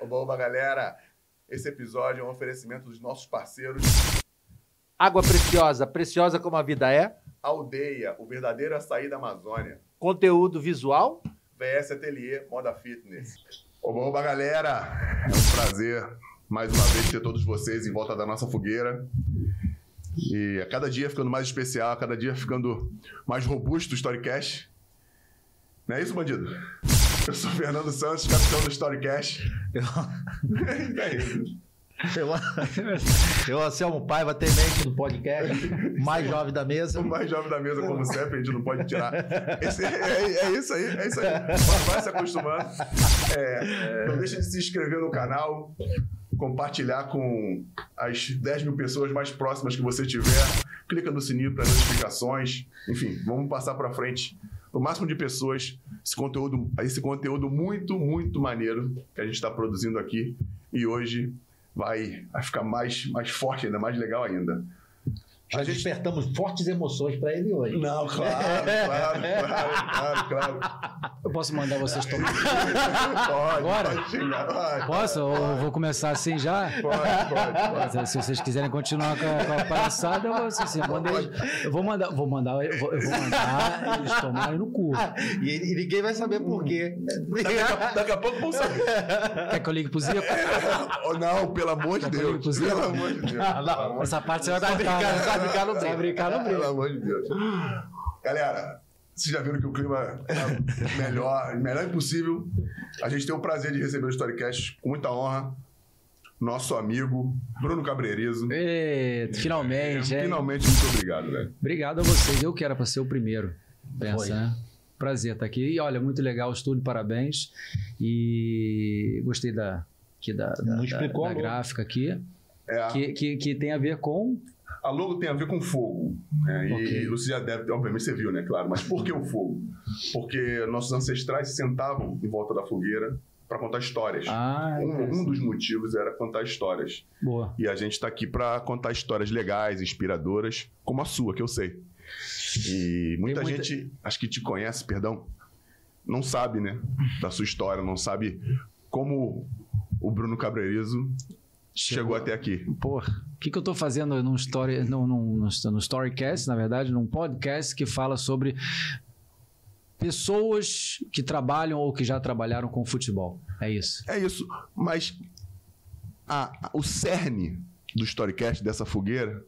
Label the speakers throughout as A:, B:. A: Oba, oba, galera! Esse episódio é um oferecimento dos nossos parceiros
B: Água preciosa, preciosa como a vida é.
A: Aldeia, o verdadeiro açaí da Amazônia.
B: Conteúdo visual.
A: VS Atelier, Moda Fitness. Oba, oba, galera! É um prazer, mais uma vez, ter todos vocês em volta da nossa fogueira. E a cada dia ficando mais especial, a cada dia ficando mais robusto o Storycast. Não é isso, bandido? Eu sou Fernando Santos, capitão do Storycast.
C: Eu,
A: E é isso.
C: eu, eu Anselmo Paiva, temente do podcast, mais jovem da mesa.
A: O mais jovem da mesa, como sempre, a gente não pode tirar. Esse- é, é isso aí, é isso aí. Vai- Vai se acostumando. É, não deixa de se inscrever no canal, compartilhar com as 10 mil pessoas mais próximas que você tiver. Clica no sininho para notificações. Enfim, vamos passar para frente. O máximo de pessoas, esse conteúdo, esse conteúdo muito, muito maneiro que a gente está produzindo aqui. E hoje vai, vai ficar mais, mais forte ainda, mais legal ainda.
C: Já despertamos fortes emoções para ele hoje.
A: Não, claro, claro, claro, claro, claro.
D: Eu posso mandar vocês tomar.
A: Pode,
D: Agora?
A: pode xingar, vai.
D: Posso? Ou vou começar assim já?
A: Pode, pode, pode.
D: Mas, eh, Se vocês quiserem continuar com a, com a palhaçada, eu vou, assim, assim, eu mandei- eu vou mandar. Vou mandar, eu vou, eu vou mandar eles tomarem no cu.
C: E, e ninguém vai saber por quê.
A: Daqui a, daqui a pouco vão saber.
D: Quer que eu ligue pro Zico?
A: Oh, não, pelo amor de
D: Daqui a pouco,
A: Deus.
D: inclusive.
A: Pelo amor de Deus.
C: Ah, não.
A: Pelo amor de-
D: Essa parte você vai cortar.
C: brincar- tá
D: né?
C: brincar no
D: Tá brincar no
A: Pelo
D: brinco.
A: amor de Deus. Galera, vocês já viram que o clima é melhor, melhor impossível. A gente tem o prazer de receber o Storycast com muita honra. Nosso amigo Bruno Cabrerizo.
D: Ê, Finalmente, hein?
A: Finalmente, muito obrigado, velho.
D: Obrigado a vocês. Eu que era para ser o primeiro.
C: Foi.
D: Pensa, né? Prazer estar aqui. E olha, muito legal o estúdio, parabéns. E gostei da, aqui da, da-
C: Não
D: da-
C: explicou
D: da
C: a logo.
D: gráfica aqui,
A: É,
D: que, que, que tem a ver com.
A: A logo tem a ver com fogo. né? E
D: Ok.
A: você já deve, obviamente você viu, né? Claro. Mas por que o fogo? Porque nossos ancestrais se sentavam em volta da fogueira para contar histórias.
D: Ah,
A: um, um
D: interessante.
A: dos motivos era contar histórias.
D: boa.
A: E a gente está aqui para contar histórias legais, inspiradoras, como a sua, que eu sei. E muita,
D: muita-
A: gente, acho que te conhece, perdão, não sabe, né? Da sua história, não sabe como o Bruno Cabrerizo chegou até aqui.
D: Pô, o que, que eu tô fazendo num, story, num, num, num- num storycast, na verdade, num podcast que fala sobre pessoas que trabalham ou que já trabalharam com futebol. É isso.
A: É isso. Mas a- a- o cerne do Storycast, dessa fogueira,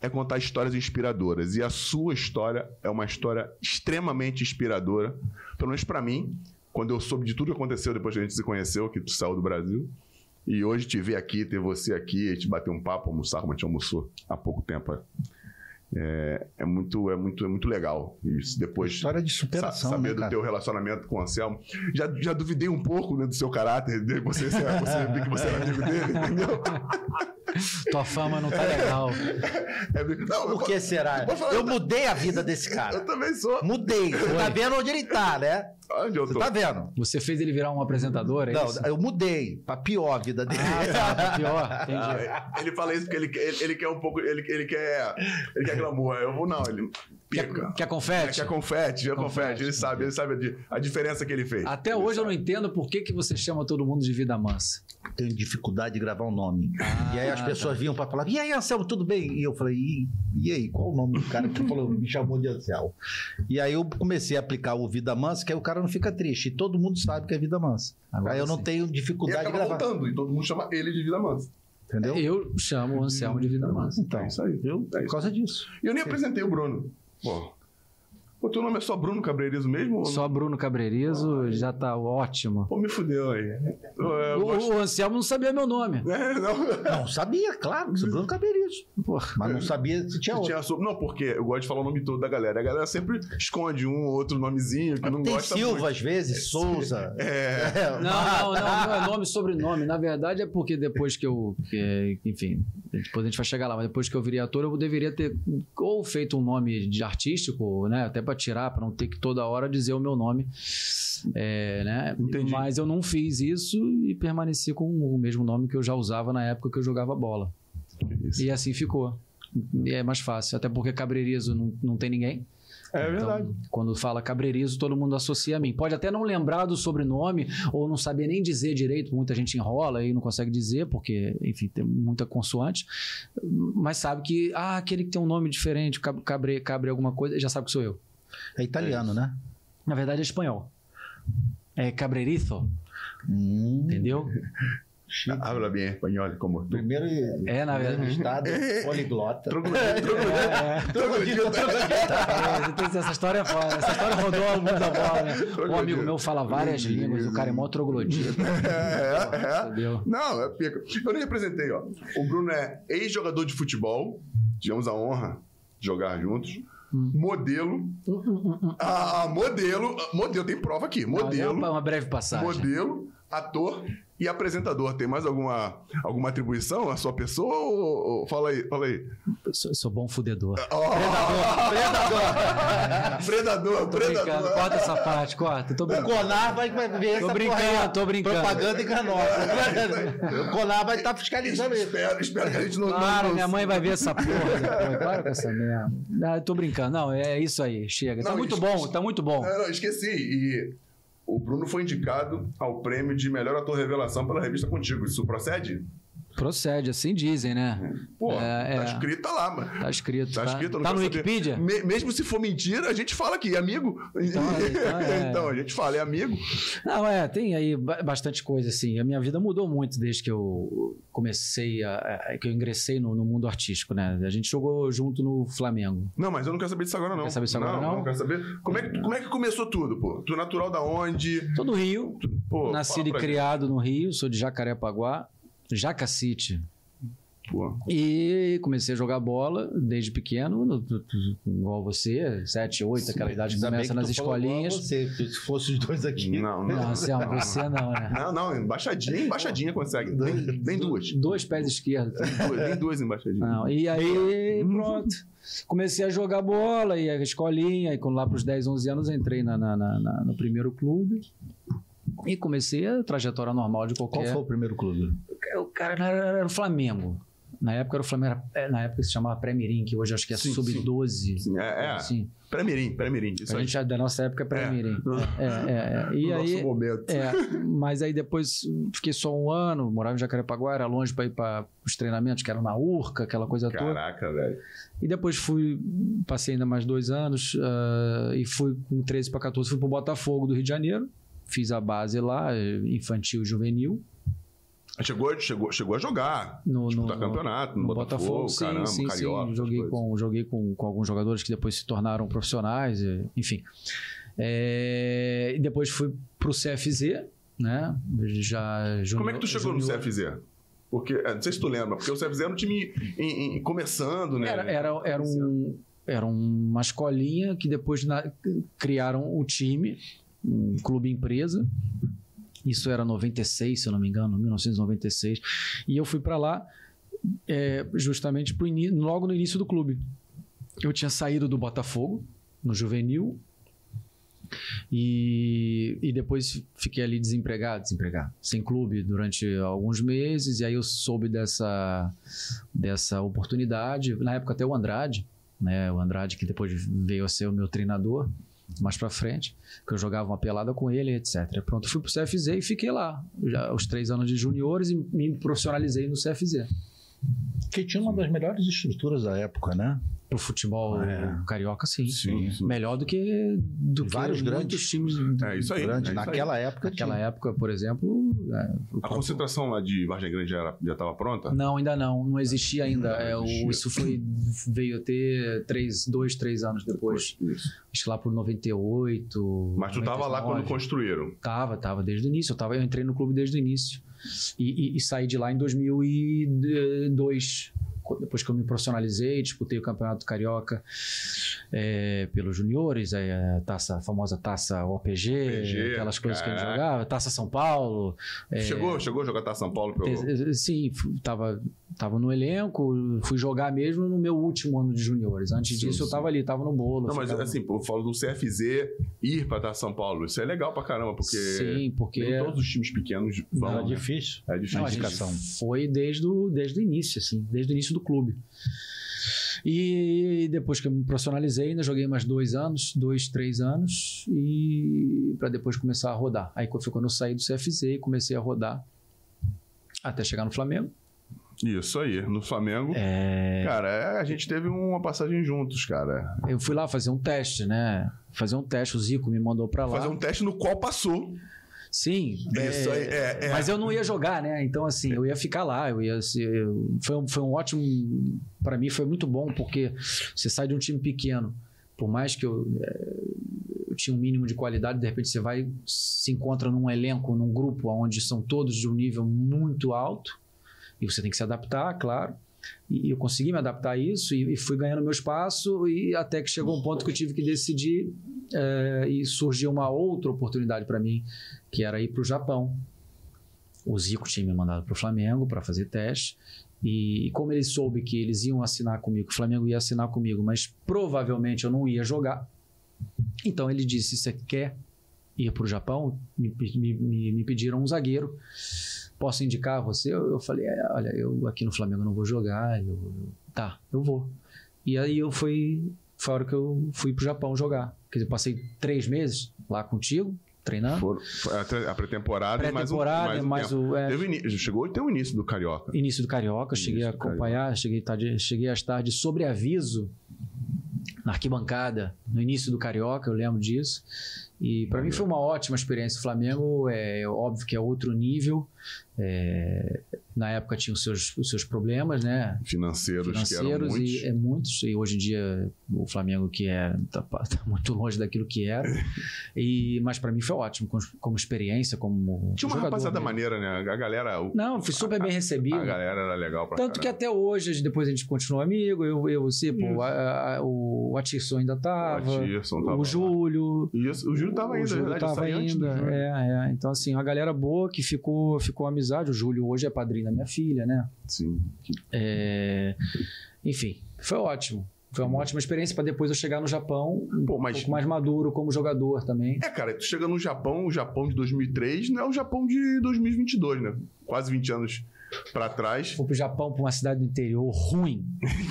A: é contar histórias inspiradoras. E a sua história é uma história extremamente inspiradora. Pelo menos pra mim, quando eu soube de tudo que aconteceu depois que a gente se conheceu, que tu saiu do Brasil. E hoje te ver aqui, ter você aqui, te bater um papo, almoçar como a gente almoçou há pouco tempo. é- É, é muito, é muito, é muito legal. Isso depois
C: História de
A: Sa-
C: superação,
A: saber
C: né,
A: do
C: cara?
A: teu relacionamento com o Anselmo. Já, já duvidei um pouco né, do seu caráter, de você ser, você ver que você era amigo dele, entendeu?
D: Tua fama não tá legal.
A: É, não, eu,
C: Por que será?
A: Vou falar-
C: Eu mudei a vida desse
A: eu
C: cara.
A: também sou.
C: Mudei. Você tá vendo onde ele tá, né?
A: Onde eu
C: Você
A: tô?
C: tá vendo?
D: Você fez ele virar um apresentador, é
C: Não,
D: isso?
C: eu mudei. Pra pior a vida dele.
D: Ah, tá, tá pior. Entendi.
A: Ah, ele fala isso porque ele, quer- ele, ele quer um pouco. Ele, ele quer. Ele quer glamour. Eu vou, não, ele Ah, pica.
D: Quer, quer
A: É,
D: confete?
A: Quer confete, é confete,
D: Confete.
A: ele sabe, ele sabe a di- a diferença que ele fez.
D: Até
A: Ele
D: hoje eu não
A: sabe.
D: entendo por que, que você chama todo mundo de vida mansa.
C: Tenho dificuldade de gravar um nome. E aí as pessoas vinham pra falar, e aí, Anselmo, tudo bem? E eu falei, e, e aí, qual o nome do cara que falou, me chamou de Anselmo? E aí eu comecei a aplicar o Vida Mansa, que aí o cara não fica triste. E todo mundo sabe que é Vida Mansa.
D: Agora
C: aí eu não
D: sim.
C: tenho
A: E
C: dificuldade de
A: acaba
C: gravar.
A: voltando, e todo mundo chama ele de Vida Mansa.
C: Entendeu?
D: Eu chamo o Anselmo de vida mansa.
C: Então,
A: É isso aí.
C: Eu,
A: É
C: por
A: isso.
C: causa disso.
A: E eu nem apresentei o Bruno. Pô. O teu nome é só Bruno Cabreirizo mesmo? ou não?
D: Só Bruno Cabrerizo já tá ótimo.
A: Pô, me fudeu aí. Eu, eu
D: O,
A: gosto-
D: o Anselmo não sabia meu nome.
A: É, não.
C: Não, sabia, claro, que Bruno Caberizo.
D: Porra.
C: Mas não sabia se tinha
A: Eu
C: outro.
A: tinha sub- Não, porque eu gosto de falar o nome todo da galera. A galera sempre esconde um ou outro nomezinho que não
C: Tem
A: gosta
C: Silva,
A: muito.
C: às vezes, Souza.
A: É,
C: É,
D: Não, não, não, não é nome e sobrenome. Na verdade é porque depois que eu. que, enfim, depois a gente vai chegar lá, mas depois que eu virei ator, eu deveria ter ou feito um nome de artístico, né? Até pra tirar, pra não ter que toda hora dizer o meu nome. É, né?
A: Entendi.
D: Mas eu não fiz isso e permaneci com o mesmo nome que eu já usava na época que eu jogava bola.
A: Isso.
D: E assim ficou. E é mais fácil, até porque Cabrerizo não, não tem ninguém.
E: É
D: Então,
E: verdade.
D: quando fala Cabreirizo, todo mundo associa a mim. Pode até não lembrar do sobrenome ou não saber nem dizer direito, muita gente enrola e não consegue dizer, porque, enfim, tem muita consoante, mas sabe que, ah, aquele que tem um nome diferente, Cab- Cabre, Cabre alguma coisa, já sabe que sou eu.
C: É italiano, né?
D: Na verdade é espanhol. É Cabreirizo,
C: Hum,
D: entendeu?
A: Habla bem espanhol, como.
C: primeiro
D: É, na
C: primeiro
D: verdade.
C: estado poliglota.
A: Troglodita, troglodita, troglodita.
D: É, tem- essa história é foda. Essa história rodou o mundo da bola, né? Um amigo meu fala várias línguas, o cara é mó troglodita.
A: É, é.
D: Entendeu?
A: Não, é pica. Eu nem apresentei, ó. O Bruno é ex-jogador de futebol. Tivemos a honra de jogar juntos. Modelo. Ah, modelo. Modelo, tem prova aqui. Modelo.
D: Uma, uma breve passagem.
A: modelo, ator e apresentador. Tem mais alguma, alguma atribuição à sua pessoa? Ou, ou- fala aí, fala aí.
D: Sou, sou bom fudedor.
A: Tá Predador, predador, predador.
D: Tô brincando,
A: né?
D: corta essa parte, corta. Tô
C: O
D: brincando.
C: Conar vai vai ver
D: Tô
C: essa
D: brincando,
C: porra aí, ó.
D: tô brincando.
C: Propaganda enganosa. o Conar vai estar fiscalizando isso.
A: Espero, espero que a gente não.
D: Para,
A: não,
D: minha mãe vai ver essa porra. depois. Para com é essa merda. Ah, eu tô brincando. Não, é isso aí. Chega. Tá
A: Não,
D: muito
A: isso- é.
D: bom, tá muito bom.
A: Não, não, esqueci. E o Bruno foi indicado ao prêmio de melhor ator revelação pela revista Contigo. Isso procede?
D: Procede, assim dizem, né?
A: Pô,
D: É,
A: tá
D: é.
A: escrito tá lá, mano.
D: Tá escrito.
A: Tá escrito, eu não
D: tá no
A: quero saber.
D: Wikipedia?
A: Me- mesmo se for mentira, a gente fala aqui, amigo.
D: Então, então, é.
A: Então, a gente fala, é amigo.
D: Não, é, tem aí ba- bastante coisa, assim. A minha vida mudou muito desde que eu comecei, a, a- que eu ingressei no, no mundo artístico, né? A gente jogou junto no Flamengo.
A: Não, mas eu não quero saber disso agora, não.
D: Quer saber disso agora, não?
A: Não, quero saber. Como é, que, como é que começou tudo, pô? Tu natural da onde?
D: Tô no Rio,
A: Pô,
D: nascido
A: fala
D: e
A: pra
D: criado no Rio, sou de Jacarepaguá, Jacacite.
A: gente, Pô.
D: E comecei a jogar bola desde pequeno, no- no- igual você, 7, 8, aquela idade que
C: Ainda bem
D: começa nas
C: tu falou igual a
D: escolinhas.
C: Você, se fosse os dois aqui.
A: Não, não.
D: Não, Anselmo, você não, né?
A: Não, não, embaixadinha, embaixadinha consegue. Nem, nem duas.
D: Dois pés esquerdos.
A: Nem duas, nem duas embaixadinhas.
D: Não, e aí,
C: Hum.
D: pronto. Comecei a jogar bola, e a escolinha, e quando lá para os 10, 11 anos entrei na, na- na- na- no primeiro clube. E comecei a trajetória normal de qualquer. É,
C: Qual foi o primeiro clube?
D: O cara era, era o Flamengo. Na época era o Flamengo, era- é, na época se chamava Pré-Mirim, que hoje eu acho que é
A: Sim,
D: sub-12.
A: Sim, é, é.
D: Assim.
A: Pré-mirim, pré-mirim. Isso
D: A
A: aí.
D: gente já- da nossa época é Pré-Mirim. É, é, é. E
A: No
D: aí,
A: nosso momento.
D: é, mas aí depois fiquei só um ano, morava em Jacarepaguá, era longe para ir para os treinamentos, que eram na Urca, aquela coisa toda.
A: Caraca, velho.
D: E depois fui, passei ainda mais dois anos ah, e fui com 13 para 14, fui para o Botafogo do Rio de Janeiro. Fiz a base lá, eh, infantil e juvenil.
A: Chegou, chegou, chegou a jogar.
D: No, no,
A: Disputar campeonato, no, Botafogo,
D: sim,
A: caramba,
D: sim,
A: carioca.
D: sim.
A: essas
D: Joguei,
A: coisas.
D: com, joguei com, com alguns jogadores que depois se tornaram profissionais, eh, enfim. Eh, e depois fui para o CFZ, né? Já
A: Como é que tu chegou no
D: junior-
A: CFZ? Porque, é, não sei se tu lembra, porque o CFZ era um time em- em- começando, né?
D: Era, era, era, um, era uma escolinha que depois na- criaram o time, um clube empresa. Isso era 96, se eu não me engano, 1996. E eu fui para lá é, justamente pro ini- logo no início do clube. Eu tinha saído do Botafogo, no juvenil, e, e depois fiquei ali desempregado, desempregado, sem clube durante alguns meses. E aí eu soube dessa, dessa oportunidade. Na época até o Andrade, né? O Andrade que depois veio a ser o meu treinador mais pra frente, que eu jogava uma pelada com ele, etc. Pronto, fui pro CFZ e fiquei lá, já os três anos de juniores e me profissionalizei no CFZ.
C: Que tinha uma das melhores estruturas da época, né?
D: Pro futebol
C: É.
D: carioca, sim.
A: Sim, sim.
D: Melhor do que do
C: Vários
D: que
C: grandes.
D: muitos times
A: É isso aí.
C: Grande.
A: é isso aí.
C: Naquela época
D: naquela
C: tinha.
D: época, por exemplo. é, o
A: A
D: próprio-
A: concentração lá de Vargem Grande já era- já estava pronta?
D: Não, ainda não. Não existia ainda.
A: Não
D: É, o-
A: existia.
D: isso foi veio a ter três, dois, três anos depois.
A: Isso.
D: Acho que lá por 98.
A: Mas tu tava lá quando
D: 99.
A: construíram.
D: Tava, tava desde o início. Eu, tava, eu entrei no clube desde o início. E, e- e saí de lá em 2002. co- Depois que eu me profissionalizei, disputei o Campeonato Carioca eh, pelos juniores, aí a taça, a famosa taça OPG,
A: OPG,
D: aquelas coisas que a gente
A: caraca.
D: jogava, taça São Paulo. eh,
A: Chegou, chegou a jogar tá São Paulo pelo.
D: te- Sim, fu- tava, tava no elenco, fui jogar mesmo no meu último ano de juniores. Antes
A: Sim,
D: disso, eu
A: sim.
D: tava ali, tava no bolo.
A: Não, mas
D: ficava-
A: assim, eu falo do CFZ ir pra tá São Paulo. Isso é legal pra caramba, porque
D: Sim, é. porque.
A: nem todos os times pequenos vão.
C: Era
A: né?
C: difícil.
A: É difícil.
D: Não, a gente foi desde o, desde o início, assim, desde o início do clube. E depois que eu me profissionalizei, ainda joguei mais dois anos, dois, três anos, e para depois começar a rodar. Aí foi quando eu saí do CFZ e comecei a rodar até chegar no Flamengo.
A: Isso aí, no Flamengo.
D: É,
A: Cara, é, a gente teve uma passagem juntos, cara.
D: eu fui lá fazer um teste, né? Fazer um teste, o Zico me mandou pra lá.
A: Fazer um teste no qual passou.
D: Sim.
A: Isso
D: é,
A: aí, é, é.
D: Mas eu não ia jogar, né? Então, assim, eu ia ficar lá. Eu ia, ser- eu- foi, um, foi um ótimo. Pra mim, foi muito bom, porque você sai de um time pequeno. Por mais que eu, eh, eu tinha um mínimo de qualidade, de repente você vai, se encontra num elenco, num grupo onde são todos de um nível muito alto. E você tem que se adaptar, claro. E eu consegui me adaptar a isso e, e fui ganhando meu espaço. E até que chegou um ponto que eu tive que decidir. eh, e surgiu uma outra oportunidade para mim que era ir para o Japão. O Zico tinha me mandado para o Flamengo para fazer teste. E, e como ele soube que eles iam assinar comigo, que o Flamengo ia assinar comigo, mas provavelmente eu não ia jogar, então ele disse: Você quer ir para o Japão? Me, pe- me- me- me pediram um zagueiro. Posso indicar você? Eu, eu falei: "É, Olha, eu aqui no Flamengo não vou jogar. Eu, eu- tá, eu vou. E aí eu fui. Foi a hora que eu fui para o Japão jogar. Quer dizer, eu passei três meses lá contigo, treinando
A: Foram- foi a tre- a pré-temporada e mais um, mais
D: pré-temporada,
A: um
D: mais
A: tempo.
D: o é,
A: Teve o ini- chegou a ter o início do Carioca.
D: início do Carioca,
A: Início
D: cheguei a
A: do Carioca.
D: acompanhar, cheguei, tarde, cheguei a estar de sobreaviso na arquibancada, no início do Carioca, eu lembro disso. E para mim foi uma ótima experiência. O Flamengo é óbvio que é outro nível. É, na época tinha os seus, os seus problemas, né?
A: Financeiros, que eram
D: financeiros
A: muitos.
D: e é muitos e hoje em dia o Flamengo que é tá, pa- tá muito longe daquilo que era e mas para mim foi ótimo como, como experiência como
A: Tinha uma
D: jogador
A: rapaziada
D: mesmo.
A: maneira, né? A galera, o-
D: Não, fui super bem recebido.
A: a galera era legal pra
D: Tanto que
A: caramba.
D: até hoje, depois a gente continuou amigo, eu, eu você, pô, a- a- o o Atirson ainda
A: O
D: tava,
A: Atirson tava
D: o
A: lá.
D: Júlio.
A: Isso, o Júlio tava ainda,
D: o Júlio
A: na verdade. eu
D: tava
A: saí antes do
D: ainda.
A: Júlio.
D: É, é. Então, assim, uma galera boa que ficou, ficou amizade. O Júlio hoje é padrinho da minha filha, né?
A: Sim.
D: É, Enfim, foi ótimo. Foi uma ótima experiência para depois eu chegar no Japão, um
A: Pô, mas
D: pouco mais maduro como jogador também.
A: É, cara, tu chega no Japão, o Japão de 2003 não é o Japão de 2022, né? Quase 20 anos pra trás.
D: Fui pro Japão, pra uma cidade do interior ruim,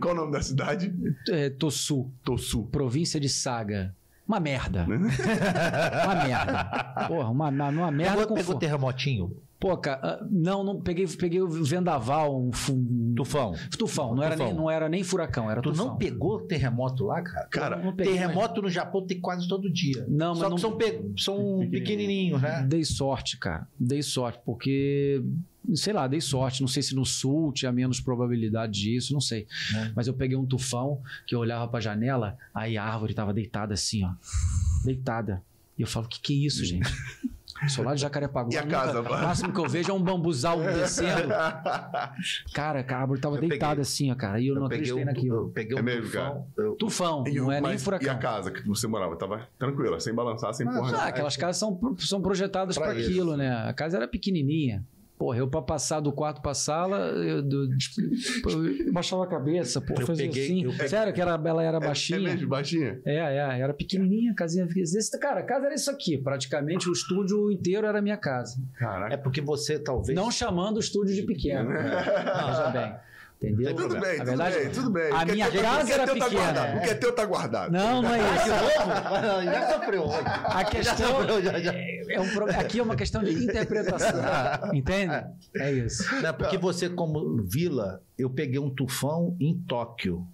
A: Qual o nome da cidade?
D: é, Tosu,
A: Tosu.
D: província de Saga. Uma merda.
A: Né?
D: Uma merda. Porra, uma, uma,
A: É,
D: uma merda
C: Pegou,
D: com
C: pegou
D: fome.
C: terremotinho,
D: Pô, cara, ah, não, não peguei, peguei o vendaval, um fu- um
C: tufão.
D: tufão. Não era,
C: Tufão.
D: nem, não era nem furacão, era
C: Tu
D: tufão.
C: não pegou terremoto lá, cara?
A: Cara,
D: não peguei,
C: Terremoto no Japão tem quase todo dia.
D: Não, mas
C: Só que
D: não-
C: são, pe- são pequenininhos, né?
D: mas Dei sorte, cara. Dei sorte, porque. Sei lá, dei sorte. Não sei se no sul tinha menos probabilidade disso, não sei.
C: É.
D: Mas eu peguei um tufão que eu olhava pra janela, aí a árvore tava deitada assim, ó. Deitada. E eu falo, o que, que é isso, gente? Sou lá de Jacarepaguá.
A: E a
D: nunca-
A: casa?
D: O máximo que eu vejo é um bambuzal descendo.
A: é
D: Cara, a árvore tava
C: Eu peguei-
D: deitada assim, ó, cara. E eu, não
C: peguei
D: acreditei
C: um, tu-
D: naquilo.
C: eu peguei um
A: É mesmo,
C: tufão. Eu-
D: Tufão, não é nem
A: E a
D: furacão.
A: casa É que você morava? Tava tranquila, sem balançar, sem
C: Mas,
A: porra.
D: Ah,
A: nenhuma.
D: aquelas casas são, pro- são projetadas
C: Pra
D: para
C: isso.
D: aquilo, né? A casa era pequenininha. Porra, eu pra passar do quarto pra sala, eu, do- pô, eu baixava a cabeça, pô,
C: Eu
D: fazia
C: peguei-
D: assim.
C: eu peguei-
D: Sério que era, ela era
A: É- É
D: baixinha?
A: mesmo, baixinha?
D: É, é, era pequenininha a casinha. assim. Esse- Cara, a casa era isso aqui. Praticamente o estúdio inteiro era a minha casa.
A: Caraca.
C: É porque você talvez.
D: Não chamando o estúdio de pequeno. né?
A: É.
D: Veja bem. Entendeu?
A: Tudo bem,
D: a
A: tudo
D: verdade,
A: bem, tudo bem.
D: a
A: O que é
D: minha
A: teu-
D: casa
A: o que é
D: era
A: teu tá
D: pequena.
A: guardado, O que é teu tá guardado.
D: Não, não é isso.
C: já sofreu. Já
D: A questão
C: sofreu, já, já.
D: é um, pro- aqui é uma questão de interpretação. Entende? É isso.
C: Não, porque você, como vila, eu peguei um tufão em Tóquio.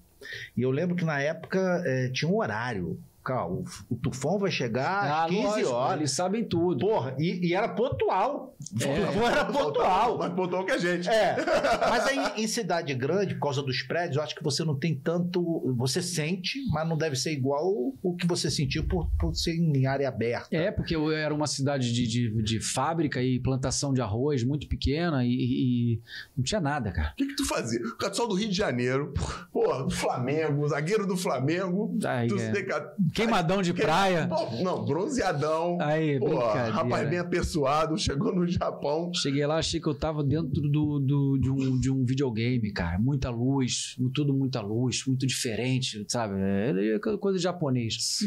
C: E eu lembro que na época eh, tinha um horário. Cara, o, o tufão vai chegar
D: Ah,
C: às 15
D: lógico,
C: horas.
D: Eles sabem tudo.
C: Porra, e, e era pontual.
D: É.
C: O tufão era pontual.
A: Mas pontual que a gente.
C: É, mas aí em cidade grande, por causa dos prédios, eu acho que você não tem tanto. Você sente, mas não deve ser igual o que você sentiu por, por ser em área aberta.
D: É, porque eu era uma cidade de, de, de fábrica e plantação de arroz muito pequena e, e- e não tinha nada, cara.
A: O que, que tu fazia? O cara só do Rio de Janeiro, porra, do Flamengo, zagueiro do Flamengo.
D: Aí,
A: Tu
D: é.
A: tem ca-
D: Queimadão de
A: Que-
D: praia.
A: Pô, não, bronzeadão.
D: Aí,
A: Pô,
D: brincadeira.
A: rapaz bem apessoado, chegou no Japão.
D: Cheguei lá, achei que eu tava dentro do, do- de, um, de um videogame, cara. Muita luz, tudo muita luz, muito diferente, sabe? É coisa de japonês.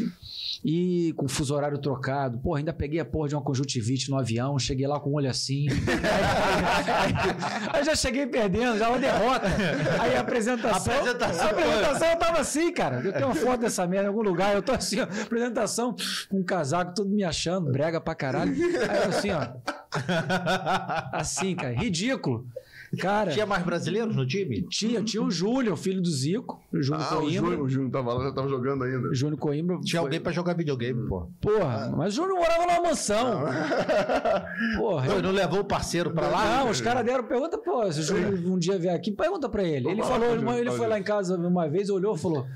D: E com fuso horário trocado. Porra, ainda peguei a porra de uma conjuntivite no avião, cheguei lá com o olho assim. aí, aí já cheguei perdendo, já uma derrota. Aí a apresentação.
C: Apresentação.
D: a apresentação eu tava assim, cara. Eu tenho uma foto dessa merda em algum lugar, eu tô assim, ó, apresentação com um casaco, todo me achando, brega pra caralho. Aí eu assim, ó. Assim, cara, ridículo. Cara,
C: Tinha mais brasileiros no time?
D: tinha, tinha o Júlio, filho do Zico, o Júlio
A: Ah, o
D: Coimbra.
A: Júnior, o Júnior tava lá, já tava jogando ainda.
D: Júnior Coimbra.
C: Tinha
D: foi- Ah.
C: alguém pra jogar videogame,
D: Hum.
C: pô.
D: Porra, mas o Júnior morava numa mansão. Porra.
C: Não, não levou o parceiro pra lá?
D: Não, os caras deram pergunta, pô, se o Júlio um dia vier aqui, pergunta pra ele. Ele
A: Vamos
D: falou,
A: lá,
D: ele,
A: Júlio,
D: ele foi
A: fala
D: lá em casa uma vez, olhou e falou: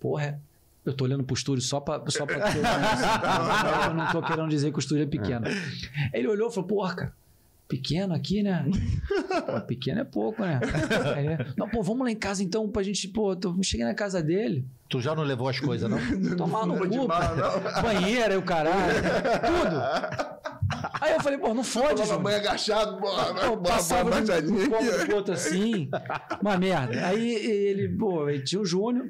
D: Porra, eu tô olhando pro estúdio só pra. Só pra ter uma- eu não tô querendo dizer que o estúdio é pequeno. Ele olhou e falou: Porra, cara, pequeno aqui, né? Pô, pequeno é pouco, né? Aí ele, não, pô, vamos lá em casa então pra gente, pô, tô, cheguei na casa dele.
C: Tu já não levou as coisas, não?
D: Tomar no
A: Foi de
D: cu,
A: mala, não.
D: banheira e o caralho, tudo. Aí eu falei, pô, não fode,
A: Tava
D: Júnior.
A: banho agachado, bora,
D: Eu
A: bora,
D: passava
A: bate a
D: de um
A: linha.
D: copo pro outro assim, uma merda. Aí ele, pô, ele tinha o Júnior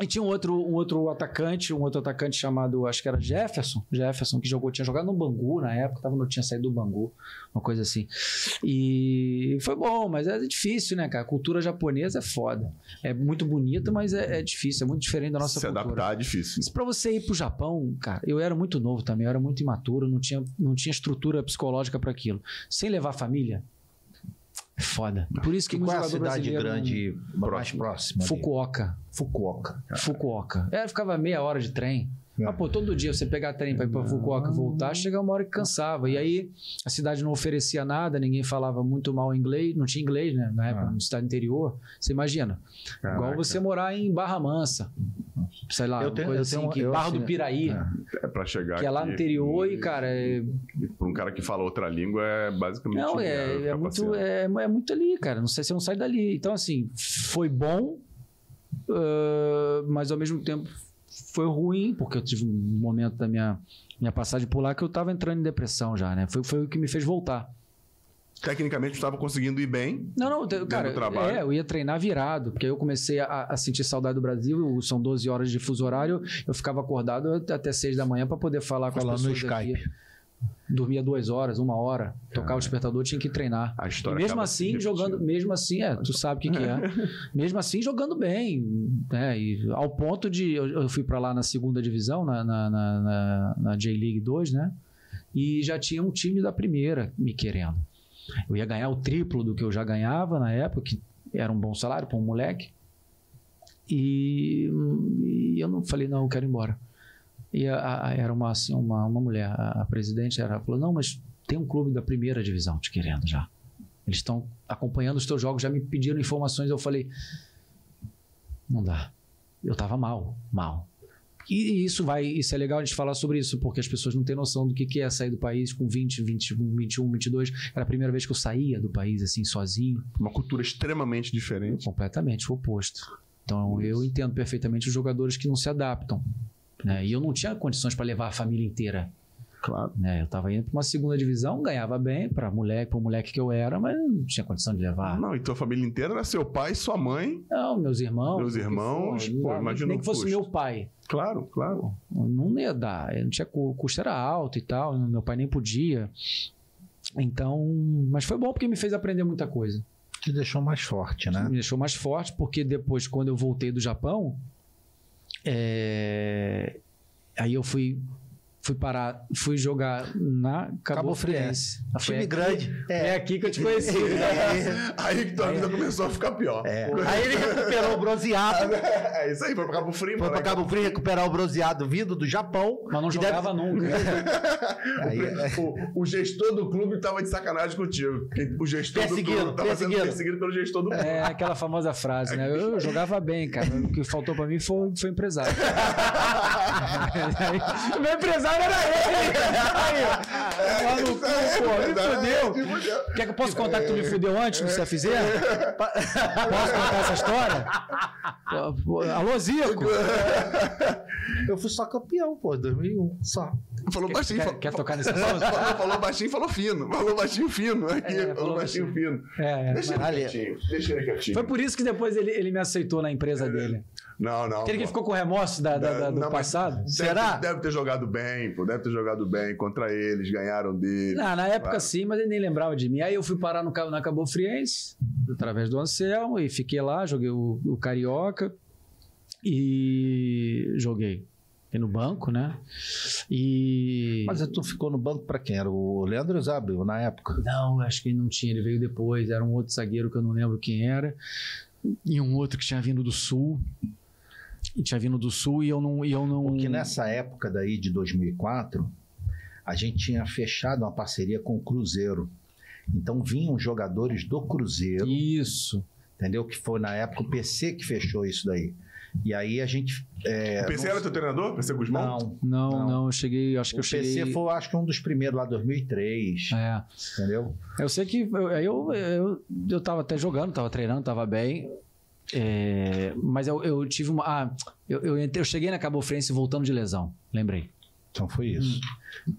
D: e tinha um outro, um outro atacante, um outro atacante chamado, acho que era Jefferson, Jefferson que jogou, tinha jogado no Bangu na época, tava, não tinha saído do Bangu, uma coisa assim. E foi bom, mas é difícil, né, cara? A cultura japonesa é foda. É muito bonita, mas é, é difícil, é muito diferente da nossa
A: Se
D: cultura.
A: adaptar é difícil.
D: Mas pra você ir pro Japão, cara, eu era muito novo também, eu era muito imaturo, não tinha, não tinha estrutura psicológica pra aquilo. Sem levar a família, é foda. Por isso que
C: Que
D: muito
C: qual é a
D: jogador
C: cidade
D: brasileiro
C: grande mais
D: não-
C: próxima? ali?
D: Fukuoka.
C: Fukuoka.
D: Fukuoka. É, ficava meia hora de trem.
C: É.
D: Mas, Ah, pô, todo dia você pegar trem pra ir pra Fukuoka e voltar, chega uma hora que cansava. E aí a cidade não oferecia nada, ninguém falava muito mal inglês, não tinha inglês, né? Na época,
C: Ah.
D: no cidade interior. Você imagina.
C: É.
D: Igual você morar em Barra Mansa. Sei lá,
C: Eu
D: uma
C: tenho-
D: coisa
C: eu
D: assim,
C: tenho-
D: que
C: eu
D: Barra
C: assinei-
D: do Piraí.
C: É.
A: É pra chegar
D: Que é lá no
A: aqui.
D: interior e, cara, é-
A: E Pra um cara que fala outra língua, é basicamente.
D: não,
A: né,
D: é,
A: ficar
D: é, muito,
A: passeando.
D: é, é muito ali, cara. Não sei se não sai dali. Então, assim, foi bom, ah, mas ao mesmo tempo foi ruim, porque eu tive um momento da minha, minha passagem por lá que eu tava entrando em depressão já, né? Foi, foi o que me fez voltar.
A: Tecnicamente, tu tava conseguindo ir bem.
D: Não, não, eu- cara,
A: do trabalho.
D: é, eu ia treinar virado, porque aí eu comecei a, a sentir saudade do Brasil, são 12 horas de fuso horário, eu ficava acordado até 6 da manhã para poder falar com
C: Falando
D: as
C: no
D: pessoas
C: Skype.
D: aqui. Dormia duas horas, uma hora, tocava o despertador, tinha que treinar.
A: A
D: E
A: história
D: mesmo
A: acaba se
D: assim,
A: repetindo.
D: jogando, mesmo assim, é, tu sabe o que, que é. mesmo assim, jogando bem, né? E ao ponto de. Eu, eu fui pra lá na segunda divisão, na, na, na, na- na J-League 2, né? E já tinha um time da primeira me querendo. Eu ia ganhar o triplo do que eu já ganhava na época, que era um bom salário pra um moleque. E, e eu não falei, não, eu quero ir embora. E a- a- era uma, assim, uma, uma mulher, a, a presidente, ela falou: não, mas tem um clube da primeira divisão te querendo já. Eles estão acompanhando os teus jogos, já me pediram informações. Eu falei: não dá. Eu tava mal, mal. E isso vai, isso é legal a gente falar sobre isso, porque as pessoas não têm noção do que que é sair do país com 20, 21, 21, 22. Era a primeira vez que eu saía do país assim sozinho,
A: Uma cultura extremamente diferente.
D: completamente o oposto. Então eu entendo perfeitamente os jogadores que não se adaptam, né? E eu não tinha condições para levar a família inteira
A: Claro.
D: né? Eu tava indo pra uma segunda divisão, ganhava bem pra moleque, pro moleque que eu era, mas não tinha condição de levar.
A: Não, e tua família inteira era seu pai, sua mãe.
D: Não, meus irmãos.
A: Meus
D: o que
A: irmãos,
D: for,
A: pô,
D: não-
A: imagina
D: Nem
A: o
D: que fosse
A: custo.
D: meu pai.
A: Claro, claro.
D: Não ia dar. eu Não tinha, cu- o custo era alto e tal, meu pai nem podia. Então, mas foi bom porque me fez aprender muita coisa.
C: Te deixou mais forte, né?
D: Me deixou mais forte, porque depois, quando eu voltei do Japão, é, aí eu fui, fui parar, fui jogar na Cabo,
C: Cabo
D: Friense. Foi
C: um Time
D: aqui-
C: grande.
D: É aqui que eu te conheci.
A: Aí que tua
D: É.
A: vida começou a ficar pior.
C: É. Aí ele recuperou o bronzeado.
A: É isso aí, foi pra Cabo Frio.
C: Foi pra
A: moleque.
C: Cabo Frio recuperar o bronzeado vindo do Japão.
D: Mas não
C: que
D: jogava nunca.
C: Aí, é.
A: O, o gestor do clube tava de sacanagem contigo. O gestor
C: Perseguido,
A: do clube tava
C: perseguido.
A: sendo perseguido pelo gestor do clube.
D: É aquela famosa frase, né? Eu jogava bem, cara. O que faltou pra mim foi, foi empresário. Aí, meu empresário
A: É,
D: era ele! Mano, Tá pô, me fudeu. Quer que eu possa contar que tu me fudeu antes no CFZ?
A: É.
D: Pa- Posso contar essa história? Pô, pô, Alô, Zico!
C: Eu fui só campeão, pô, 2001. Só.
A: Falou baixinho.
D: Quer,
A: falou-
D: quer tocar nesse
A: falou-
D: assunto?
A: Falou falou baixinho, falou fino. Falou baixinho, fino. Aqui,
D: É,
A: falou
D: falou
A: baixinho, fino.
D: É,
A: Deixa ele
C: Caralho.
A: quietinho. Deixa ele quietinho.
D: Foi por isso que depois ele, ele me aceitou na empresa dele.
A: Não, não.
D: Aquele que
A: pô.
D: ficou com remorso da, da- da- do
A: É, tá Não, mas-
D: passado?
A: Deve-
C: Será?
A: Deve ter jogado bem, pô. Deve ter jogado bem contra eles, ganharam dele.
D: Não, Ah, na época
A: Claro.
D: sim, mas ele nem lembrava de mim. Aí eu fui parar no, Cabo- na Cabo Friense, através do Anselmo, e fiquei lá, joguei o, o Carioca e joguei. E no banco, né? E.
C: Mas tu ficou no banco pra quem? Era o Leandro Zabel, na época.
D: Não, acho que ele não tinha, ele veio depois. Era um outro zagueiro que eu não lembro quem era. E um outro que tinha vindo do sul. E tinha vindo do sul e eu não. E eu não...
C: Porque nessa época daí, de 2004, a gente tinha fechado uma parceria com o Cruzeiro. Então vinham jogadores do Cruzeiro.
D: Isso.
C: entendeu? Que foi na época o PC que fechou isso daí. E aí a gente. é,
A: o PC
C: não-
A: era teu treinador? PC Guzmão?
C: Não.
D: Não,
C: Não.
D: não, eu cheguei. Acho que
C: o
D: eu cheguei.
C: PC foi, acho que, um dos primeiros lá, 2003,
D: É.
C: entendeu?
D: Eu sei que eu, aí eu, eu, eu tava até jogando, tava treinando, tava bem. É, mas eu, eu tive uma. Ah, eu, eu, entrei- eu cheguei na Cabo Frense voltando de lesão, lembrei.
C: Então foi isso.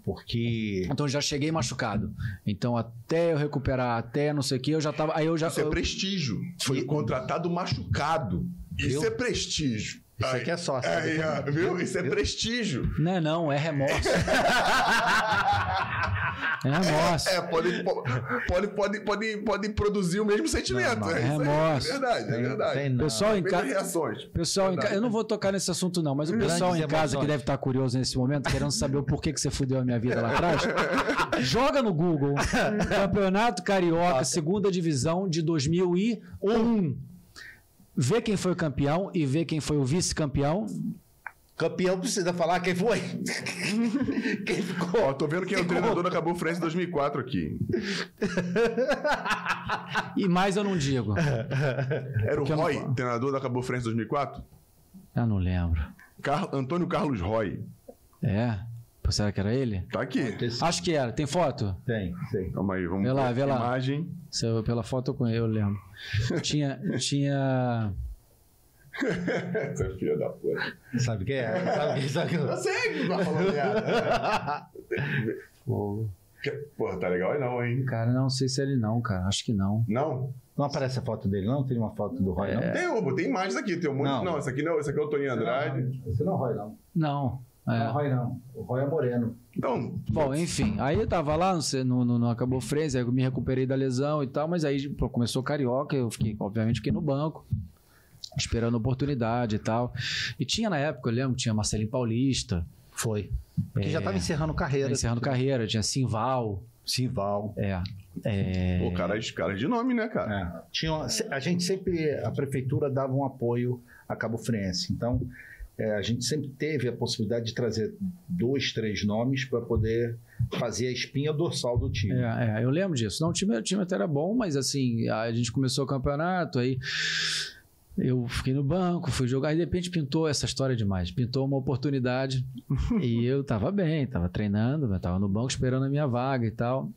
C: Porque.
D: Então eu já cheguei machucado. Então até eu recuperar, até não sei o que, eu já tava. Aí eu já.
A: Isso é
D: eu-
A: prestígio. Foi contratado machucado. Isso
C: Viu?
A: é prestígio.
C: Isso
A: Aí-
C: aqui é sócio.
A: aí, ó, viu? Isso é
C: Viu?
A: prestígio.
D: Não, não, é remorso. É remorso.
A: É, podem pode, pode, pode, pode produzir o mesmo sentimento.
C: Não, não,
A: é isso aí.
D: remorso.
A: É verdade, é verdade.
C: Tem- tem-
D: Pessoal em
A: Mesmas
D: casa.
A: reações.
D: Pessoal, em ca- eu não vou tocar nesse assunto não, mas o pessoal em
C: Grandes
D: casa
C: emoções.
D: que deve estar curioso nesse momento, querendo saber o porquê que você fudeu a minha vida lá atrás, joga no Google Campeonato
C: Tá.
D: Carioca, segunda divisão de 2001. Vê quem foi o campeão e vê quem foi o vice-campeão.
C: Campeão precisa falar quem foi. quem
A: Ó,
C: ficou.
A: tô vendo que é o treinador da Cabo Friense 2004 aqui.
D: E mais eu não digo.
A: Era o
D: Porque eu não
A: Roy,
D: falo.
A: treinador da Cabo Friense 2004?
D: Eu não lembro.
A: Car... Antônio Carlos Roy.
D: É? Pô, Será que era ele?
A: Tá aqui.
D: Acho que era. Tem foto?
C: Tem, tem.
A: Calma aí, vamos
D: Vê lá,
A: ver
D: vê
A: a
D: lá.
A: imagem.
D: Se eu- Pela foto eu conhe- eu lembro. Tinha. tinha...
A: Essa é filha da puta.
C: Sabe quem é? Sabe quem? Sabe
A: Eu
C: quem?
A: sei que tá falando merda. Porra, tá legal aí não, hein?
D: Cara, não sei se é ele não, cara. Acho que não.
A: Não?
C: Não aparece a foto dele, não? Tem uma foto do Roy, não?
A: Tem, uma, tem imagens aqui, tem um monte. Não,
C: É. Não.
A: esse aqui não, esse aqui é o Toninho Andrade.
C: Você não é o Roy, não.
D: Não.
C: Não
D: É.
C: é o Roy, não. O Roy é moreno.
A: Então,
D: Bom, enfim, aí eu tava lá, não sei, no, no, no acabou Frenzy, aí eu me recuperei da lesão e tal, mas aí pô, começou o carioca, eu fiquei, obviamente, fiquei no banco, esperando a oportunidade e tal. E tinha na época, eu lembro, tinha Marcelinho Paulista, né,
C: Foi. Porque já tava encerrando carreira.
D: encerrando carreira, tinha Simval,
C: Sival.
D: é. é
A: pô, cara, cara de nome, né, cara?
C: É. Tinha, uma- se- a gente sempre, a prefeitura dava um apoio a Cabo Friense. Então, é, a gente sempre teve a possibilidade de trazer dois, três nomes para poder fazer a espinha dorsal do time.
D: É, é, eu lembro disso. Não, o time, o time até era bom, mas assim, a gente começou o campeonato, aí eu fiquei no banco, fui jogar, e de repente pintou essa história demais. Pintou uma oportunidade e eu tava bem, tava treinando, mas tava no banco esperando a minha vaga e tal.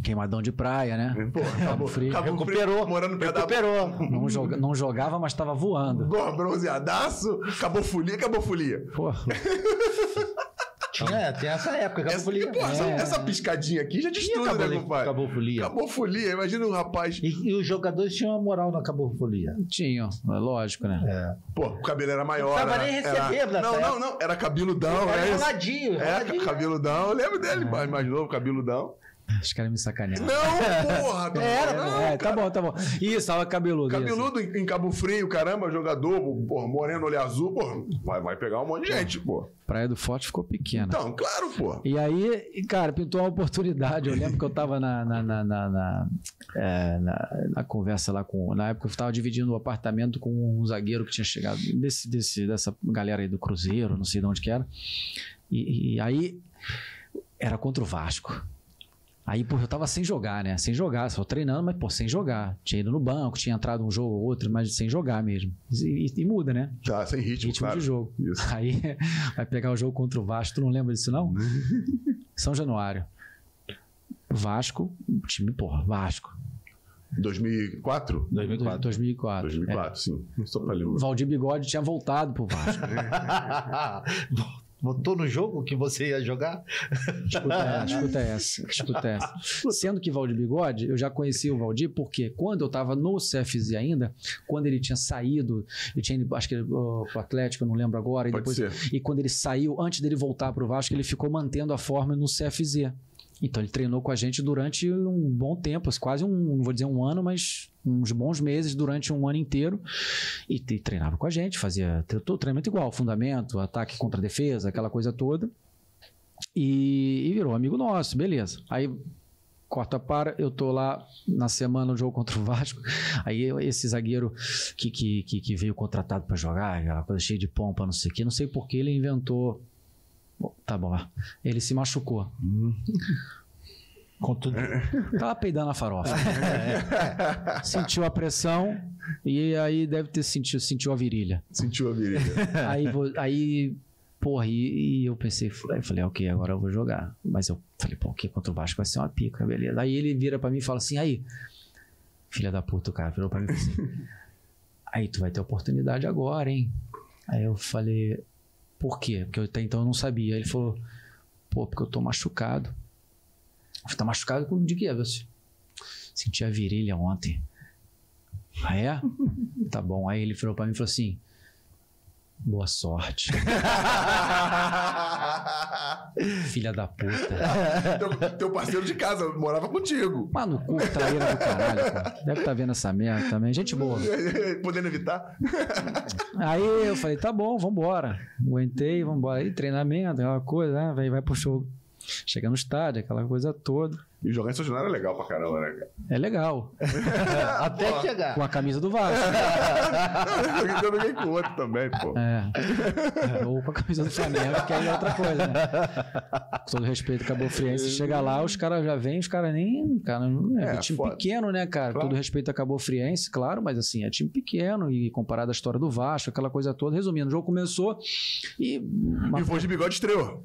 D: Queimadão de praia, né?
A: Pô, acabou,
D: Frio.
A: acabou
C: Recuperou,
A: morando perto da
C: Recuperou.
D: Não, joga- não jogava, mas tava voando.
A: Pô, bronzeadaço, acabou folia, acabou folia.
D: Porra,
C: Tinha, é, tem essa época, Cabo
A: Essa,
C: Folia.
A: pô, essa,
D: É.
A: essa piscadinha aqui já diz
C: Tinha
A: tudo, né,
C: Cabo-
A: compadre?
C: Cabo Folia.
A: Acabou folia, imagina um rapaz.
C: E, e os jogadores tinham uma moral na Cabo Folia.
D: tinha, é lógico, né?
A: Pô, o cabelo era maior.
C: Não tava
A: era-
C: nem
A: era-
C: recebendo nessa
A: Não, não, não, era cabeludão,
C: Era
A: é isso.
C: enroladinho,
A: É,
D: né?
C: enroladinho.
A: cabeludão, eu lembro dele,
D: É.
A: mas mais novo, cabeludão.
D: Os caras me sacanearam.
A: Não, porra, tá
D: Era,
A: bom,
D: é, tá bom, tá bom. Isso, tava cabeludo. isso.
A: Cabeludo em em Cabo Frio, caramba, jogador, porra, moreno, olho azul, porra, vai, vai pegar um monte de gente, pô.
D: Praia do Forte ficou pequena.
A: Então, claro, porra.
D: E aí, e, cara, pintou uma oportunidade. Eu lembro que eu tava na, na, na, na, na, é, na- na conversa lá com. Na época eu tava dividindo o apartamento com um zagueiro que tinha chegado desse, desse, dessa galera aí do Cruzeiro, não sei de onde que era. E, e aí era contra o Vasco. Aí, pô, eu tava sem jogar, né? Sem jogar, só treinando, mas, pô, sem jogar. Tinha ido no banco, tinha entrado um jogo ou outro, mas sem jogar mesmo. E, e- e muda, né?
A: Tá, sem ritmo,
D: Ritmo
A: claro.
D: de jogo.
A: Isso.
D: Aí vai pegar o jogo contra o Vasco. Tu não lembra disso, não? São Januário. Vasco, time, porra, Vasco.
A: 2004?
C: 2004.
D: 2004.
A: 2004, sim. Só pra
D: É.
A: lembrar.
D: Valdir Bigode tinha voltado pro Vasco.
C: Botou no jogo que você ia jogar?
D: Escuta essa, escuta essa, escuta essa. Sendo que Valdir Bigode, eu já conhecia o Valdir, porque quando eu estava no CFZ ainda, quando ele tinha saído, ele tinha ido, acho que oh, pro Atlético, eu não lembro agora, e
A: Pode
D: depois
A: ser.
D: E quando ele saiu, antes dele voltar para o Vasco, ele ficou mantendo a forma no CFZ. Então ele treinou com a gente durante um bom tempo, quase um, não vou dizer um ano, mas uns bons meses, durante um ano inteiro. E, te- treinava com a gente, fazia tre- todo treinamento igual, fundamento, ataque contra defesa, aquela coisa toda. E, e virou amigo nosso, beleza. Aí corta para, eu tô lá na semana no jogo contra o Vasco. Aí eu- esse zagueiro que, que, que, que veio contratado pra jogar, aquela coisa cheia de pompa, não sei o quê. Não sei por que ele inventou. Bom, tá bom, lá. ele se machucou.
C: Com tudo.
D: Tava peidando a farofa.
A: É.
D: Sentiu a pressão e aí deve ter sentido, sentiu a virilha.
A: Sentiu a virilha.
D: Aí, vo- aí porra, e, e eu pensei, falei, falei, ok, agora eu vou jogar. Mas eu falei, pô, que contra o Vasco vai ser uma pica, beleza. Aí ele vira pra mim e fala assim, aí, filha da puta, o cara virou pra mim e falou assim, aí tu vai ter oportunidade agora, hein? Aí eu falei, por quê? Porque eu até então eu não sabia. Aí ele falou, pô, porque eu tô machucado. Eu falei, tá machucado com- de quê? Eu falei, Senti a virilha ontem. Ah, é? Tá bom. Aí ele virou pra mim e falou assim, Boa sorte, filha da puta.
A: teu, teu parceiro de casa morava contigo.
D: Mas no cu, traíra do caralho, cara. Deve estar vendo essa merda também. Gente boa.
A: Podendo evitar.
D: Aí eu falei, tá bom, vambora. Aguentei, vambora. Aí treinamento, aquela coisa, né? Vai, vai pro show. Chega no estádio, aquela coisa toda.
A: E jogar em São Januário é legal pra caramba, né, cara?
D: É legal.
C: Até chegar.
D: Com a camisa do Vasco.
A: Eu joguei com outro Então também, pô.
D: É. Ou com a camisa do Flamengo, que aí é outra coisa, né? Com todo respeito, Cabo Friense, chega lá, os caras já vêm, os caras nem. Cara, não-
A: É,
D: é, time
A: foda.
D: pequeno, né, cara?
A: Claro.
D: Todo respeito a Cabo Friense, claro, mas assim, é time pequeno e comparado à história do Vasco, aquela coisa toda. Resumindo, o jogo começou e.
A: E o Voz de Bigode estreou.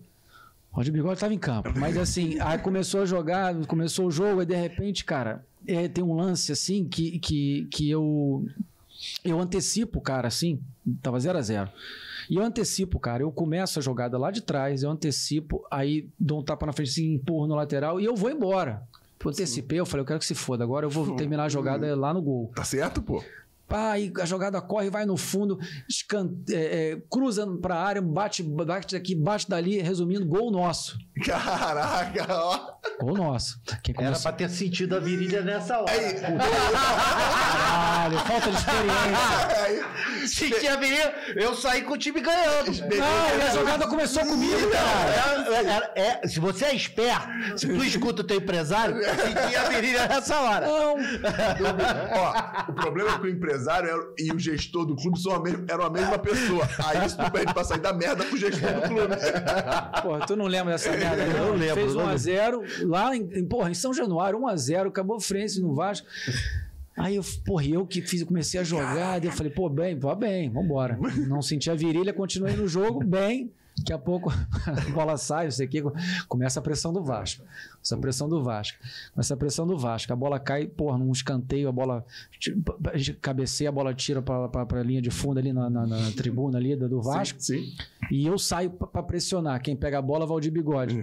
D: Rod Bigode estava em campo, mas assim, aí começou a jogar, começou o jogo, e de repente, cara, é, tem um lance assim que, que, que eu eu antecipo, cara, assim, tava 0 a 0 E eu antecipo, cara, eu começo a jogada lá de trás, eu antecipo, aí dou um tapa na frente, assim, empurro no lateral e eu vou embora. Eu antecipei, eu falei, eu quero que se foda, agora eu vou terminar a jogada lá no gol.
A: Tá certo, pô?
D: Pá, e a jogada corre, vai no fundo, escan... é, é, cruza pra área, bate, bate daqui, bate dali, resumindo, gol nosso.
A: Caraca, ó.
D: Gol nosso. Quem
C: Era
D: começou...
C: pra ter sentido a virilha nessa hora.
D: Caralho, falta de experiência.
A: Aí,
C: Senti a virilha, eu saí com o time ganhando.
D: Não, Ah, e a jogada começou comigo, cara.
C: É, é, é, se você é esperto, se tu escuta o teu empresário, senti a virilha nessa hora.
D: Não.
A: ó, o problema é que o empresário era- e o gestor do clube são a mesma, eram a mesma pessoa. Aí isso tu perde pra sair da merda pro gestor do clube.
D: Porra, tu não lembra dessa merda,
C: Eu
D: não?
C: não lembro,
D: Fez
C: não lembro.
D: 1x0 lá em, em- porra, em São Januário, 1x0, acabou frente no Vasco. Aí eu, porra, eu que fiz, eu comecei a jogar, daí eu falei, pô, bem, vá bem, vambora. Não senti a virilha, continuei no jogo, bem. Daqui a pouco a bola sai, não sei o quê, começa a pressão do Vasco. Essa pressão do Vasco. Essa pressão do Vasco. A bola cai, porra, num escanteio, a bola tipo, cabeceia, a bola tira pra, pra, pra linha de fundo ali na, na- na tribuna ali do do Vasco.
A: Sim.
D: E eu saio pra pra pressionar. Quem pega a bola, Valdir Bigode.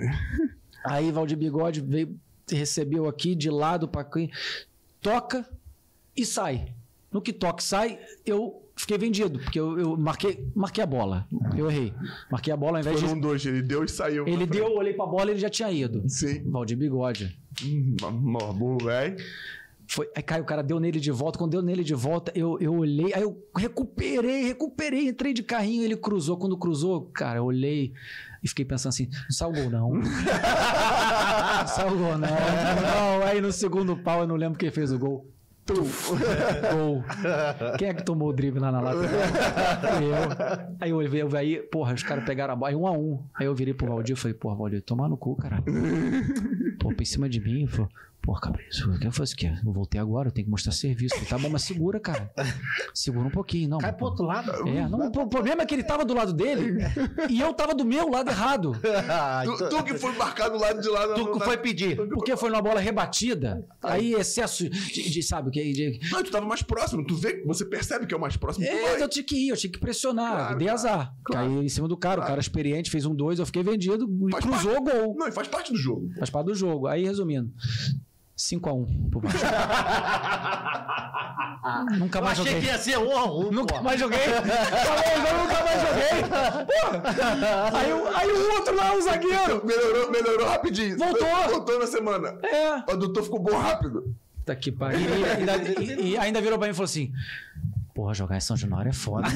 D: Aí Valdir Bigode veio, recebeu aqui de lado pra quem. Toca e sai. No que toca e sai, eu fiquei vendido, porque eu, eu marquei, marquei a bola. Eu errei. Marquei a bola ao invés
A: Foi
D: de.
A: um dois, ele deu e saiu.
D: Ele deu, eu olhei pra bola e ele já tinha ido.
A: Sim.
D: Valdir Bigode.
A: Hum, Morbu, velho.
D: Foi, aí caiu, o cara deu nele de volta. Quando deu nele de volta, eu, eu olhei, aí eu recuperei, recuperei, entrei de carrinho, ele cruzou. Quando cruzou, cara, eu olhei e fiquei pensando assim: não sai o gol, não. Não sai o gol, não. Não, aí no segundo pau, eu não lembro quem fez o gol. Tu. Gol. Quem é que tomou o drible lá na lata? Fui eu. Aí eu olhei, eu- aí, porra, os caras pegaram a bola, aí um a um. Aí eu virei pro Valdir e falei, porra, Valdir, tomar no cu, cara. pô, em cima de mim, falou, pô, cara, isso eu faço o quê? Eu voltei agora, eu tenho que mostrar serviço. Falei, tá bom, mas segura, cara. Segura um pouquinho, não.
C: Cai pro outro lado.
D: É, não, o problema é que ele tava do lado dele e eu tava do meu lado errado.
C: Ah,
A: Tu, tu que foi marcado do lado de lá.
C: tu que foi pedir.
D: Porque foi numa bola rebatida, aí excesso de, de- sabe o que? de-
A: Não, tu tava mais próximo. Tu vê, você percebe que é o mais próximo. tu vai.
D: É, eu tinha que ir, eu tinha que pressionar,
A: Claro,
D: dei azar.
A: claro.
D: Caí em cima do cara, o cara experiente fez um dois, eu fiquei vendido,
A: Faz
D: cruzou o gol.
A: Não, e faz parte do jogo.
D: Faz parte do jogo. Aí, resumindo, 5x1 pro Vasco. Nunca
C: Eu
D: mais
C: achei que
D: joguei.
C: ia ser um a um.
D: Nunca
C: pô.
D: mais joguei. Falei, eu nunca mais joguei. Porra. Aí, o- aí o outro lá, o zagueiro.
A: Então, Melhorou, melhorou rapidinho.
D: Voltou.
A: Voltou na semana.
D: É.
A: O doutor ficou bom rápido.
D: Tá que pariu. E, ainda- e- e ainda virou pra mim e falou assim: Porra, jogar em São Januário é foda.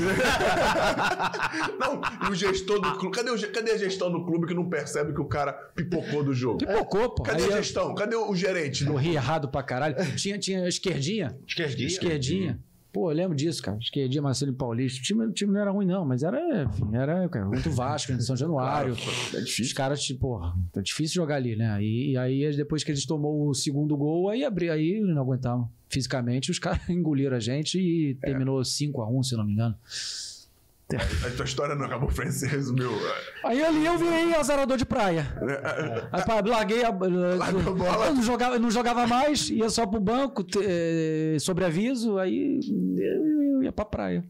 A: Não, e o gestor do clube. Cadê, o, ge- cadê a gestão do clube que não percebe que o cara pipocou do jogo?
D: Pipocou, pô.
A: Cadê
D: Aí é-
A: a
D: eu
A: gestão? Cadê o gerente?
D: corri errado pra caralho. Tinha, tinha esquerdinha.
C: Esquerdinha.
D: Esquerdinha. é Pô, eu lembro disso, cara. Esquerdinha, Marcelo Paulista. O time, o time não era ruim, não, mas era, enfim, era cara, muito Vasco, em São Januário. Os caras, tipo, porra, tá difícil jogar ali, né? E, e aí, depois que a gente tomou o segundo gol, aí abri, aí não aguentavam. Fisicamente, os caras engoliram a gente e terminou 5x1, se não me engano.
A: A tua história não acabou, Francis. Resumiu.
D: Aí ali eu virei azarador de praia.
A: né?
D: Aí, pá, larguei a. eh,
A: Largou a bola.
D: Eu não jogava, não jogava mais, ia só pro banco, te- eh, sobreaviso, aí eu ia pra praia.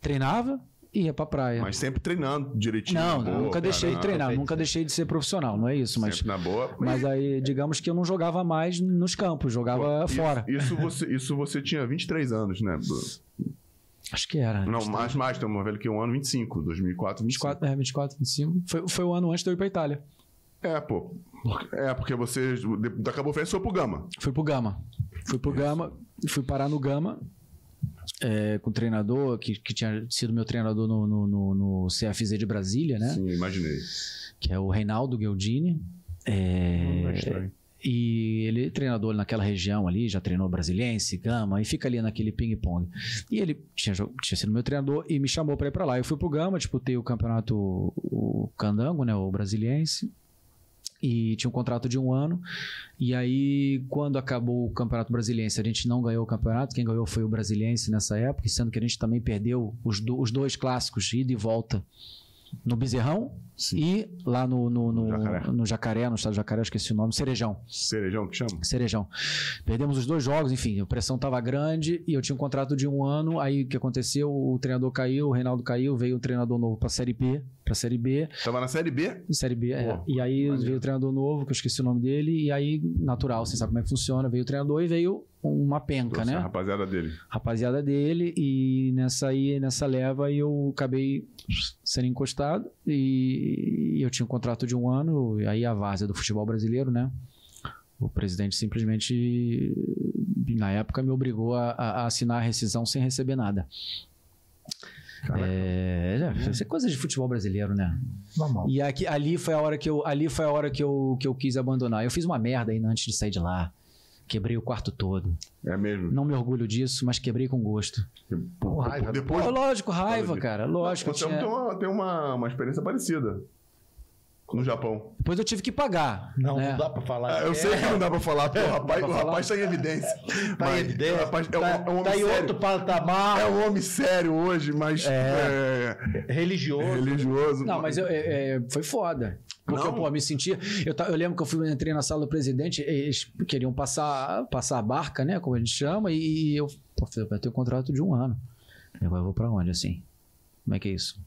D: Treinava e ia pra praia.
A: Mas sempre treinando direitinho.
D: não,
A: na boa,
D: nunca deixei de
A: caramba.
D: treinar, nunca deixei de ser profissional, não é isso, mas.
A: Sempre na boa.
D: Mas aí, digamos que eu não jogava mais nos campos, jogava
A: Isso-
D: fora.
A: Isso você, isso você tinha 23 anos, né? Do-
D: Acho que era.
A: Não, mais, mais. Tem uma velha que um ano, 25. 2004, 25.
D: 24, é, 24, 25. Foi, foi o ano antes de eu ir pra Itália.
A: É, pô. É, porque você de- acabou oferecendo pro Gama.
D: Fui pro Gama. Fui pro Gama, fui parar no Gama é, com o treinador que, que tinha sido meu treinador no, no, no- no CFZ de Brasília, né?
A: Sim, imaginei.
D: Que é o Reinaldo Gueldini.
A: Não é
D: É,
A: estranho.
D: e ele é treinador naquela região ali, já treinou Brasiliense, Gama, e fica ali naquele ping-pong. E ele tinha, jo- tinha sido meu treinador e me chamou pra ir pra lá. Eu fui pro Gama, disputei o campeonato, o Candango, né, o Brasiliense, e tinha um contrato de um ano. E aí, quando acabou o campeonato brasiliense, a gente não ganhou o campeonato, quem ganhou foi o Brasiliense nessa época, sendo que a gente também perdeu os, do- os dois clássicos, ida e volta. No Bezerrão
A: Sim.
D: e lá no, no, no,
A: No Jacaré.
D: no Jacaré, no estado do Jacaré, eu esqueci o nome, Cerejão.
A: Cerejão que chama?
D: Cerejão. Perdemos os dois jogos, enfim, a pressão estava grande e eu tinha um contrato de um ano. Aí o que aconteceu? O treinador caiu, o Reinaldo caiu, veio um treinador novo para Série B, para Série B,
A: Tava na Série B?
D: Série B. é.
A: Pô,
D: e aí
A: maneiro.
D: veio o treinador novo, que eu esqueci o nome dele, e aí, natural, você sabe como é que funciona, veio o treinador e veio uma penca,
A: Trouxe A
D: né?
A: rapaziada dele.
D: Rapaziada dele, e nessa aí, nessa leva, eu acabei sendo encostado e eu tinha um contrato de um ano, e aí a várzea do futebol brasileiro, né? O presidente simplesmente, na época, me obrigou a, a- a assinar a rescisão sem receber nada.
A: Caraca.
D: É, já- isso é coisa de futebol brasileiro, né?
C: Normal.
D: E aqui- ali foi a hora que eu, ali foi a hora que eu, que eu quis abandonar. Eu fiz uma merda ainda antes de sair de lá. Quebrei o quarto todo.
A: É mesmo.
D: Não me orgulho disso, mas quebrei com gosto.
C: Com raiva.
A: Depois.
D: Pô, lógico, raiva,
A: Pode.
D: cara. né? Lógico. eu
A: Você
D: tinha-
A: tem, um uma, tem uma, uma experiência parecida. No Japão.
D: Depois eu tive que pagar.
C: Não,
D: né?
C: não dá pra falar.
A: Ah, eu
C: É,
A: sei que não dá pra falar, porque o rapaz,
D: dá
A: o
D: pra
A: rapaz tá em evidência.
C: Tá
A: Mas
C: em evidência,
A: o rapaz é um,
C: tá-
A: é um homem
C: tá em
A: sério.
C: outro patamar
A: É um homem sério hoje, mas é,
C: religioso.
A: religioso.
D: Não, mas eu- é- é, foi foda. Porque eu,
A: Não?
D: pô, me sentia. Eu, ta- eu lembro que eu fui, entrei na sala do presidente, eles queriam passar, passar a barca, né? Como a gente chama, e, eu. Pô, filho, eu tenho contrato de um ano. E Agora eu vou pra onde, assim? Como é que é isso?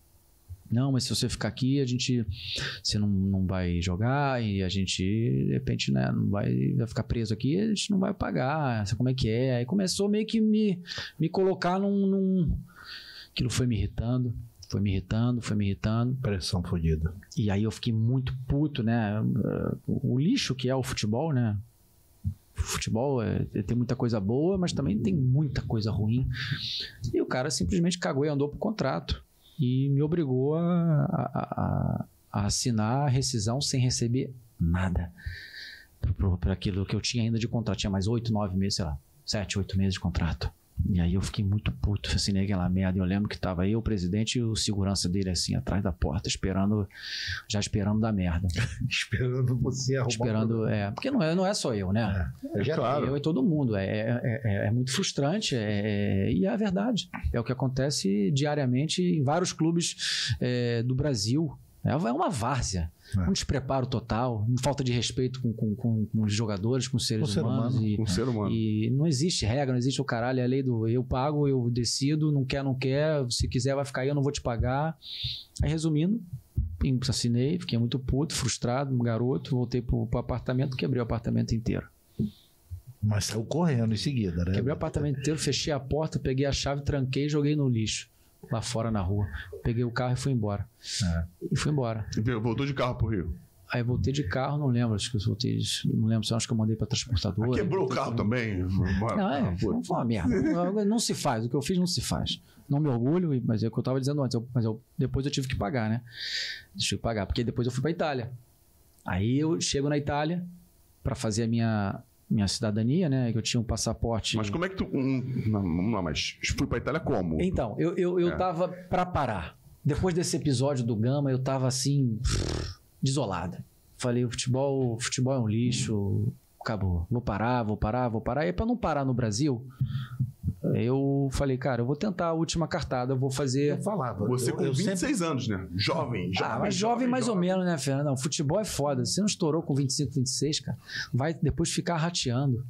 D: Não, mas se você ficar aqui, a gente. Você não, não vai jogar e a gente, de repente, né? Não vai, vai ficar preso aqui, a gente não vai pagar. Sabe como é que é? Aí começou meio que me, me colocar num- num. Aquilo foi me irritando, foi me irritando, foi me irritando.
C: Pressão fodida.
D: E aí eu fiquei muito puto, né? O lixo que é o futebol, né? O futebol é- tem muita coisa boa, mas também tem muita coisa ruim. E o cara simplesmente cagou e andou pro contrato. E me obrigou a, a- a- a assinar a rescisão sem receber nada. Por, por- por aquilo que eu tinha ainda de contrato. Tinha mais oito, nove meses, sei lá. Sete, oito meses de contrato. E aí eu fiquei muito puto, assinei aquela merda. Eu lembro que tava eu, o presidente e o segurança dele, assim, atrás da porta, esperando, já esperando da merda.
C: Esperando você arrumar.
D: Esperando, é. Porque não é, não é só eu, né?
C: É, já claro.
D: Eu e todo mundo. É, é, é- é muito frustrante. é- é- e é a verdade. É o que acontece diariamente em vários clubes é, do Brasil. É uma várzea,
C: É.
D: um despreparo total, uma falta de respeito com, com, com- com os jogadores, com os seres
C: Com o ser
D: humanos.
C: humano.
D: e-
A: Um ser humano.
D: e não existe regra, não existe o caralho, é a lei do eu pago, eu decido, não quer, não quer, se quiser vai ficar aí, eu não vou te pagar. Aí resumindo, em- assinei, fiquei muito puto, frustrado, um garoto, voltei pro, pro apartamento, quebrei o apartamento inteiro.
C: Mas saiu correndo em seguida, né?
D: Quebrei o apartamento inteiro, fechei a porta, peguei a chave, tranquei e joguei no lixo. Lá fora na rua. Peguei o carro e fui embora.
C: É.
D: E fui embora.
A: Entendeu? Voltou de carro pro Rio.
D: Aí voltei de carro, não lembro, acho que eu voltei. de- Não lembro se eu acho que eu mandei pra transportadora.
A: Ah, Quebrou o carro também.
D: Não, é,
A: Ah, pô.
D: não foi uma merda. Não, não se faz. O que eu fiz não se faz. Não me orgulho, e- mas é o que eu tava dizendo antes. Eu- mas eu- depois eu tive que pagar, né? Tive que pagar, porque depois eu fui pra Itália. Aí eu chego na Itália para fazer a minha, minha cidadania, né? Que eu tinha um passaporte.
A: Mas como é que tu. um- não, vamos lá, mas fui pra Itália como?
D: Então, eu, eu, eu
A: É.
D: tava pra parar. Depois desse episódio do Gama, eu tava assim, desolada. Falei, o futebol, o futebol é um lixo, acabou. Vou parar, vou parar, vou parar. E pra não parar no Brasil, eu falei, cara, eu vou tentar a última cartada, eu vou fazer.
C: Eu falava.
A: Você
C: eu,
A: com
C: eu
A: 26
C: sempre-
A: anos, né? Jovem, é jovem.
D: ah, mas jovem, mais ou menos, né, Fernando? Não, futebol é foda. Você não estourou com 25, 26, cara. Vai depois ficar rateando.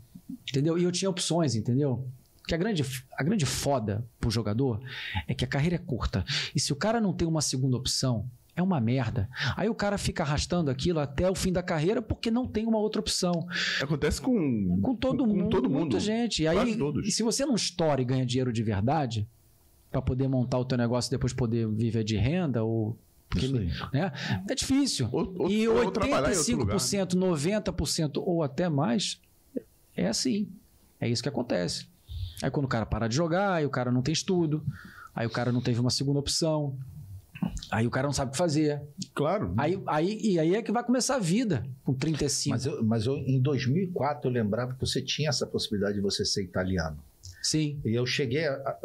D: Entendeu? E eu tinha opções, entendeu? Que a grande, a grande foda pro jogador é que a carreira é curta. E se o cara não tem uma segunda opção, é uma merda. Aí o cara fica arrastando aquilo até o fim da carreira porque não tem uma outra opção.
A: Acontece com.
D: Com todo
A: Com- com
D: mundo,
A: todo mundo.
D: muita gente. E
A: Quase
D: aí,
A: todos.
D: e se você não estoura e ganha dinheiro de verdade, pra poder montar o teu negócio e depois poder viver de renda ou porque
C: Isso aí.
D: né? É difícil.
A: Ou, ou,
D: E
A: ou trabalhar em outro lugar.
D: 85%, 90% ou até mais, é assim. É isso que acontece. Aí quando o cara para de jogar, aí o cara não tem estudo, aí o cara não teve uma segunda opção, aí o cara não sabe o que fazer.
A: Claro.
D: Aí, aí, e aí é que vai começar a vida com 35.
C: Mas, eu, mas eu, em 2004 eu lembrava que você tinha essa possibilidade de você ser italiano.
D: Sim.
C: E eu cheguei a, a-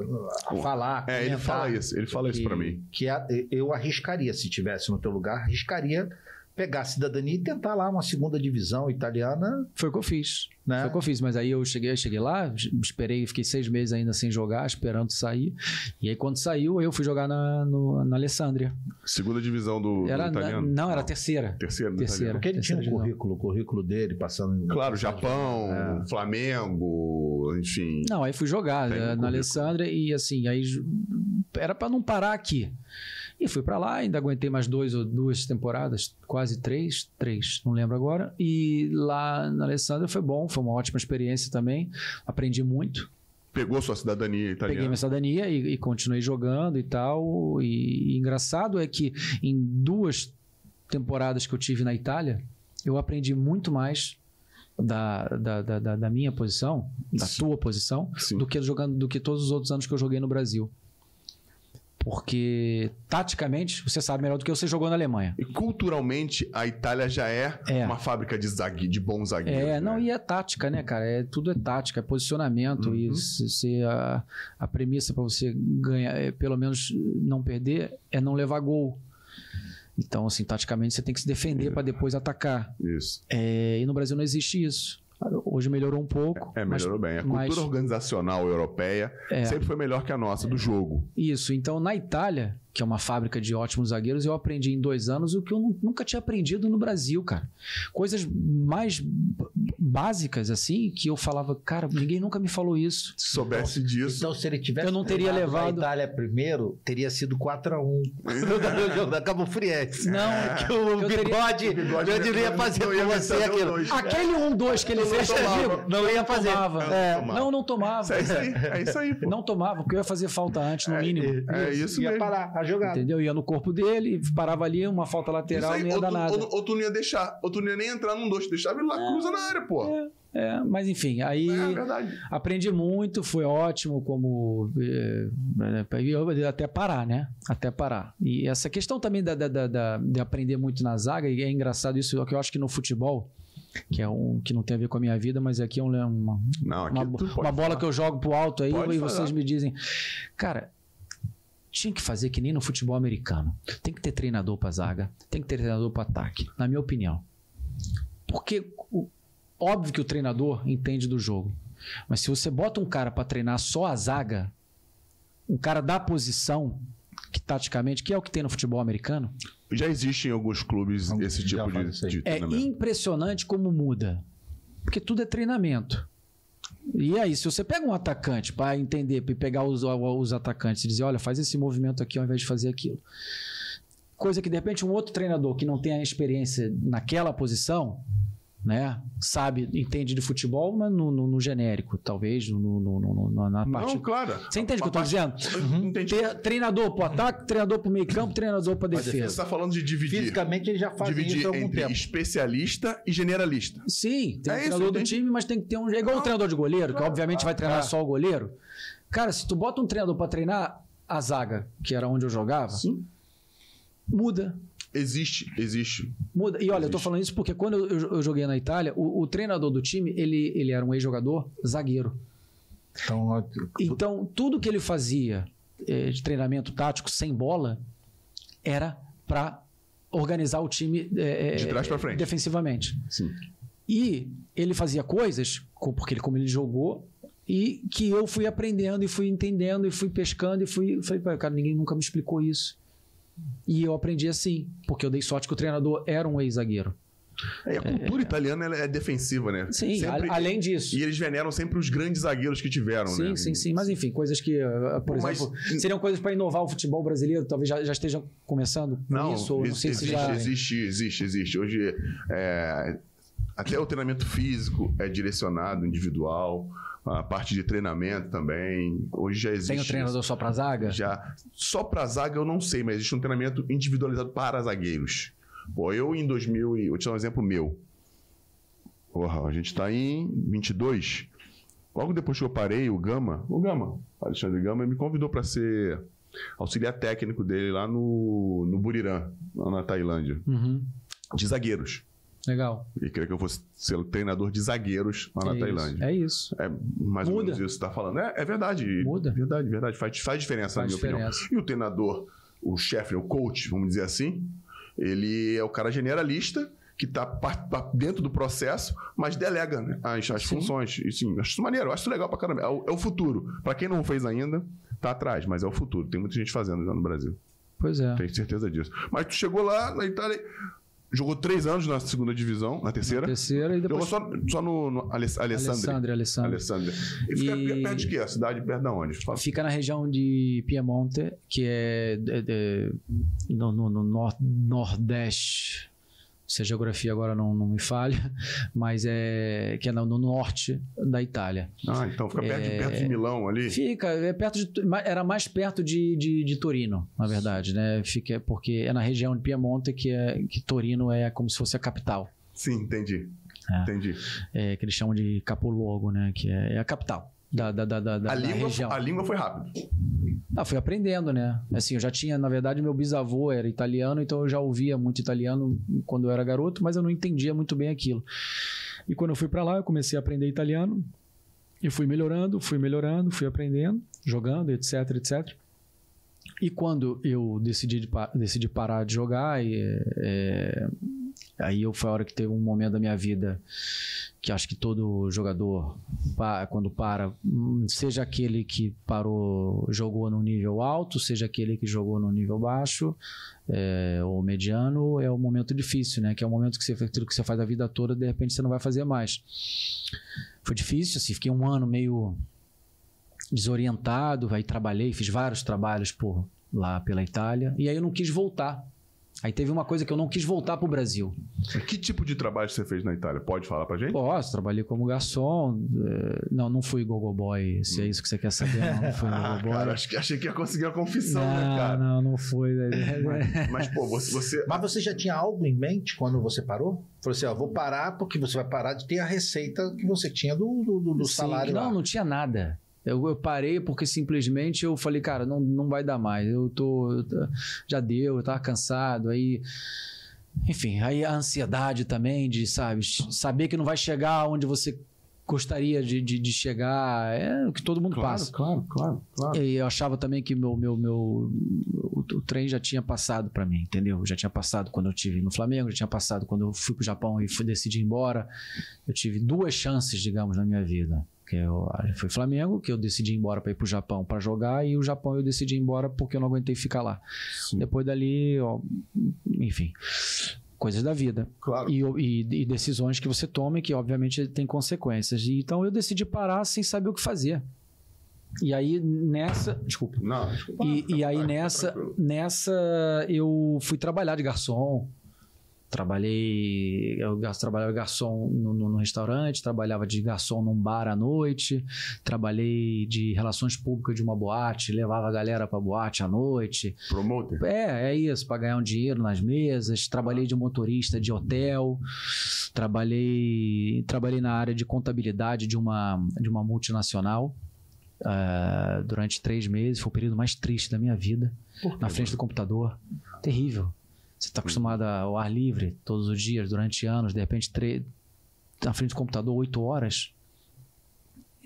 C: a falar.
D: Ah,
A: É, ele
C: comentar
A: fala isso, ele fala isso
C: que-
A: pra mim.
C: Que a- eu arriscaria, se tivesse no teu lugar, arriscaria pegar a cidadania e tentar lá uma segunda divisão italiana,
D: Foi o que eu fiz.
C: né?
A: É?
D: Foi o que eu fiz, mas aí eu cheguei, cheguei lá, esperei, fiquei seis meses ainda sem jogar, esperando sair. E aí quando saiu, eu fui jogar na, no, na Alessandria.
A: Segunda divisão do, do
D: Era, na-
A: italiano.
D: não, era a terceira.
A: terceira. do
D: terceira.
A: italiano.
C: Porque ele tinha um
D: Terceira divisão.
C: currículo, o currículo dele passando.
A: Claro, Japão,
C: É.
A: Flamengo, enfim.
D: Não, aí fui
A: Tem
D: jogar
A: um
D: né,
A: currículo.
D: na Alessandra e assim, aí ju- era pra não parar aqui. E fui pra lá, ainda aguentei mais dois ou duas temporadas, quase três, três, não lembro agora. E lá na Alessandra foi bom, foi uma ótima experiência também, aprendi muito,
A: Pegou sua cidadania
D: peguei
A: italiana.
D: minha cidadania e, e continuei jogando e tal. E, e engraçado é que em duas temporadas que eu tive na Itália, eu aprendi muito mais da, da, da, da- da minha posição, da
A: Sim.
D: tua posição
A: Sim.
D: do que jogando do que todos os outros anos que eu joguei no Brasil. Porque taticamente, você sabe melhor do que eu, você jogou na Alemanha.
A: E culturalmente, a Itália já é,
D: É.
A: uma fábrica de, zague, de bons zagueiros.
D: É, não,
A: né?
D: e é tática, né, cara? É, tudo é tática, é posicionamento.
A: Uhum.
D: E se, se a, a premissa para você ganhar, é, pelo menos não perder, é não levar gol. Então, assim, taticamente você tem que se defender para depois atacar.
A: Isso.
D: É, e no Brasil não existe isso. Hoje melhorou um pouco.
A: É,
D: mas
A: melhorou bem. A
D: mas-
A: cultura organizacional europeia
D: É.
A: sempre foi melhor que a nossa, do jogo.
D: Isso. Então, na Itália, que é uma fábrica de ótimos zagueiros, eu aprendi em dois anos o que eu nu- nunca tinha aprendido no Brasil, cara. Coisas mais b- básicas, assim, que eu falava, cara, ninguém nunca me falou isso.
A: Se soubesse disso.
C: Então, se ele tivesse
D: Eu não teria
C: treinado
D: levado-
C: a Itália primeiro, teria sido 4x1. no jogo da Cabo Friense.
A: É.
D: Não.
C: Que o
D: É. Eu teria-
C: bigode, eu,
A: bigode
C: diria
A: não-
C: fazer
A: não
C: com
A: ia
C: você
A: meter o
C: aquilo.
A: dois.
D: Aquele 1-2 que ele fez comigo,
C: Não ia
D: não
C: fazer.
D: tomava.
A: Não
D: É,
A: tomava.
D: Não, não tomava.
A: É isso aí, é isso aí, pô.
D: Não tomava, porque eu ia fazer falta antes, no mínimo.
A: É isso
C: ia
A: mesmo.
C: parar a jogada.
D: Entendeu? Ia no corpo dele, parava ali, uma falta lateral, não ia
A: ou,
D: dar
A: tu,
D: nada.
A: ou- ou tu não ia deixar, ou tu não ia nem entrar num dois, tu deixava ele lá, cruza na área, pô.
D: É, mas enfim, aí.
A: É verdade.
D: Aprendi muito, foi ótimo como eh, eu- até parar, né? Até parar. E essa questão também da, da- da- da- de aprender muito na zaga, e é engraçado isso, que eu acho que no futebol que é um que não tem a ver com a minha vida, mas aqui é um- uma,
A: Não, aqui
D: uma,
A: tu
D: uma
A: pode
D: bola que eu jogo pro alto aí
A: Pode
D: e
A: falar.
D: vocês me dizem. Cara, tinha que fazer que nem no futebol americano. Tem que ter treinador pra zaga, tem que ter treinador pra ataque, na minha opinião. Porque o- óbvio que o treinador entende do jogo. Mas se você bota um cara pra treinar só a zaga, um cara da posição, que taticamente, que é o que tem no futebol americano,
A: Já existe em alguns clubes
C: Não,
A: esse
C: já
A: tipo
C: faz
A: de,
C: isso aí.
A: de
D: é
A: treinamento.
D: impressionante como muda. Porque tudo é treinamento. E aí, se você pega um atacante para entender, para pegar os, os atacantes e dizer, olha, faz esse movimento aqui ao invés de fazer aquilo. Coisa que, de repente, um outro treinador que não tem a experiência naquela posição, né? Sabe, entende de futebol, mas no, no- no genérico, talvez, no, no- no- no- na parte.
A: Não, claro.
D: Você entende o que eu tô
A: A- a-
D: dizendo?
A: Entendi.
D: Ter- treinador pro ataque, treinador pro meio campo, treinador pra
A: Você
D: defesa.
A: está falando de dividir.
C: Fisicamente ele já faz
A: Dividir
C: isso há algum
A: entre
C: tempo.
A: especialista e generalista.
D: Sim, tem
A: É
D: um
A: isso,
D: treinador do
A: entendi.
D: time, mas tem que ter um. É igual um treinador de goleiro, que obviamente vai
A: É.
D: treinar só o goleiro. Cara, se tu bota um treinador pra treinar a zaga, que era onde eu jogava,
A: Sim.
D: muda.
A: Existe, existe.
D: Muda. E olha, eu tô
A: Existe.
D: falando isso porque quando eu, eu- eu joguei na Itália, o, o treinador do time, ele, ele era um ex-jogador zagueiro.
C: Então, ó,
D: Então, tudo que ele fazia eh, de treinamento tático sem bola era pra organizar o time eh,
A: De
D: eh,
A: trás pra frente.
D: defensivamente.
A: Sim.
D: E ele fazia coisas, co- porque ele, como ele jogou, e que eu fui aprendendo e fui entendendo e fui pescando e fui. Falei, "Pô, cara, ninguém nunca me explicou isso. E eu aprendi assim, porque eu dei sorte que o treinador era um ex-zagueiro.
A: É, a cultura italiana ela é defensiva, né?
D: Sim,
A: Sempre-
D: a- além disso.
A: E eles veneram sempre os grandes zagueiros que tiveram,
D: sim,
A: né?
D: sim, sim. Mas enfim, coisas que, eh, por
A: Pô, mas-
D: exemplo, seriam coisas para inovar o futebol brasileiro, talvez já, já estejam começando com
A: Não,
D: isso, ou eu não sei
A: existe,
D: se já.
A: existe, existe, existe. Hoje, é, até o treinamento físico é direcionado, individual. A parte de treinamento também. Hoje já existe.
D: Tem o treinador só pra zaga?
A: Já. Só pra zaga eu não sei, mas existe um treinamento individualizado para zagueiros. Pô, eu em 2000, e- vou te dar um exemplo meu. Porra, a gente tá em 22. Logo depois que eu parei, o Gama, o Gama, Alexandre Gama, me convidou pra ser auxiliar técnico dele lá no, no Buriram, lá na Tailândia,
D: Uhum,
A: de zagueiros.
D: legal.
A: Ele queria que eu fosse ser o treinador de zagueiros lá na
D: é
A: Tailândia.
D: Isso. É isso.
A: É mais ou
D: Muda.
A: menos isso que você tá falando. É, é verdade.
D: Muda.
A: Verdade, verdade. Faz, faz diferença,
D: Faz
A: na minha opinião.
D: diferença.
A: E o treinador, o chefe, o coach, vamos dizer assim, ele é o cara generalista que está dentro do processo, mas delega né, as, as
D: Sim.
A: funções. E, sim, acho isso maneiro, acho isso legal pra caramba. É o, é o futuro. Pra quem não fez ainda, tá atrás, mas é o futuro. Tem muita gente fazendo já no Brasil.
D: Pois é.
A: Tenho certeza disso. Mas tu chegou lá na Itália, jogou três anos na segunda divisão, na terceira.
D: Terceira e
A: Jogou
D: depois.
A: só, só no, no Aless- Alessandri.
D: Alessandro, Alessandro.
A: Alessandra. E fica
D: E-
A: perto de quê? A cidade perto de onde? Fala.
D: Fica na região de Piemonte, que é de- de- no, no- no nor- nordeste. Se a geografia agora não, não me falha, mas é que é no, no norte da Itália.
A: Ah, então fica perto, de,
D: É-
A: perto de Milão ali.
D: Fica é perto de, Tu- ma- era mais perto de, de, de Torino, na verdade, né? Fica porque é na região de Piemonte que é que Torino é como se fosse a capital,
A: Sim, entendi.
D: É.
A: Entendi.
D: é, que eles chamam de Capoluogo, né? Que é, é a capital da da, da, da, da
A: a, língua,
D: região.
A: a língua foi rápida.
D: Ah, fui aprendendo, né? Assim, eu já tinha, na verdade, meu bisavô era italiano, então eu já ouvia muito italiano quando eu era garoto, mas eu não entendia muito bem aquilo. E quando eu fui pra lá, eu comecei a aprender italiano e fui melhorando, fui melhorando, fui aprendendo, jogando, etc, etc. E quando eu decidi, de pa- decidi parar de jogar, e, é, aí eu, foi a hora que teve um momento da minha vida que acho que todo jogador, pa- quando para, hum, seja aquele que parou, jogou no nível alto, seja aquele que jogou no nível baixo é, ou mediano, é o momento difícil, né? Que é o momento que você faz tudo que você faz a vida toda, de repente você não vai fazer mais. Foi difícil, assim, fiquei um ano meio desorientado, aí trabalhei, fiz vários trabalhos por lá pela Itália, e aí eu não quis voltar. Aí teve uma coisa que eu não quis voltar pro Brasil.
A: Que tipo de trabalho você fez na Itália? Pode falar pra gente?
D: Posso, trabalhei como garçom. eh, Não, não fui gogo boy, se é isso que você quer saber. Não, não fui
A: Hum. Ah,
D: gogo boy.
A: cara, acho que achei que ia conseguir a confissão, né,
D: não,
A: cara?
D: não, não fui. né,
A: Mas, pô, você. você-
C: Mas você já tinha algo em mente quando você parou? Falou assim, ó, vou parar porque você vai parar de ter a receita que você tinha do, do, do- do
D: Sim,
C: salário
D: Não,
C: lá.
D: não tinha nada. Eu, eu parei porque simplesmente eu falei, cara, não, não vai dar mais. Eu tô. eu tô- já deu, eu tava cansado. Aí Enfim, aí a ansiedade também de, sabe, saber que não vai chegar onde você gostaria de, de, de chegar. É o que todo mundo passa.
A: claro, claro, claro.
D: E eu achava também que meu, meu, meu o, o trem já tinha passado pra mim, entendeu? Já tinha passado quando eu tive no Flamengo, já tinha passado quando eu fui pro Japão e fui, decidi ir embora. Eu tive duas chances, digamos, na minha vida. Que eu, foi Flamengo, que eu decidi ir embora pra ir pro Japão pra jogar, e o Japão eu decidi ir embora porque eu não aguentei ficar lá.
A: Sim,
D: Depois dali, ó, enfim, coisas da vida
A: claro.
D: e, e- e decisões que você toma e que obviamente tem consequências. E, então eu decidi parar sem saber o que fazer. E aí nessa, desculpa.
A: Não, desculpa.
D: E, e
A: fica à
D: aí
A: vontade,
D: né? nessa,
A: Ah, tá, tranquilo.
D: nessa eu fui trabalhar de garçom. Trabalhei, eu gar- trabalhava de garçom no, no- no restaurante, trabalhava de garçom num bar à noite, trabalhei de relações públicas de uma boate, levava a galera pra boate à noite.
A: Promoter.
D: É, é isso, para ganhar um dinheiro nas mesas. Trabalhei de motorista de hotel, trabalhei, trabalhei na área de contabilidade de uma, de uma multinacional. ah, durante três meses, foi o período mais triste da minha vida, na frente do computador. Terrível. Você está acostumado ao ar livre todos os dias, durante anos, de repente, tre- na frente do computador, oito horas.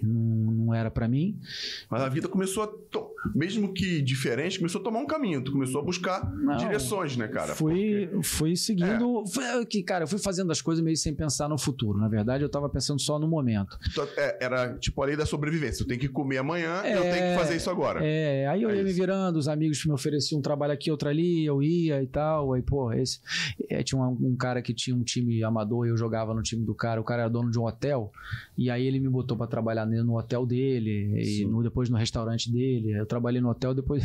D: Não, não era para mim.
A: Mas a vida começou a. to- Mesmo que diferente, começou a tomar um caminho. Tu começou a buscar
D: Não.
A: direções, né, cara? É.
D: fui, fui seguindo. foi que, cara, eu fui fazendo as coisas meio sem pensar no futuro. Na verdade, eu tava pensando só no momento.
A: Porque tu- é, era tipo a lei da sobrevivência. Eu tenho que comer amanhã e eu
D: É,
A: tenho que fazer isso agora.
D: É, aí eu
A: É
D: ia me
A: isso.
D: virando, os amigos me ofereciam um trabalho aqui, outro ali, eu ia e tal. Aí, pô, esse. é, tinha um, um cara que tinha um time amador, eu jogava no time do cara, o cara era dono de um hotel, e aí ele me botou pra trabalhar ne- no hotel dele, e
A: Sim.
D: no- depois no restaurante dele. Eu trabalhei no hotel, depois.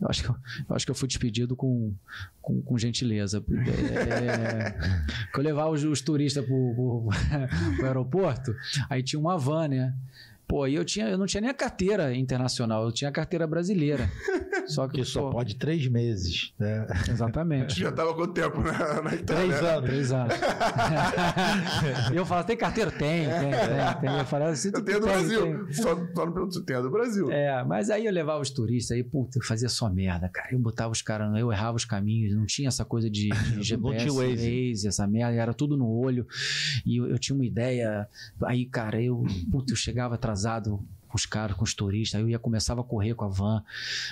D: Eu acho que eu, eu acho que eu fui despedido com, com, com gentileza. É, que eu levava os, os turistas pro, pro- pro aeroporto, aí tinha uma van, né? Pô, e eu, tinha, eu não tinha nem a carteira internacional, eu tinha a carteira brasileira. Só que,
C: Que só
D: pô,
C: pode três meses. né?
A: Tu
D: Exatamente.
A: Já tava quanto tempo né? na, na Itália?
C: Três anos.
D: Três anos. E eu falo, tem carteira? Tem, tem, tem. tem. Eu falava assim,
A: Eu tenho a do
D: tem,
A: Brasil. Só, só não pergunto se tem a do Brasil.
D: tem. É, mas aí eu levava os turistas, aí, puta, eu fazia só merda, cara. Eu botava os caras, eu errava os caminhos, não tinha essa coisa de, de GPS,
C: tinha Waze.
D: Waze, essa merda, era tudo no olho. E eu, eu tinha uma ideia, aí, cara, eu, puta, eu chegava atrasado com os caras, com os turistas, aí eu ia, começava a correr com a van,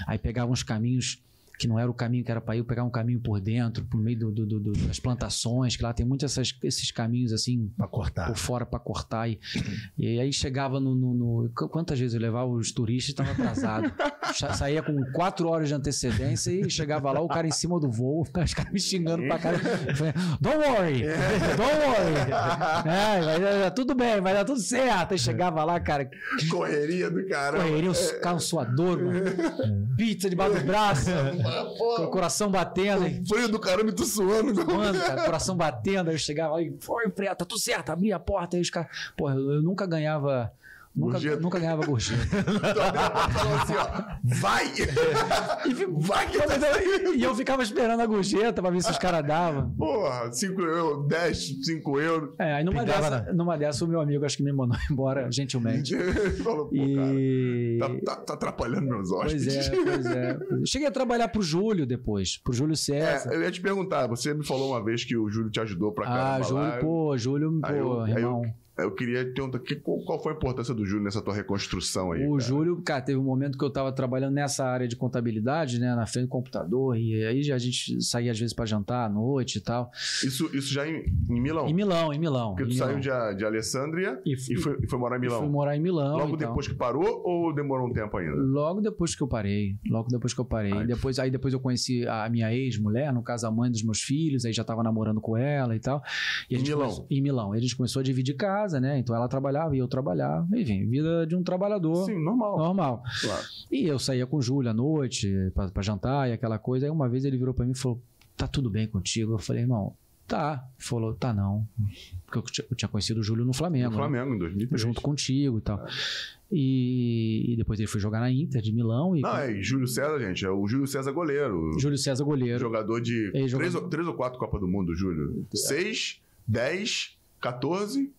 D: aí pegava uns caminhos que não era o caminho que era para ir, eu pegava um caminho por dentro, por meio do- do- do- do- das plantações, que lá tem muitos essas- esses caminhos assim,
C: Pra cortar.
D: por fora para cortar. E, e aí chegava no, no- no- qu- Quantas vezes eu levava os turistas e estava atrasado. Sa- Saía com quatro horas de antecedência e chegava lá, o cara em cima do voo, os caras me xingando pra cara. Eu falei, Don't worry! Don't worry! É, vai dar tudo bem, vai dar tudo certo. Aí chegava lá, cara,
A: Correria do caramba.
D: correria, os caras suador, mano. Pizza debaixo do braço,
A: Pô,
D: com o coração batendo. hein?
A: o frio do caramba e tu suando.
D: Mano, cara, coração batendo, aí eu chegava e foi, preta, tá tudo certo, abria a porta, aí os caras. Pô, eu, eu nunca ganhava. Nunca,
A: Gorjeta.
D: nunca ganhava gorjeta.
A: Então, Falou assim, ó. Vai! Vai que tá saindo.
D: e eu ficava esperando a gorjeta pra ver se os caras davam.
A: Porra, 5 euros, 10, 5 euros.
D: É, aí numa
C: Pingava,
D: dessa, numa dessa, o meu amigo acho que me mandou embora gentilmente.
A: Falou, pô,
D: É. E.
A: cara, tá, tá- tá atrapalhando meus
D: Pois
A: hóspedes.
D: é, pois é. Cheguei a trabalhar pro Júlio depois, pro Júlio César.
A: É, eu ia te perguntar, você me falou uma vez que o Júlio te ajudou pra
D: ah,
A: caramba lá.
D: Júlio, pô, Júlio, pô,
A: Aí eu- aí eu-
D: irmão.
A: Eu queria perguntar que- qual, qual foi a importância do Júlio nessa tua reconstrução aí.
D: O
A: cara?
D: Júlio, cara, teve um momento que eu tava trabalhando nessa área de contabilidade, né, na frente do computador, e aí já a gente saía às vezes pra jantar à noite e tal.
A: Isso, isso já em, em Milão.
D: Em Milão, em Milão.
A: porque
D: em
A: tu
D: Milão.
A: saiu de, a- de Alessandria
D: E,
A: e foi, e foi morar em
D: e fui
A: Milão.
D: morar em Milão. então.
A: Logo
D: e tal.
A: depois que parou ou demorou um tempo ainda?
D: Logo depois que eu parei, logo depois que eu parei.
A: Ai.
D: Depois, aí depois eu conheci a minha ex-mulher, no caso a mãe dos meus filhos, aí já tava namorando com ela e tal. E
A: Em
D: a gente
A: Milão?
D: começou- em Milão. E a gente começou a dividir casa, né? Então ela trabalhava e eu trabalhava. Enfim, vida de um trabalhador
A: Sim, normal.
D: normal.
A: Claro.
D: E eu saía com o Júlio à noite pra, pra jantar e aquela coisa. Aí uma vez ele virou pra mim e falou: Tá tudo bem contigo? Eu falei, irmão, tá. Ele falou, tá não. Porque eu, tinha- eu tinha conhecido o Júlio no
A: No
D: Flamengo. né?
A: Flamengo É. em 2003.
D: Junto contigo e tal. E, e depois ele foi jogar na Inter de Milão. E
A: Não, é e Júlio César, gente. É o Júlio César goleiro.
D: Júlio César, goleiro.
A: Jogador de
D: Ele jogou- É.
A: três, ou- três ou quatro Copa do Mundo, Júlio. Seis, dez, 14,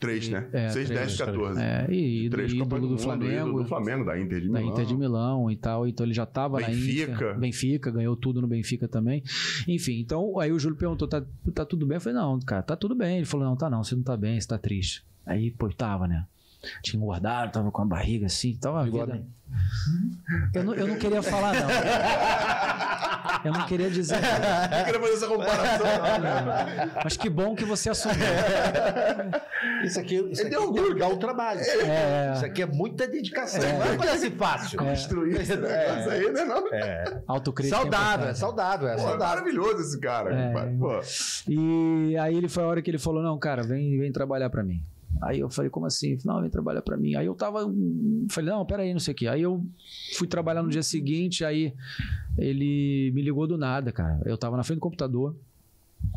A: Três, né?
D: É,
A: 6,
D: três,
A: 10, 14.
D: É, e ídolo,
A: Três Copas
D: ídolo do
A: Mundo, ídolo
D: Flamengo,
A: do Flamengo, da Inter de
D: da
A: Milão.
D: Inter de Milão e tal. Então ele já estava na
A: Benfica.
D: Inter. Benfica, ganhou tudo no Benfica também. Enfim, então aí o Júlio perguntou: tá, tá tudo bem? Eu falei, não, cara, tá tudo bem. Ele falou: não, tá não, você não tá bem, você tá triste. Aí, pô, tava, né? Tinha engordado, tava com a barriga assim, tava a
C: Bigode.
D: vida. Eu não, eu não queria falar, não. Eu não queria dizer. não.
A: Não queria fazer essa comparação. não, né?
D: Mas que bom que você assumiu.
C: Isso aqui,
A: Ele
C: isso aqui
A: deu
C: é
A: orgulho.
C: legal o trabalho.
D: É,
C: Isso aqui é muita dedicação. Não é coisa assim fácil.
D: É.
A: Construir esse negócio aí, né?
D: Assim,
A: Não,
C: É.
D: autocrítica. é
C: Saudável,
D: importante.
C: é saudável, é
A: Pô, é
C: saudável.
A: maravilhoso esse cara.
D: É.
A: compadre. Pô,
D: E aí ele foi a hora que ele falou: "Não, cara, vem, vem trabalhar pra mim". Aí eu falei: "Como assim?". Ele falou, "Não, vem trabalhar pra mim". Aí eu tava um, falei: "Não, pera aí, não sei o quê". Aí eu fui trabalhar no dia seguinte, aí ele me ligou do nada, cara. Eu tava na frente do computador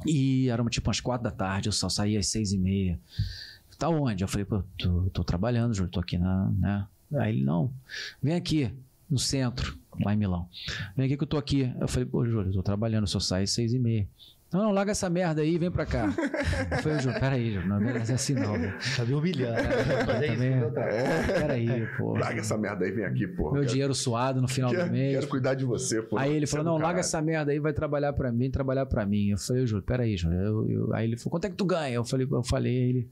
D: e era tipo umas quatro da tarde, eu só saía às seis e meia. Tá onde? Eu falei, pô, tô, tô trabalhando, Júlio, tô aqui na, né? Aí ele, não, vem aqui, no centro, lá em Milão. Vem aqui que eu tô aqui. Eu falei, pô, Júlio, eu tô trabalhando, eu só saio às seis e meia. Não, não, larga essa merda aí e vem pra cá. Eu falei, Júlio, peraí, Júlio, não é assim não. velho.
C: Tá me humilhando. é.
D: Também- Peraí, pô.
A: larga essa merda aí, vem aqui, pô.
D: Meu
A: Quero-
D: dinheiro suado no final
A: quero,
D: do mês.
A: quero cuidar de você, pô.
D: Aí ele falou:
A: Você é
D: não,
A: do
D: larga
A: caralho.
D: essa merda aí, vai trabalhar pra mim, trabalhar pra mim. Eu falei, Júlio, peraí, Júlio. Eu, eu- Aí ele falou: quanto é que tu ganha? Eu falei, eu falei, aí ele,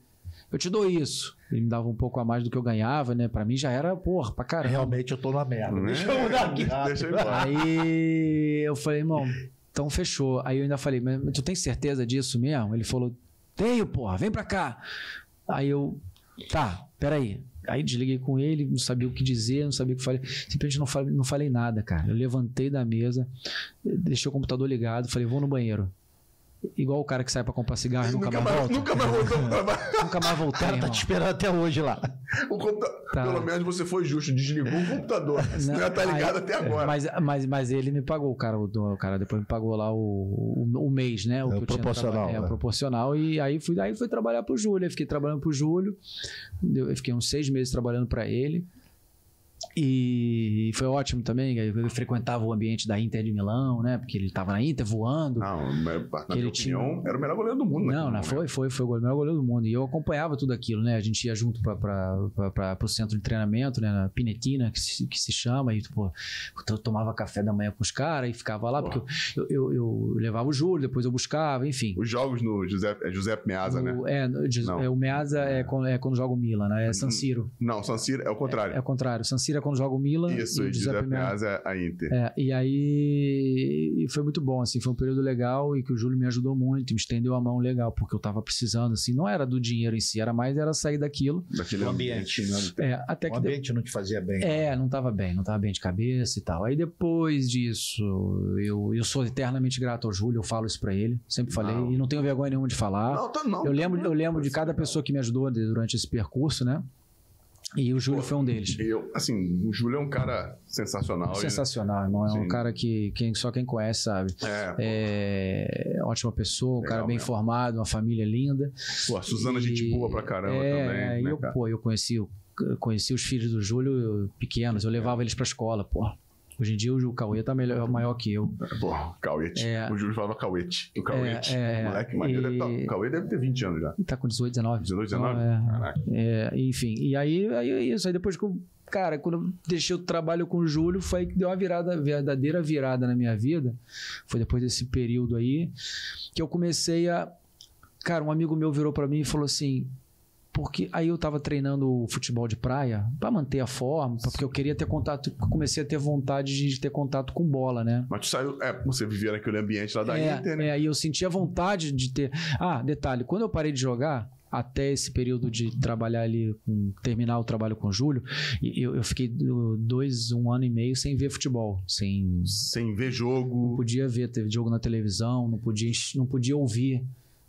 D: eu te dou isso. Ele me dava um pouco a mais do que eu ganhava, né? Pra mim já era, porra, pra caramba.
C: Realmente eu tô na merda.
A: Hum.
C: Deixa eu mudar aqui.
A: Deixa eu ir embora.
D: Aí eu falei, irmão, então fechou. Aí eu ainda falei, mas tu tem certeza disso mesmo? Ele falou, tenho, porra, vem pra cá. Aí eu, tá, peraí. Aí desliguei com ele, não sabia o que dizer, não sabia o que falei. Simplesmente não falei, não falei nada, cara. Eu levantei da mesa, deixei o computador ligado, falei, vou no banheiro. Igual o cara que sai pra comprar cigarro e nunca, mais volta.
A: nunca mais voltou pro trabalho.
D: Nunca mais
C: O
D: voltei,
C: cara tá
D: irmão.
C: te esperando até hoje lá.
A: O computa-
D: Tá.
A: Pelo menos você foi justo, desligou o computador. Você
D: Não,
A: já tá ligado
D: aí-
A: até agora.
D: Mas, mas, mas ele me pagou, o cara, o, dono- o cara depois me pagou lá o, o, o mês, né?
C: É, o
D: que eu tinha
C: proporcional,
D: traba- É,
C: né?
D: o proporcional. E aí fui, aí fui trabalhar pro Júlio. Eu fiquei trabalhando pro Júlio. Eu fiquei uns seis meses trabalhando pra ele. E foi ótimo também. aí Eu frequentava o ambiente da Inter de Milão, né? Porque ele tava na Inter voando.
A: Não, mas, na
D: Que
A: minha
D: ele
A: opinião,
D: tinha- um-
A: era o melhor goleiro do mundo. né? naquele
D: Não, não,
A: momento.
D: foi, foi, foi o melhor goleiro do mundo. E eu acompanhava tudo aquilo, né? A gente ia junto para o centro de treinamento, né? Na Pinetina, que se, que se chama, e pô, eu tomava café da manhã com os caras e ficava lá, porque eu, eu, eu levava o Júlio, depois eu buscava, enfim.
A: Os jogos no José, é José Meazza, né?
D: O, é, no- diz-
A: Não.
D: é, o Meazza é. quando, é quando joga o Milan, né? É San Siro.
A: Não, San Siro é o contrário.
D: É o contrário. San Siro é quando joga o Milan
A: Isso,
D: e
A: José
D: o Giuseppe Meazza
A: Meazza é a Inter.
D: é, e aí e foi muito bom, assim, foi um período legal e que o Júlio me ajudou muito, me estendeu a mão legal, porque eu tava precisando, assim, não era do dinheiro em si, era mais era sair daquilo.
A: Daquele tá.
C: O ambiente, né?
D: É, até
C: O
D: que de-
C: ambiente não te fazia bem.
A: né?
D: é, não tava bem, não tava bem de cabeça e tal. Aí depois disso, eu, eu sou eternamente grato ao Júlio, eu falo isso pra ele, sempre falei,
A: Não.
D: e não tenho vergonha nenhuma de falar.
A: Não, tá não.
D: eu lembro, eu lembro de cada pessoa que me ajudou de- durante esse percurso, né? E o Júlio
A: Pô,
D: foi um deles.
A: Eu, assim, o Júlio é um cara sensacional. ele-
D: Sensacional, irmão. É um
A: né? Sim.
D: cara que quem, só quem conhece sabe.
A: É, pô,
D: É, ótima pessoa, um
A: Legal
D: cara bem
A: mesmo.
D: formado, uma família linda.
A: pô, a Suzana, é
D: E-
A: gente boa pra caramba
D: é,
A: também.
D: e
A: né,
D: eu,
A: cara?
D: pô, eu conheci, o- conheci os filhos do Júlio pequenos, eu levava eles pra escola, pô. Hoje em dia o Ju- o Cauê tá melhor, maior que eu.
A: Pô, Cauete.
D: É.
A: O Júlio falava Cauete. O Cauete.
D: É, é,
A: Moleque maneiro.
D: e-
A: deve tá- O Cauê deve ter 20 anos já.
D: Ele tá com 18, 19.
A: 18, 19?
D: Então, é,
A: Caraca.
D: é, enfim, e aí, aí é isso. Aí depois que eu, cara, quando eu deixei o trabalho com o Júlio, foi aí que deu uma virada, verdadeira virada na minha vida. Foi depois desse período aí que eu comecei a. Cara, um amigo meu virou pra mim e falou assim. Porque aí eu tava treinando futebol de praia pra manter a forma, porque eu queria ter contato, comecei a ter vontade de ter contato com bola, né?
A: Mas tu saiu. É, você vivia naquele ambiente lá da
D: é,
A: Inter, né?
D: é, e eu sentia vontade de ter. Ah, detalhe, quando eu parei de jogar, até esse período de trabalhar ali, com- terminar o trabalho com o Júlio, e- eu, eu fiquei do- dois, um ano e meio sem ver futebol, sem
A: Sem ver
D: não
A: jogo.
D: podia ver teve jogo na televisão, não podia, enx- não podia ouvir.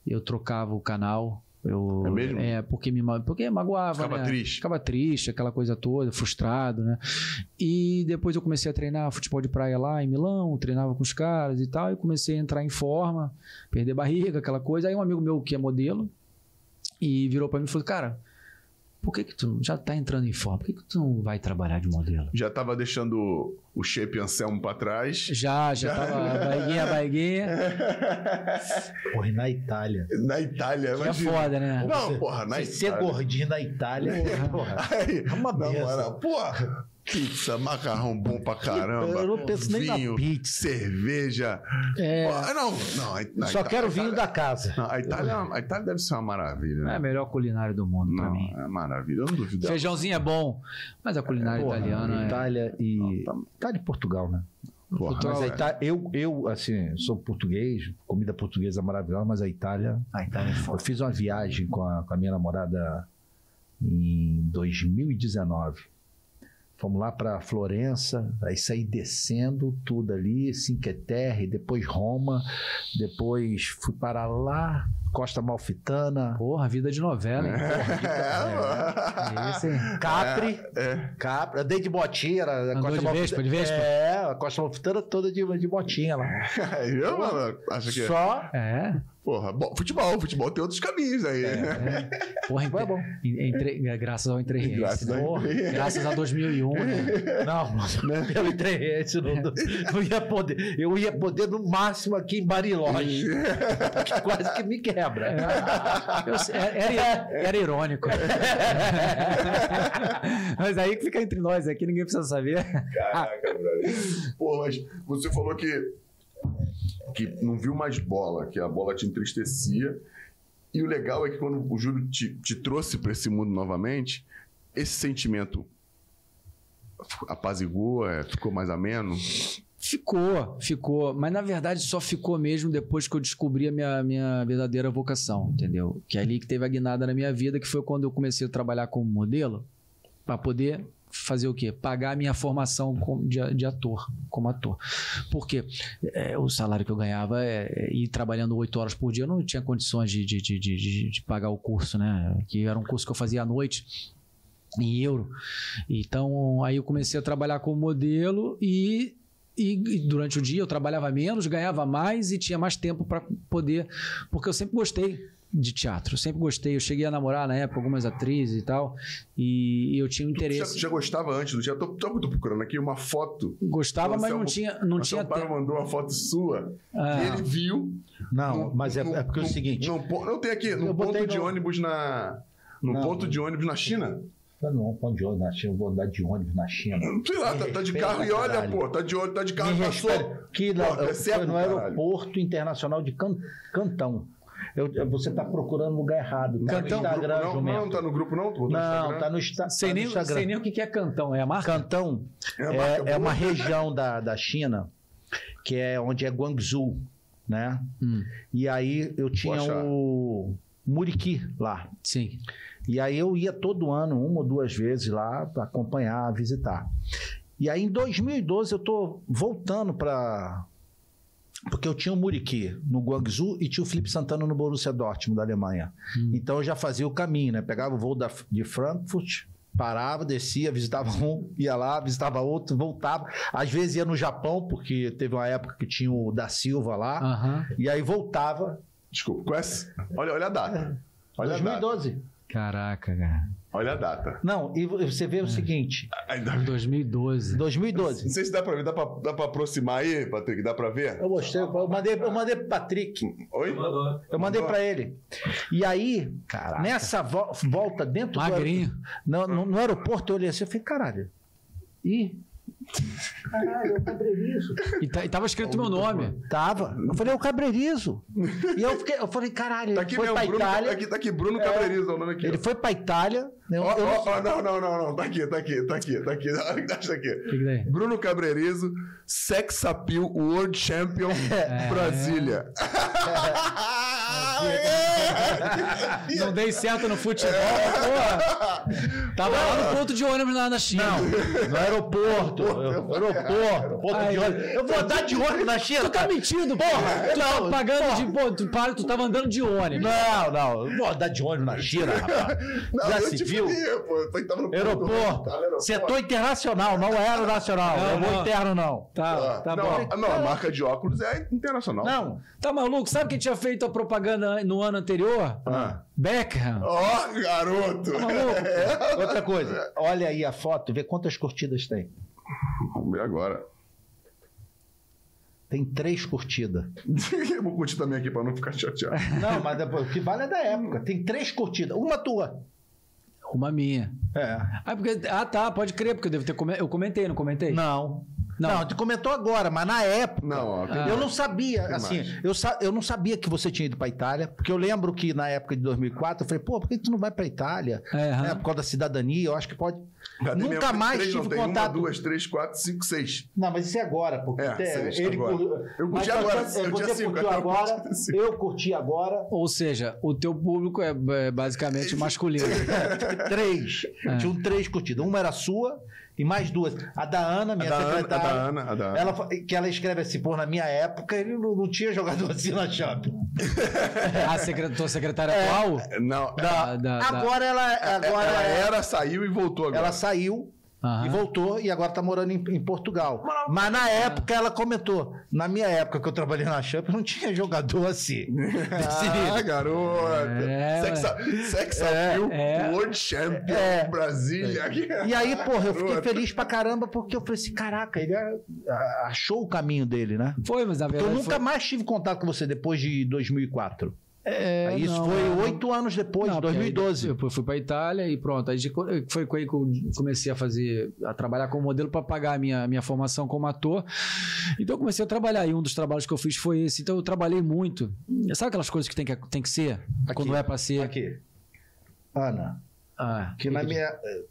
D: Eu trocava o canal. Eu,
A: É mesmo?
D: porque me ma- porque magoava.
A: Ficava
D: né?
A: triste.
D: Ficava triste, aquela coisa toda, frustrado, né? E depois eu comecei a treinar futebol de praia lá em Milão, treinava com os caras e tal, e comecei a entrar em forma, perder barriga, aquela coisa. Aí um amigo meu que é modelo e virou pra mim e falou: Cara, Por que, que tu não- já tá entrando em forma? Por que, que tu não vai trabalhar de modelo?
A: Já tava deixando o shape Anselmo pra trás.
D: Já, já É, tava. a Barriguinha, a barriguinha.
C: Corre na Itália.
A: Na Itália,
D: Que é
A: imagina.
D: foda, né? é
A: Não, porra, na
C: Se ser
A: Itália.
C: gordinho na Itália, porra.
A: Aí,
C: É uma
A: na
C: benção.
A: moral, porra, pizza, macarrão bom pra
C: Eu
A: caramba,
C: não penso nem
A: vinho.
C: na pizza.
A: cerveja.
D: É,
A: Porra, não, não. a- na
C: Só
A: Itália-
C: quero vinho da casa.
A: Não, a, Itália, é uma- a Itália deve ser uma maravilha.
D: é
A: Né?
D: a melhor culinária do mundo pra
A: não,
D: mim.
A: é maravilha. Eu não duvido. dela.
D: Feijãozinho é bom, mas a culinária
C: Porra,
D: italiana é.
C: Itália e. Itália e Portugal, né?
A: Porra,
C: Mas
D: Portugal,
C: a
A: mas
D: é.
A: aí-
C: Itália, eu, eu, assim, sou português, comida portuguesa maravilhosa, mas a Itália.
D: A Itália é
C: Eu
D: foda.
C: fiz uma viagem com a, com a minha namorada em 2019. Fomos lá para Florença, aí saí descendo tudo ali, Cinque Terre, depois Roma, depois fui para lá, Costa Malfitana,
D: Porra, vida de novela,
C: né?
A: É,
D: hein? Esse, hein?
C: Capri,
D: É,
C: Capri, dei de botinha, era a
D: Andou
C: Costa
D: de
C: Malfi-
D: Vespa, de Vespa?
C: É, a Costa Malfitana toda de, de botinha lá.
A: mano. Viu, mano? Acha que é?
C: Só
D: É.
A: Porra, bom, futebol, futebol tem outros caminhos aí.
C: É.
A: né?
D: Porra, entre,
C: Vai bom.
D: en- entre- gra- graças ao Entre Reis,
A: Graças
D: né?
A: ao
D: Porra,
A: Entre Reis.
D: graças a 2001, né?
C: Não, pelo internet, não, não, não ia poder. Eu ia poder no máximo aqui em Bariloche. que quase que me quebra.
D: Eu sei, é, era, era- era irônico. Mas aí que fica entre nós aqui, ninguém precisa saber.
C: Ah.
A: Caraca, brother. Porra, mas você falou que, que não viu mais bola, que a bola te entristecia. E o legal é que quando o Júlio te, te trouxe para esse mundo novamente, esse sentimento apazigou, é, ficou mais ameno.
D: Ficou, ficou. Mas na verdade só ficou mesmo depois que eu descobri a minha, minha verdadeira vocação, entendeu? Que é ali que teve a guinada na minha vida, que foi quando eu comecei a trabalhar como modelo para poder fazer o quê? Pagar a minha formação como- de, de ator, como ator. Porque é, o salário que eu ganhava é, é, e trabalhando oito horas por dia, eu não tinha condições de, de, de, de- de- de pagar o curso, né? Que era um curso que eu fazia à noite em euro. Então aí eu comecei a trabalhar como modelo e e e durante o dia eu trabalhava menos, ganhava mais e tinha mais tempo para poder. Porque eu sempre gostei de teatro, eu sempre gostei. Eu cheguei a namorar na época algumas atrizes e tal, e, e eu tinha um
A: Já,
D: interesse.
A: já gostava antes do dia. Tô, tô, tô procurando aqui uma foto.
D: Gostava, mas é um não
A: Anselmo-
D: tinha, não tinha
A: Anselmo Paro
D: tempo.
A: mandou uma foto sua
D: Ah.
A: e ele viu.
C: Não, mas é,
A: no-
C: é porque é o
A: no-
C: seguinte.
A: no po- não tem aqui, no
C: Eu
A: ponto
C: botei
A: de
C: no-
A: ônibus na. No
C: Não.
A: ponto de ônibus na China?
C: Eu não vou pôr de ônibus na China, eu vou andar de ônibus na China.
A: Sei lá, tá, tá de
C: respeita,
A: carro e olha,
C: caralho.
A: pô, tá de ônibus, tá de carro
C: Me
A: e passou.
C: respeita. Que na-
A: Pô, tu é
C: eu-
A: cego,
C: foi no
A: caralho.
C: Aeroporto Internacional de Can- Cantão. Eu- eu- você está procurando o lugar errado. Tá
D: Cantão?
C: no Instagram,
A: não,
C: Jumento.
A: não, tá no grupo não? Tu botou no
C: Não,
A: Instagram?
C: tá no, Insta-
D: Sei
C: tá no
D: ah, nem,
C: Instagram.
D: sei nem o que que é cantão, é a marca?
C: Cantão
A: a marca
C: é, é
A: boa.
C: uma região da, da China que é onde é Guangzhou, né?
D: Hum,
C: E aí eu tinha
A: achar.
C: o Muriqui lá.
D: sim.
C: E aí eu ia todo ano, uma ou duas vezes lá, pra acompanhar, visitar. E aí em 2012 eu tô voltando pra. Porque eu tinha o Muriqui no Guangzhou e tinha o Felipe Santana no Borussia Dortmund, da Alemanha.
D: Hum.
C: Então eu já fazia o caminho, né? Pegava o voo da- de Frankfurt, parava, descia, visitava um, ia lá, visitava outro, voltava. Às vezes ia no Japão, porque teve uma época que tinha o da Silva lá.
D: Aham.
C: E aí voltava.
A: Desculpa, qual é essa? Olha, olha a data.
C: É,
A: Olha a data.
C: 2012.
D: Caraca, cara.
A: Olha a data.
C: Não, e você vê o seguinte:
A: Ainda...
D: 2012.
C: 2012.
A: Não sei se dá pra ver, dá pra, dá pra aproximar aí, Patrick, dá pra ver?
C: Eu mostrei, eu mandei, eu mandei pro Patrick.
A: Oi?
C: Eu mandei pra ele. E aí,
D: Caraca.
C: nessa vo- volta dentro
D: Magrinho.
C: do aer- no, no- no aeroporto, eu olhei assim, eu falei, caralho. Ih,
D: E, ta- e tava escrito meu nome.
C: tava. Eu falei, é o Cabreirizo. E eu, fiquei, eu falei, caralho,
A: Tá
C: ele
A: aqui
C: foi
A: mesmo,
C: pra
A: Bruno,
C: Itália.
A: tá aqui, tá aqui, Bruno Cabrerizo, é o nome aqui.
C: Ele
A: ó.
C: foi pra Itália. Eu,
A: Ó,
C: eu não
A: ó, ó, não, não, não, não, tá aqui, tá aqui, tá aqui, tá aqui, olha o que tá isso
D: O
A: aqui.
D: que que daí?
A: Bruno Cabrerizo, Sex Appeal World Champion
C: É.
A: Brasília.
D: Não dei certo no futebol, porra. Tava É. lá no ponto de ônibus lá na China.
C: No aeroporto. eu- aeroporto. ponto
D: Aí.
C: de ônibus. Eu vou andar de ônibus na China.
D: Tu tá
C: cara.
D: mentindo, porra! Tu tava pagando de. Pô, tu, para, tu tava andando de ônibus.
C: Não, não. Eu não vou andar de ônibus na China, rapaz.
A: Não,
C: Já
A: eu
C: se
A: te
C: viu?
A: vi, pô, eu tava no
C: Aeroporto. é
A: Tava Tá no aeroporto.
C: Setor internacional, não é aeronacional.
D: Não,
C: eu vou
D: não.
C: interno, não.
D: Tá, tá
A: Ah, não,
D: bom.
A: a- não, a marca de óculos é internacional.
C: Não.
D: Tá maluco? Sabe quem tinha feito a propaganda no ano anterior,
C: Ah.
D: Beckham.
A: Ó, garoto!
D: Tá maluco?
C: Outra coisa, olha aí a foto, vê quantas curtidas tem.
A: Vamos ver agora.
C: Tem três curtidas.
A: Eu vou curtir também aqui pra não ficar chateado.
C: Não, mas depois, o que vale é da época. Tem três curtidas. Uma tua.
D: Uma minha.
C: É.
D: Ah, porque- ah, tá, pode crer, porque eu devo ter. come- Eu comentei, não comentei?
C: Não.
D: Não.
C: Não, tu comentou agora, mas na época.
A: Não, ó. tem-
D: Ah.
C: Eu não sabia,
A: Tem
C: assim,
A: mais.
C: eu, sa- eu não sabia que você tinha ido pra Itália, porque eu lembro que na época de 2004 eu falei, pô, por que tu não vai pra Itália?
D: É, aham.
C: É, por causa da cidadania, eu acho que pode.
A: Cadê
C: Nunca
A: minha-
C: mais
A: três, não,
C: tive
A: tem
C: contato.
A: Uma, duas, três, quatro, cinco, seis.
C: Não, mas isso é agora, porque
A: É,
C: até
A: seis, agora. Eu curti
C: Mas
A: agora,
C: você-
A: eu
C: você
A: tinha cinco,
C: curtiu
A: até eu
C: agora,
A: curti cinco.
C: eu curti agora
D: Ou seja, o teu público é é, basicamente masculino.
C: três.
D: É.
C: Tinha um três curtidas. Uma era sua e mais duas. A É da Ana,
A: a, É
C: minha
A: da Ana, a
C: secretária.
A: da Ana, a da Ana.
C: Ela, fa- que ela escreve assim, pô, na minha época ele não, não tinha jogado assim na Champions.
D: A secre- tua secretária
C: É.
D: atual?
A: Não,
D: Da- da- da-
C: agora ela, agora
A: É, ela
C: ela,
A: era, saiu e voltou agora.
C: saiu
D: Aham.
C: e voltou e agora tá morando em, em Portugal. Mas na época ela comentou, na minha época que eu trabalhei na Champions não tinha jogador assim. Desse
A: Ah,
C: nível.
A: garota!
D: É,
A: Sexa, sexa Appeal,
D: é.
A: World Champion,
C: É.
A: Brasília.
C: E aí, porra, eu fiquei
A: Garota.
C: feliz pra caramba porque eu falei assim, caraca, ele a- a- achou o caminho dele, né?
D: Foi, mas na
C: Eu
D: verdade.
C: nunca
D: É, foi...
C: mais tive contato com você depois de 2004.
D: É,
C: Isso
D: não,
C: foi
D: não,
C: oito anos depois,
D: Não, porque aí
C: 2012.
D: Eu fui pra Itália e pronto. Aí de- foi aí que eu comecei a fazer, a trabalhar como modelo para pagar a minha, minha formação como ator. Então eu comecei a trabalhar. E um dos trabalhos que eu fiz foi esse. Então eu trabalhei muito. Sabe aquelas coisas que tem que, tem que ser?
C: Aqui.
D: Quando é pra ser.
C: Aqui. Ana,
D: Ah,
C: que na minha, eh,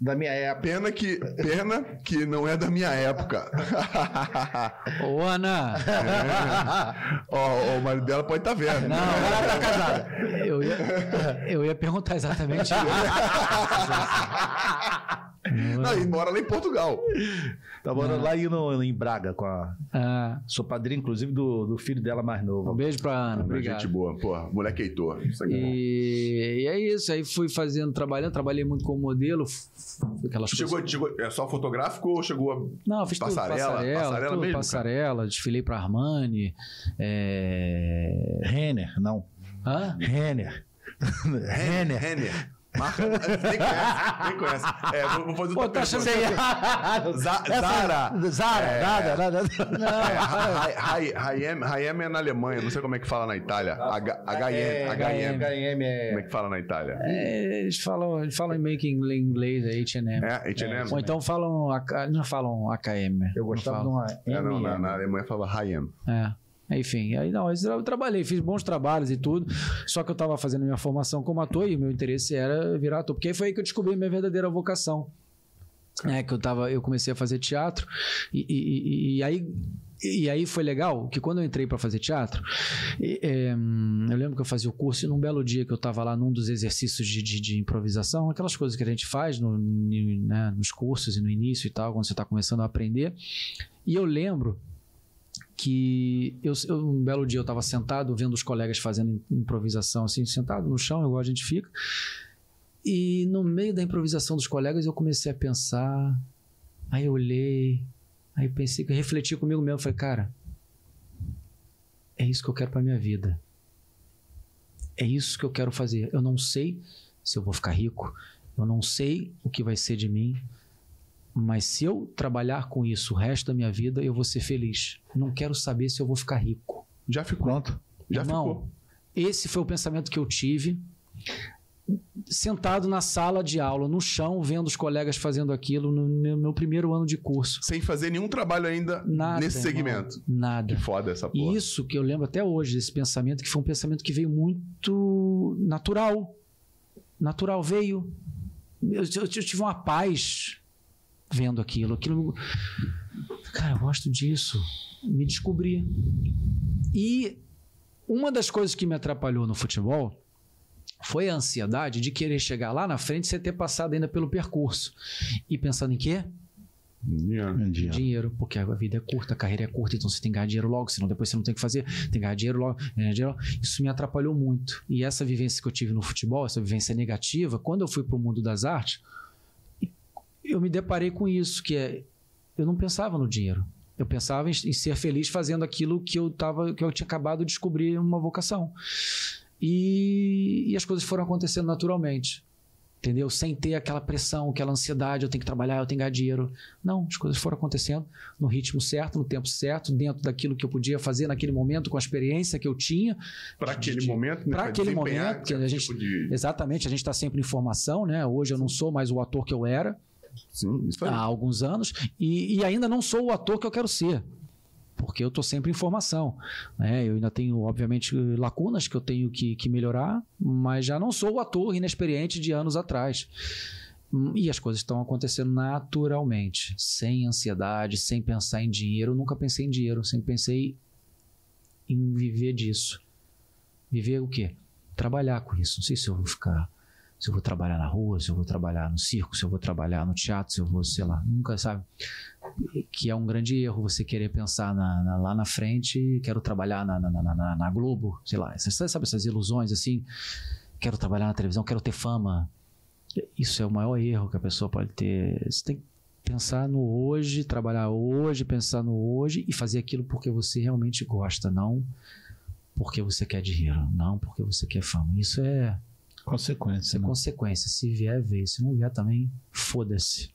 C: da minha época.
A: Pena que, pena que não é da minha época.
D: Ô, Ana!
A: Ó, ó, o marido dela pode estar vendo. né?
D: Não, ela tá casada. Eu ia, eu ia perguntar exatamente isso. assim.
A: Não, e mora lá em Portugal.
C: Tá morando lá e no, em Braga com a.
D: Ah,
C: Sou padrinho, inclusive, do, do filho dela mais
D: um
C: novo.
D: beijo pra Ana. Obrigado.
A: Gente boa, porra. Moleque Heitor. Isso aqui é bom.
D: E, e é isso, aí fui fazendo, trabalhando, trabalhei muito como modelo, f- f- aquelas coisas.
A: Chegou, chegou, é só fotográfico ou chegou a...
D: Não, fiz tudo,
A: Passarela?
D: passarela,
A: Passarela
D: tudo,
A: mesmo, cara?
D: passarela, desfilei pra Armani. É...
C: Renner, não.
D: Hã?
C: Renner. Renner.
A: Renner. Marca... Nem conhece, nem conhece. É, vou, vou fazer
D: Pô,
A: outra
D: tá achando
A: pergunta.
D: que é
A: Za-
C: Essa-
A: Zara.
C: Zara,
A: É.
C: nada, nada. nada.
A: É, Ra- Ra- Haim Haim é na Alemanha, não sei como é que fala na Itália. H-
C: É,
A: HM. HM.
C: HM
A: Como
C: é.
A: é que fala na Itália?
D: É, eles falam, eles falam meio que em inglês, é H&M.
A: É, H&M?
D: Ou então falam, AK não falam AKM.
C: Eu gostava de uma.
A: É, não, na,
C: MM.
A: na Alemanha fala Hayem.
D: É. Enfim, aí não, mas eu trabalhei, fiz bons trabalhos e tudo, só que eu estava fazendo minha formação como ator e o meu interesse era virar ator, porque aí foi aí que eu descobri minha verdadeira vocação. É, que eu tava, eu comecei a fazer teatro e, e- e- e aí e aí foi legal que quando eu entrei para fazer teatro, e, é, hum, eu lembro que eu fazia o curso e num belo dia que eu estava lá num dos exercícios de, de- de improvisação, aquelas coisas que a gente faz no- ni- né, nos cursos e no início e tal, quando você está começando a aprender. E eu lembro que eu, eu- um belo dia eu estava sentado vendo os colegas fazendo im- improvisação assim sentado no chão igual a gente fica e no meio da improvisação dos colegas eu comecei a pensar aí eu olhei aí pensei que refleti comigo mesmo falei cara é isso que eu quero para minha vida é isso que eu quero fazer eu não sei se eu vou ficar rico eu não sei o que vai ser de mim mas se eu trabalhar com isso o resto da minha vida, eu vou ser feliz. Não quero saber se eu vou ficar rico.
A: Já ficou.
C: Pronto.
A: Já
D: Irmão, esse foi o pensamento que eu tive sentado na sala de aula, no chão, vendo os colegas fazendo aquilo no meu, meu primeiro ano de curso.
A: Sem fazer nenhum trabalho ainda
D: Nada.
A: nesse
D: irmão,
A: segmento.
D: Nada.
A: Que foda essa
D: E
A: porra.
D: isso que eu lembro até hoje desse pensamento, que foi um pensamento que veio muito natural. Natural veio. Eu, eu- eu tive uma paz vendo aquilo. aquilo. Cara, eu gosto disso. Me descobri. E uma das coisas que me atrapalhou no futebol foi a ansiedade de querer chegar lá na frente sem ter passado ainda pelo percurso. E pensando em quê?
A: Yeah.
D: dinheiro, porque a vida é curta, a carreira é curta, então você tem que ganhar dinheiro logo, senão depois você não tem o que fazer, tem que ganhar dinheiro logo, ganhar dinheiro logo. Isso me atrapalhou muito. E essa vivência que eu tive no futebol, essa vivência negativa, quando eu fui pro mundo das artes, eu me deparei com isso, que é eu não pensava no dinheiro. Eu pensava em, em ser feliz fazendo aquilo que eu tava, que eu tinha acabado de descobrir uma vocação. E, e as coisas foram acontecendo naturalmente. Entendeu? Sem ter aquela pressão, aquela ansiedade, eu tenho que trabalhar, eu tenho que ganhar dinheiro. Não, as coisas foram acontecendo no ritmo certo, no tempo certo, dentro daquilo que eu podia fazer naquele momento, com a experiência que eu tinha.
A: Para
D: De-
A: aquele
D: de-
A: momento, né?
D: pra aquele
A: desempenhar
D: momento,
A: certo
D: a gente-
A: tipo de-
D: Exatamente, a gente está sempre em formação, né? Hoje eu não sou mais o ator que eu era
A: Sim, isso aí.
D: há alguns anos e, e ainda não sou o ator que eu quero ser. Porque eu estou sempre em formação. Né? Eu ainda tenho, obviamente, lacunas que eu tenho que, que melhorar, mas já não sou o ator inexperiente de anos atrás. Hum, E as coisas estão acontecendo naturalmente, sem ansiedade, sem pensar em dinheiro. Eu nunca pensei em dinheiro, sempre pensei em viver disso. Viver o quê? Trabalhar com isso. Não sei se eu vou ficar se eu vou trabalhar na rua, se eu vou trabalhar no circo, se eu vou trabalhar no teatro, se eu vou, sei lá, nunca sabe. Que é um grande erro você querer pensar na- na- lá na frente, quero trabalhar na, na, na- na- na Globo, sei lá, essas- sabe essas ilusões assim? Quero trabalhar na televisão, quero ter fama. Isso é o maior erro que a pessoa pode ter. Você tem que pensar no hoje, trabalhar hoje, pensar no hoje e fazer aquilo porque você realmente gosta, não porque você quer dinheiro, não porque você quer fama. Isso é isso
C: Consequência,
D: é
C: né?
D: consequência. Se vier, veio. Se não vier também, foda-se.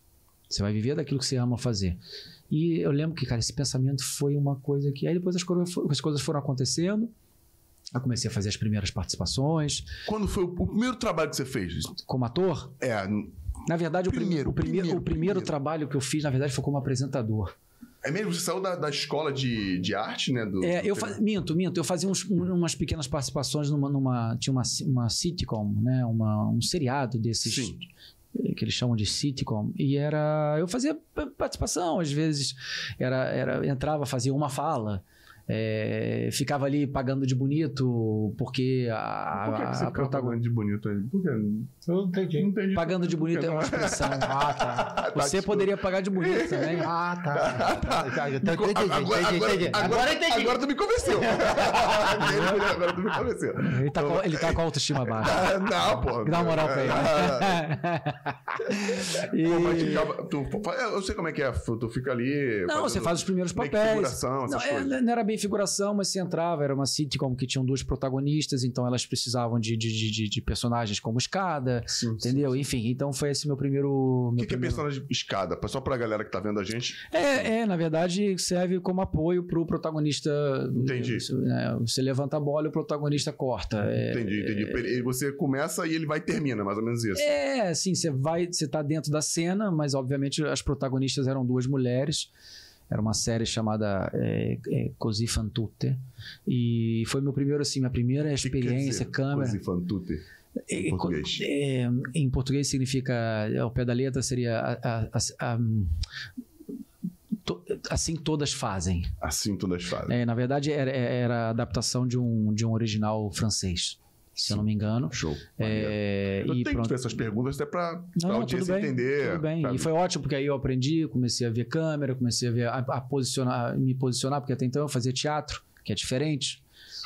D: Você vai viver daquilo que você ama fazer. E eu lembro que, cara, esse pensamento foi uma coisa que. Aí depois as, coro- as coisas foram acontecendo. Eu comecei a fazer as primeiras participações
A: Quando foi o o primeiro trabalho que você fez?
D: como ator.
A: É,
D: Na verdade, o
A: Primeiro,
D: primeiro,
A: primeiro,
D: o primeiro, o primeiro
A: primeiro.
D: trabalho que eu fiz, na verdade, foi como apresentador.
A: é mesmo? Você saiu da, da escola de, de arte, né? Do,
D: É,
A: do-
D: eu fa- minto, minto. Eu fazia uns- um- umas pequenas participações numa. numa- tinha uma, si- uma sitcom, né? Uma, um seriado desses.
A: Sim.
D: eh, Que eles chamam de sitcom. E era. Eu fazia p- participação, às vezes. Era, era, entrava, fazia uma fala. eh, ficava ali pagando de bonito, porque
C: Ah,
D: a,
A: Por que, que você
D: a
A: ficava
D: protagonista.
A: pagando de bonito aí? Por que?
C: Eu não
A: Não
C: entendi.
A: entendi.
D: Pagando de bonito é uma expressão. Ah, tá. Você
A: desculpa.
D: poderia pagar de bonito também.
C: Ah, tá. tá. Então,
A: Agora,
C: entendi,
A: agora,
C: entendi,
A: agora,
C: entendi.
A: agora, agora tu me convenceu. agora tu me convenceu.
D: Ele tá, com, ele tá com a autoestima baixa.
A: Ah, Não, porra.
D: Dá uma moral pra ele.
A: Ah,
D: E-
A: Pô, mas ficava- tu- eu sei como é que é. Tu fica ali.
D: Não, você faz os primeiros
A: meio que
D: papéis.
A: Figuração, essas
D: Não, é,
A: coisas.
D: não era bem figuração, mas você entrava, era uma sitcom que tinham duas protagonistas, então elas precisavam de, de, de- de- de personagens como escada,
A: Sim, sim.
D: entendeu? Enfim, então foi esse meu primeiro.
A: O que,
D: Meu
A: que é
D: primeiro-
A: personagem de escada? Só pra galera que tá vendo a gente.
D: É, é, na verdade, serve como apoio pro protagonista.
A: Entendi.
D: né, Você levanta a bola e o protagonista corta. É,
A: entendi, entendi. Ele- Você começa e ele vai e termina, mais ou menos isso.
D: É, assim, você vai, você tá dentro da cena, mas obviamente as protagonistas eram duas mulheres. Era uma série chamada é, é, Così fan tutte. E foi meu primeiro, assim, minha primeira
A: Que quer
D: experiência,
A: dizer,
D: câmera.
A: Coisa infantute.
D: É,
A: em
D: co-
A: português?
D: é, em português significa, é, ao pé da letra, seria a- a- a- a- hum, to- assim todas fazem.
A: Assim todas fazem.
D: É, na verdade, era, era a adaptação de um, de um original francês, se eu não me engano.
A: Show. Maneiro.
D: É,
A: eu
D: e
A: tenho
D: pronto.
A: que ver essas perguntas até pra, pra
D: não,
A: audiência
D: tudo bem,
A: entender.
D: Tudo bem.
A: É, sabe?
D: E foi ótimo, porque aí eu aprendi, comecei a ver câmera, comecei a ver a, a posicionar, me posicionar, porque até então eu fazia teatro, que é diferente.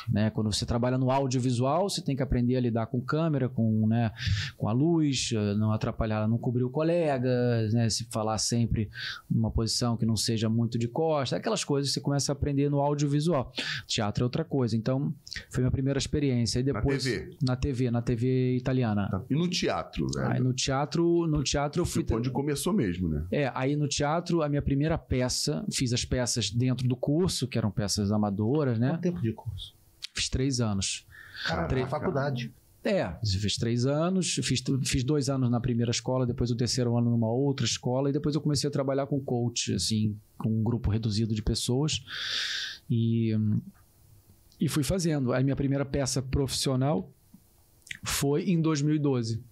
D: Né? Quando você trabalha no audiovisual, você tem que aprender a lidar com câmera, com, né, com a luz, eh, não atrapalhar, não cobrir o colega, né, se falar sempre numa posição que não seja muito de costa, aquelas coisas que você começa a aprender no audiovisual. Teatro é outra coisa. Então, foi minha primeira experiência. E
A: Na
D: depois,
A: TV.
D: na TV, na TV italiana.
A: Tá. E no teatro, velho.
D: Aí no teatro, no teatro eu Ah, fui.
A: Foi onde começou mesmo, né?
D: É, aí no teatro, a minha primeira peça, fiz as peças dentro do curso, que eram peças amadoras, né?
C: Quanto tempo de curso?
D: Fiz três anos.
C: Cara,
A: Três-
C: na faculdade.
D: É, fiz três anos, fiz, fiz dois anos na primeira escola, depois o terceiro ano numa outra escola, e depois eu comecei a trabalhar com coach, assim, com um grupo reduzido de pessoas. E, hum, e fui fazendo. A minha primeira peça profissional foi em 2012.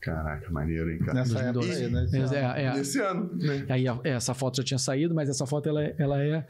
A: Caraca, maneiro, hein, cara?
C: Nessa época
A: 2012.
C: aí, né?
D: Mas é- é-
A: Nesse ano, né?
D: aí a- essa foto já tinha saído, mas essa foto ela, é- ela é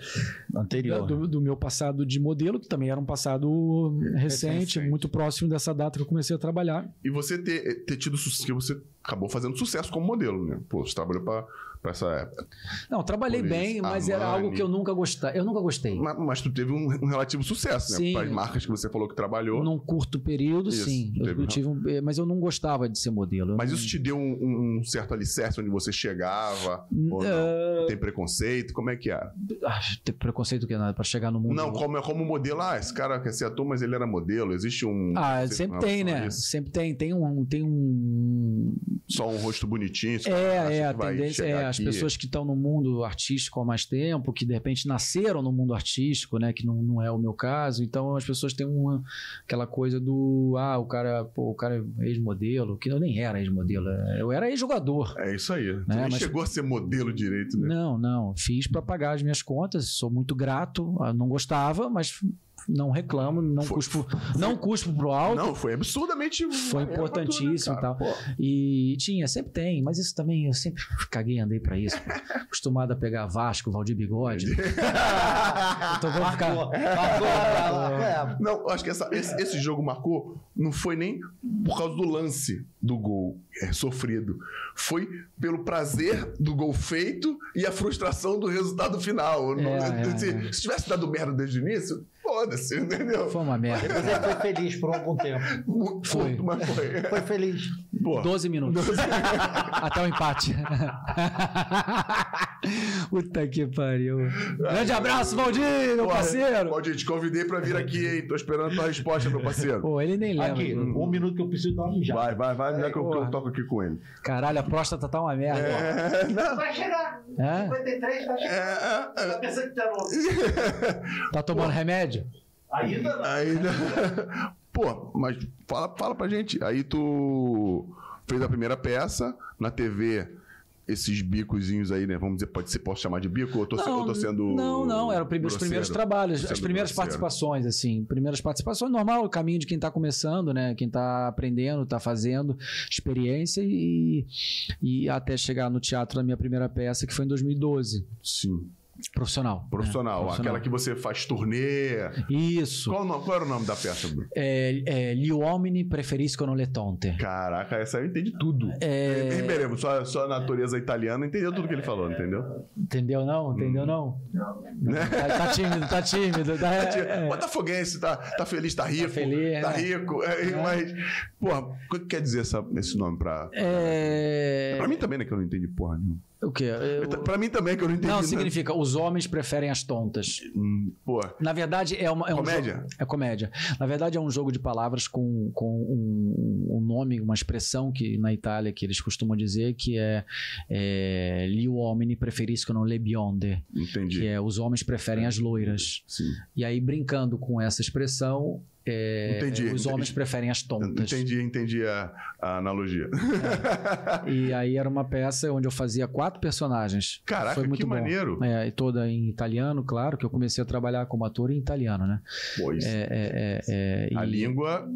C: Anterior.
D: Do, do meu passado de modelo, que também era um passado recente,
A: Hum, Recente.
D: muito próximo dessa data que eu comecei a trabalhar.
A: E você ter, ter eh, tido sucesso, que você acabou fazendo sucesso como modelo, né? Pô, você trabalhou pra, pra essa época.
D: Não, trabalhei
A: Por isso,
D: bem, mas era
A: Armani.
D: algo que eu nunca gostei. Eu nunca gostei.
A: Mas, mas tu teve um, um relativo sucesso, né?
D: Sim.
A: Para as marcas que você falou que trabalhou.
D: Num curto período,
A: Isso,
D: sim. Eu,
A: teve-
D: eu tive um- eh, mas eu não gostava de ser modelo. Eu
A: Mas
D: não-
A: isso te deu um, um- um certo alicerce onde você chegava? ou não? Tem preconceito? Como é que era?
D: eh, Ah, ter preconceito que é nada pra chegar no mundo.
A: Não, como, como modelo. Ah, esse cara quer ser ator, mas ele era modelo. Existe um...
D: Ah,
A: preconceito
D: sempre
A: com
D: tem,
A: relação a
D: né?
A: isso?
D: Sempre tem. Tem um. Tem um...
A: Só um rosto bonitinho. esse cara
D: É, é,
A: acha
D: a
A: que vai
D: tendência
A: chegar
D: é as
A: aqui.
D: pessoas que estão no mundo artístico há mais tempo, que de repente nasceram no mundo artístico, né? Que não, não é o meu caso. Então as pessoas têm uma, aquela coisa do ah, o cara, pô, o cara é ex-modelo, que eu nem era ex-modelo,
A: Uhum.
D: é, eu era ex-jogador.
A: É isso aí. Tu nem
D: mas-
A: chegou a ser modelo direito, né?
D: Não, não, fiz para pagar as minhas contas, sou muito grato, ah, não gostava, mas não reclamo, não
A: Foi-
D: cuspo, não cuspo pro alto.
A: Não, foi absurdamente.
D: Foi
A: maneiro pra tu, né,
D: importantíssimo e
A: cara?
D: tal.
A: Pô,
D: E tinha, sempre tem, mas isso também eu sempre caguei e andei pra isso. Acostumado a pegar Vasco, Valdir Bigode. Então vamos ficar.
C: Marcou, marcou, tá?
A: Não, eu acho que essa- esse, esse jogo marcou, não foi nem por causa do lance do gol é, sofrido. Foi pelo prazer do gol feito e a frustração do resultado final. Não-
D: é,
A: se,
D: é.
A: se tivesse dado merda desde o início, foda-se, entendeu?
D: Foi uma
C: É.
D: merda.
C: Depois ele foi feliz por algum tempo.
A: Muito,
D: Foi.
A: mas foi.
C: Foi feliz.
A: Pô,
D: 12 minutos. Até o empate. Puta que pariu. Grande abraço, Valdir, meu
A: Porra.
D: parceiro.
A: Valdir, te convidei pra vir aqui, hein? Tô esperando a tua resposta, meu parceiro.
D: Pô, ele nem lembra.
C: Aqui, um minuto que eu preciso dar uma mijada.
A: Vai, vai, vai, melhor que eu, que eu
D: Porra.
A: toco aqui com ele.
D: Caralho, a próstata tá uma merda.
A: É, não,
E: Vai chegar.
D: Hã?
E: 53 vai chegar.
A: é, é, é.
E: Tá pensando que tá louco.
D: Tá tomando remédio?
E: Ainda não.
A: Ainda. Pô, mas fala, fala pra gente. Aí tu fez a primeira peça na TV. Esses bicozinhos aí, né? Vamos dizer, pode ser, posso chamar de bico? Ou eu tô, se- eu tô sendo.
D: Não, não, eram os primeiros
A: grosseiro?
D: trabalhos,
A: Sendo
D: as primeiras
A: grosseiro.
D: participações, assim. Primeiras participações, normal, o caminho de quem tá começando, né? Quem tá aprendendo, tá fazendo experiência e, e até chegar no teatro da minha primeira peça, que foi em 2012,
A: Sim.
D: profissional.
A: Profissional,
D: É, profissional.
A: Aquela que você faz turnê.
D: Isso.
A: Qual, o nome- qual era o nome da peça, Bruno?
D: É, é, gli uomini preferiscono le tonte.
A: Caraca, essa aí eu entendi tudo.
D: É,
A: Reparemos, só, só a natureza italiana entendeu tudo que ele falou, entendeu?
D: entendeu não?
A: Hum.
D: Entendeu não? Tá, tá tímido, tá tímido. Tá, é,
A: Botafoguense, tá, tá feliz, tá rico.
D: feliz,
A: tá
D: né?
A: rico. é, Mas, porra, o que quer dizer essa- esse nome pra.
D: é,
A: Pra mim também, né? Que eu não entendi porra nenhuma.
D: O quê? Eu-
A: Eu ta- Pra mim também, que eu não entendi.
D: Não,
A: né?
D: significa os homens preferem as tontas.
A: Hum, Porra.
D: Na verdade, é uma. É um
A: Comédia?
D: jogo- é comédia. Na verdade, é um jogo de palavras com, com um, um nome, uma expressão que na Itália que eles costumam dizer que é, é Gli uomini preferiscono le bionde, que
A: Entendi.
D: é os homens preferem as loiras.
A: Sim.
D: E aí, brincando com essa expressão, é,
A: Entendi,
D: os homens
A: entendi.
D: preferem as tontas.
A: Entendi, entendi a, a analogia.
D: E aí era uma peça onde eu fazia quatro personagens.
A: Caraca,
D: Foi muito
A: que
D: bom.
A: maneiro.
D: É, e toda em italiano, claro, que eu comecei a trabalhar como ator em italiano, né?
A: Pô, isso.
D: É, é, é, é,
A: a
D: e-
A: língua.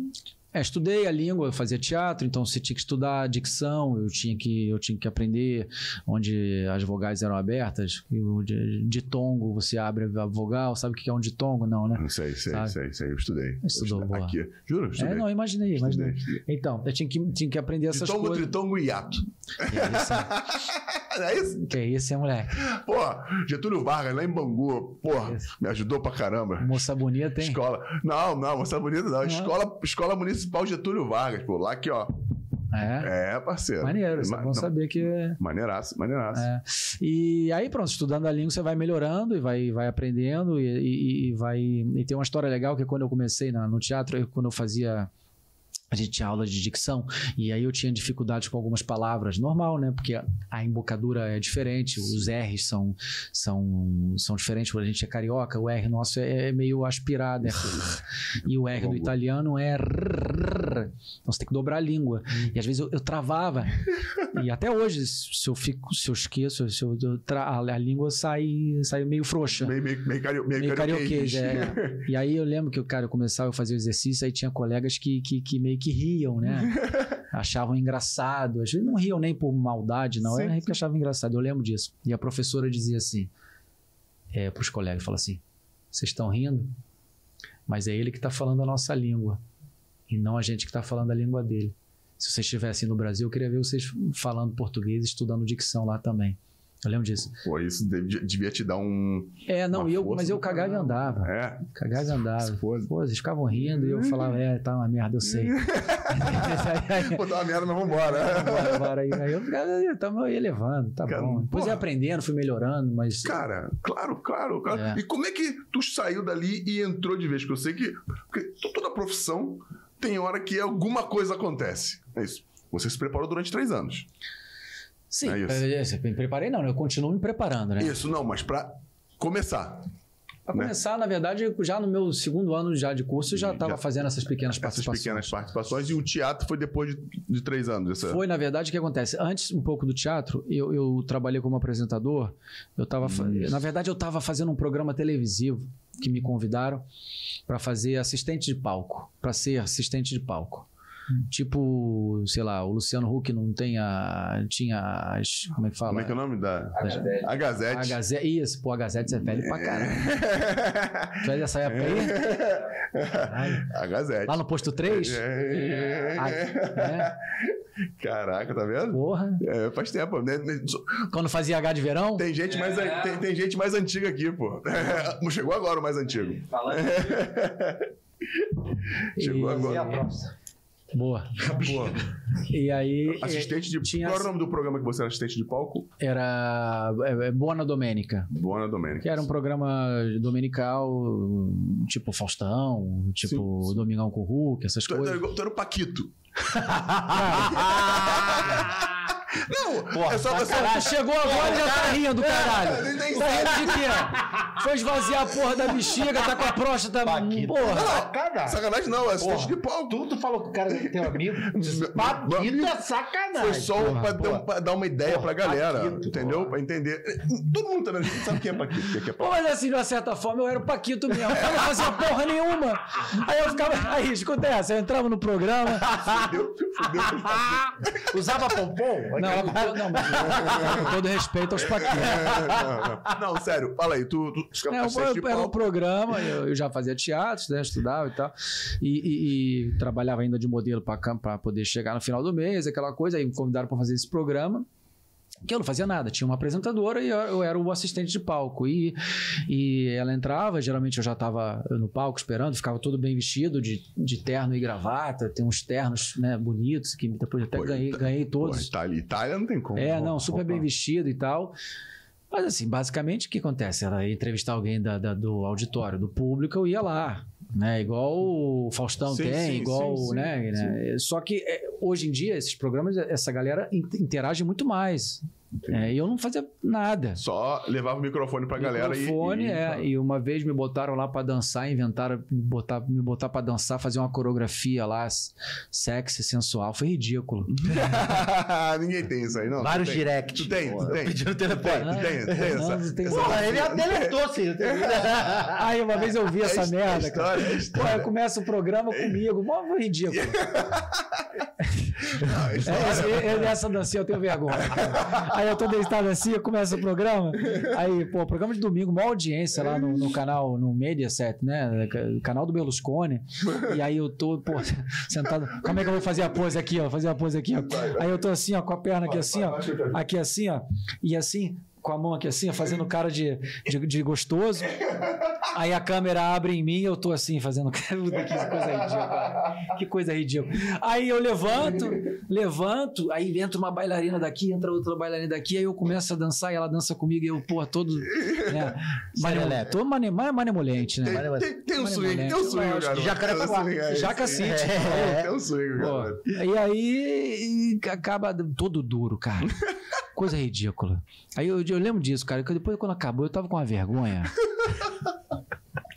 D: É, estudei a língua, eu fazia teatro, então você tinha que estudar a dicção, eu tinha que, eu tinha que aprender onde as vogais eram abertas, e o di- ditongo, você abre a vogal, sabe o que é um ditongo? Não, né?
A: Não sei, sei,
D: Sabe?
A: sei, sei. Eu estudei. Eu
D: Estudou,
A: estudei.
D: boa.
A: Aqui. Juro, eu estudei.
D: É, não, imaginei,
A: estudei.
D: imaginei. Então, eu tinha que, tinha que aprender essas
A: Tritongo,
D: coisas.
A: tritongo e hiato.
D: Que isso,
A: É isso?
D: que isso, hein, moleque?
A: Pô, Getúlio Vargas, lá em Bangu,
D: É
A: porra, me ajudou pra caramba.
D: Moça bonita, hein?
A: Escola. Não, não, você é bonito, não.
D: Ah.
A: Escola, escola Municipal Getúlio Vargas, pô. Lá aqui, ó.
D: É,
A: É, parceiro.
D: maneiro, isso é
A: Ma-
D: bom
A: não,
D: saber que...
A: Maneiraço, maneiraço.
D: É. E aí, pronto, estudando a língua, você vai melhorando e vai, vai aprendendo e, e- e vai... E tem uma história legal que quando eu comecei na- no teatro, eu- quando eu fazia... A gente tinha aula de dicção e aí eu tinha dificuldades com algumas palavras. Normal, né? Porque a- a embocadura é diferente, os R's são, são, são diferentes. A gente é carioca, o R nosso é, é meio aspirado. É e o R do
A: Longo.
D: italiano é... rrr. Então você tem que dobrar a língua. E às vezes eu, eu travava. e até hoje, se eu fico, se eu esqueço, se eu, eu tra- a, a língua sai, sai meio frouxa.
A: Meio, meio, meio, cario, meio,
D: Meio
A: carioquês.
D: carioquês, é. E aí eu lembro que, cara, eu começava a fazer o exercício, aí tinha colegas que, que, que meio que riam, né? achavam engraçado. Às vezes não riam nem por maldade, não.
A: Sim,
D: Era porque achavam engraçado. Eu lembro disso. E a professora dizia assim, é, pros colegas, fala assim, vocês estão rindo? Mas é ele que tá falando a nossa língua. E não a gente que tá falando a língua dele. Se vocês estivessem no Brasil, eu queria ver vocês falando português, estudando dicção lá também. Eu lembro disso.
A: Pô, isso devia, devia te dar um.
D: É, não,
A: Uma
D: e eu,
A: força
D: mas eu
A: do
D: cagava e
A: caralho.
D: andava.
A: É.
D: Cagava e andava.
A: Esposa.
D: Pô, vocês ficavam rindo e eu falava, é, tá uma merda, eu sei.
A: Pô, tá uma merda, mas vambora.
D: Bora, bora aí. Aí eu ficava, "Ah, tá me elevando, tá
A: Cara,
D: bom. Depois ia
A: porra.
D: aprendendo, fui melhorando, mas.
A: Cara, claro, claro, claro.
D: É.
A: E como é que tu saiu dali e entrou de vez? Porque eu sei que porque to- toda profissão tem hora que alguma coisa acontece. É isso. Você se preparou durante três anos.
D: Sim,
A: É isso.
D: é, é, me preparei não, né? eu continuo me preparando, né?
A: Isso, não, mas pra começar.
D: Pra
A: né?
D: começar, na verdade, já no meu segundo ano já de curso, eu já
A: Já-
D: estava fazendo essas pequenas
A: Essas
D: participações.
A: pequenas participações e o teatro foi depois de, de três anos. Essa...
D: Foi, na verdade, o que acontece. Antes um pouco do teatro, eu, eu trabalhei como apresentador. Eu tava, fa- na verdade, eu estava fazendo um programa televisivo que me convidaram para fazer assistente de palco, para ser assistente de palco. Tipo, sei lá, o Luciano Huck não tem a. Tinha as. Como é que fala?
A: Como é que é o nome da. A
D: A
A: Gazete.
D: Gazete. Isso, pô, a Gazete você é velho pra caralho. Tu é dessa época aí? Caralho.
A: A Gazete.
D: Lá no posto 3?
A: É. Caraca, tá vendo?
D: Porra.
A: É, faz tempo, né?
D: Quando fazia H de verão?
A: Tem gente, mais, an- tem, tem gente mais antiga aqui, pô. Não chegou agora o mais antigo.
E: Falando
A: Chegou
D: E-
E: é a
A: agora.
E: próxima.
D: Boa.
A: Pô,
D: E aí.
A: assistente de.
D: tinha-
A: Qual era o nome do programa que você era assistente de palco?
D: era é, é, Buona Domenica,
A: Bona Domênica.
D: que era um programa dominical, tipo Faustão, tipo Domingão com o Hulk, essas
A: Tu, tu era
D: coisas.
A: igual- tu era o Paquito. Não,
D: Porra,
A: é só
D: tá
A: você.
D: caralho, chegou agora e já tá rindo, caralho.
A: Tem- tem-
D: Tá rindo de quê? Foi esvaziar a porra da bexiga, tá com a próstata.
C: Paquito.
D: Porra.
C: Sacanagem.
A: Sacanagem não, é assistente
C: Porra.
A: de palco.
C: Tu, tu falou que o cara é teu amigo. Paquito é sacanagem.
A: Foi só
C: porra,
A: pra, dar um-
C: porra.
A: pra dar uma ideia
C: Porra,
A: pra galera,
C: Paquito,
A: entendeu?
C: porra.
A: Pra entender. Todo mundo tá vendo, sabe quem é Paquito, quem é que é
D: Pô,
A: Paquito.
D: mas assim, de uma certa forma, eu era o Paquito mesmo. Eu não fazia porra nenhuma. Aí eu ficava. Aí, escuta essa, eu entrava no programa.
A: Fudeu, fudeu.
C: Usava pompom?
D: Não, eu- não, mas eu- com todo respeito aos Paquitos.
A: É, não, não, sério, fala aí, tu, tu
D: É,
A: assistente de
D: eu- era um
A: palco.
D: programa, eu, eu já fazia teatro, né, estudava e tal. E, e- e trabalhava ainda de modelo para poder chegar no final do mês, aquela coisa. Aí me convidaram para fazer esse programa. Que eu não fazia nada, tinha uma apresentadora e eu, eu era o assistente de palco. E, e ela entrava, geralmente eu já estava no palco esperando, ficava todo bem vestido, de, de terno e gravata, tem uns ternos né, bonitos, que depois até
A: Pô,
D: ganhei,
A: então-
D: ganhei
A: Pô,
D: todos.
A: Itália, Itália não tem como.
D: É, não, super
A: Opa.
D: bem vestido e tal. Mas assim, basicamente o que acontece? Ela ia entrevistar alguém da- da- do auditório, do público, eu ia lá. Né? Igual o Faustão
A: Sim,
D: tem,
A: sim,
D: igual.
A: sim, sim,
D: né, né? Só que é, hoje em dia, esses programas, essa galera in- interage muito mais. É, e eu não fazia nada.
A: Só levava o microfone pra galera e.
D: Microfone,
A: e-
D: é, e uma vez me botaram lá pra dançar, inventaram botar, me botar pra dançar, fazer uma coreografia lá, s- sexy, sensual. Foi ridículo.
A: Ninguém tem isso aí, não.
C: Vários
A: tu tem,
C: direct.
A: Tu tem, tu
C: Porra,
A: tem.
C: Pedindo telefone.
D: Né?
A: Tu tem, tu tem
D: Não,
A: essa.
D: não tem
A: essa-
C: Porra, ele deletou, sim.
D: Aí uma vez eu vi
A: É
D: essa
A: his- é
D: merda,
A: história,
D: cara.
A: é
D: Pô, aí
A: história.
D: começa o programa comigo, mó ridículo.
A: Não, é história.
D: É, é, é essa dancinha eu tenho vergonha. Aí eu tô deitado assim, começa o programa. Aí, pô, programa de domingo, maior audiência lá no, no canal, no Mediaset, né? Ca- Canal do Berlusconi. E aí eu tô, pô, sentado. Como é que eu vou fazer a pose aqui, ó? Fazer a pose aqui, ó. Aí eu tô assim, ó, com a perna aqui assim, ó. Aqui assim, ó. E assim, com a mão aqui assim, ó, fazendo cara de, de, de gostoso. Aí a câmera abre em mim e eu tô assim, fazendo. Puta, que coisa ridícula. Que coisa ridícula. Aí eu levanto, levanto, aí entra uma bailarina daqui, entra outra bailarina daqui, aí eu começo a dançar e ela dança comigo e eu, pô, todo. Né, mane,
C: Serelepe.
D: todo mane, mane- manemolente, né?
A: Tem, tem, tem um
D: Mano,
A: swing,
D: moleque,
A: tem um swing,
D: eu acho
A: garoto.
C: que
A: Tem um
C: Jacarepaguá.
A: swing, é isso.
D: Jacacite.
A: É,
C: tipo,
A: Tem um swing,
D: Pô,
A: garoto.
D: e aí e acaba todo duro, cara. Coisa ridícula. Aí eu, eu lembro disso, cara, que depois quando acabou eu tava com uma vergonha.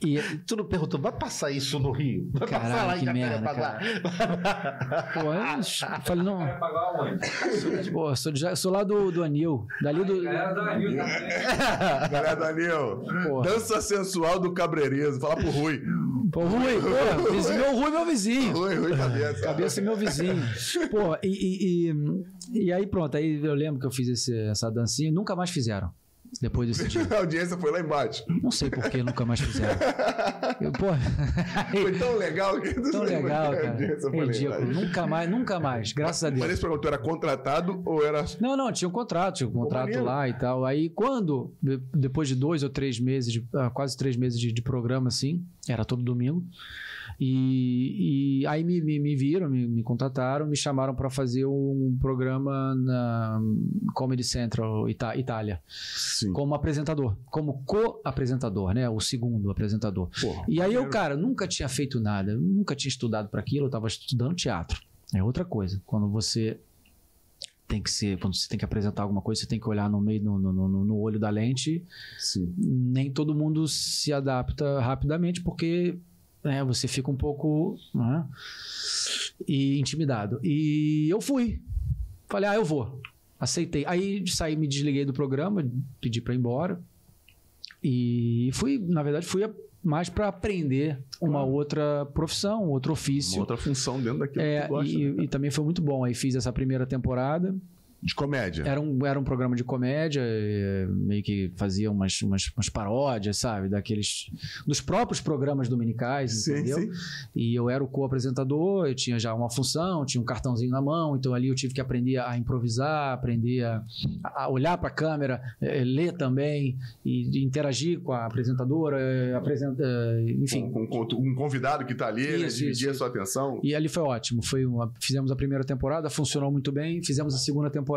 D: E,
C: Tu não perguntou, vai passar isso no Rio? Vai passar
D: Caralho,
C: lá em
D: que merda,
C: Jacarepaguá?
D: pô, eu falei, não,
E: Vai pagar aonde?
D: pô, sou, de, Ja- sou lá do, do Anil. Dali do.
E: Galera do Anil também.
A: Galera, Daniel,
D: Porra.
A: dança sensual do cabreireso. Fala pro Rui.
D: Pô, Rui, pô, vizinho- meu Rui, meu vizinho.
A: Rui, Rui, cabeça.
D: Cabeça é meu vizinho. Pô, e, e, e, e aí pronto, aí eu lembro que eu fiz esse- essa dancinha e nunca mais fizeram. Depois desse dia.
A: A audiência foi lá embaixo.
D: Não sei por que nunca mais fizeram. Eu, pô,
A: Foi tão legal que.
D: tão legal,
A: A
D: cara.
A: audiência foi lá
D: Ridículo.
A: embaixo.
D: Nunca mais, nunca mais. Graças a Deus.
A: Mas esse programa tu era contratado ou era.
D: Não, não, tinha um contrato, tinha um contrato
A: maneiro.
D: lá e tal. Aí quando, de- depois de dois ou três meses, de- ah, quase três meses de, de programa, assim, era todo domingo. E, e aí me, me, me viram, me, me contrataram, me chamaram para fazer um programa na Comedy Central Ita- Itália,
A: Sim.
D: como apresentador, como co-apresentador, né? O segundo apresentador.
A: Porra.
D: E aí eu, cara, nunca tinha feito nada, eu nunca tinha estudado para aquilo, eu tava estudando teatro. É outra coisa. Quando você tem que ser, quando você tem que apresentar alguma coisa, você tem que olhar no meio, no, no- no- no olho da lente.
A: Sim.
D: Nem todo mundo se adapta rapidamente, porque né, você fica um pouco né, e intimidado. E eu fui. Falei, ah, eu vou. Aceitei. Aí saí, me desliguei do programa, pedi pra ir embora. E fui, na verdade, fui a- mais pra aprender uma outra profissão, um outro
A: Uma
D: ofício.
A: outra função dentro daquilo
D: É,
A: que tu gosta.
D: e,
A: né?
D: e também foi muito bom. Aí fiz essa primeira temporada.
A: De comédia.
D: Era um, era um programa de comédia, eh, meio que fazia umas, umas, umas paródias, sabe? Daqueles. Dos próprios programas dominicais, entendeu? E eu era o co-apresentador, eu tinha já uma função, tinha um cartãozinho na mão, então ali eu tive que aprender a improvisar, aprender a, a olhar para a câmera, eh, ler também, e, e interagir com a apresentadora, eh, apresenta, eh, enfim.
A: Com, com- com um convidado que tá ali, né,
D: Isso,
A: dividir
D: isso,
A: a sua atenção.
D: E ali foi ótimo. Foi uma- fizemos a primeira temporada, funcionou muito bem. Fizemos a segunda temporada.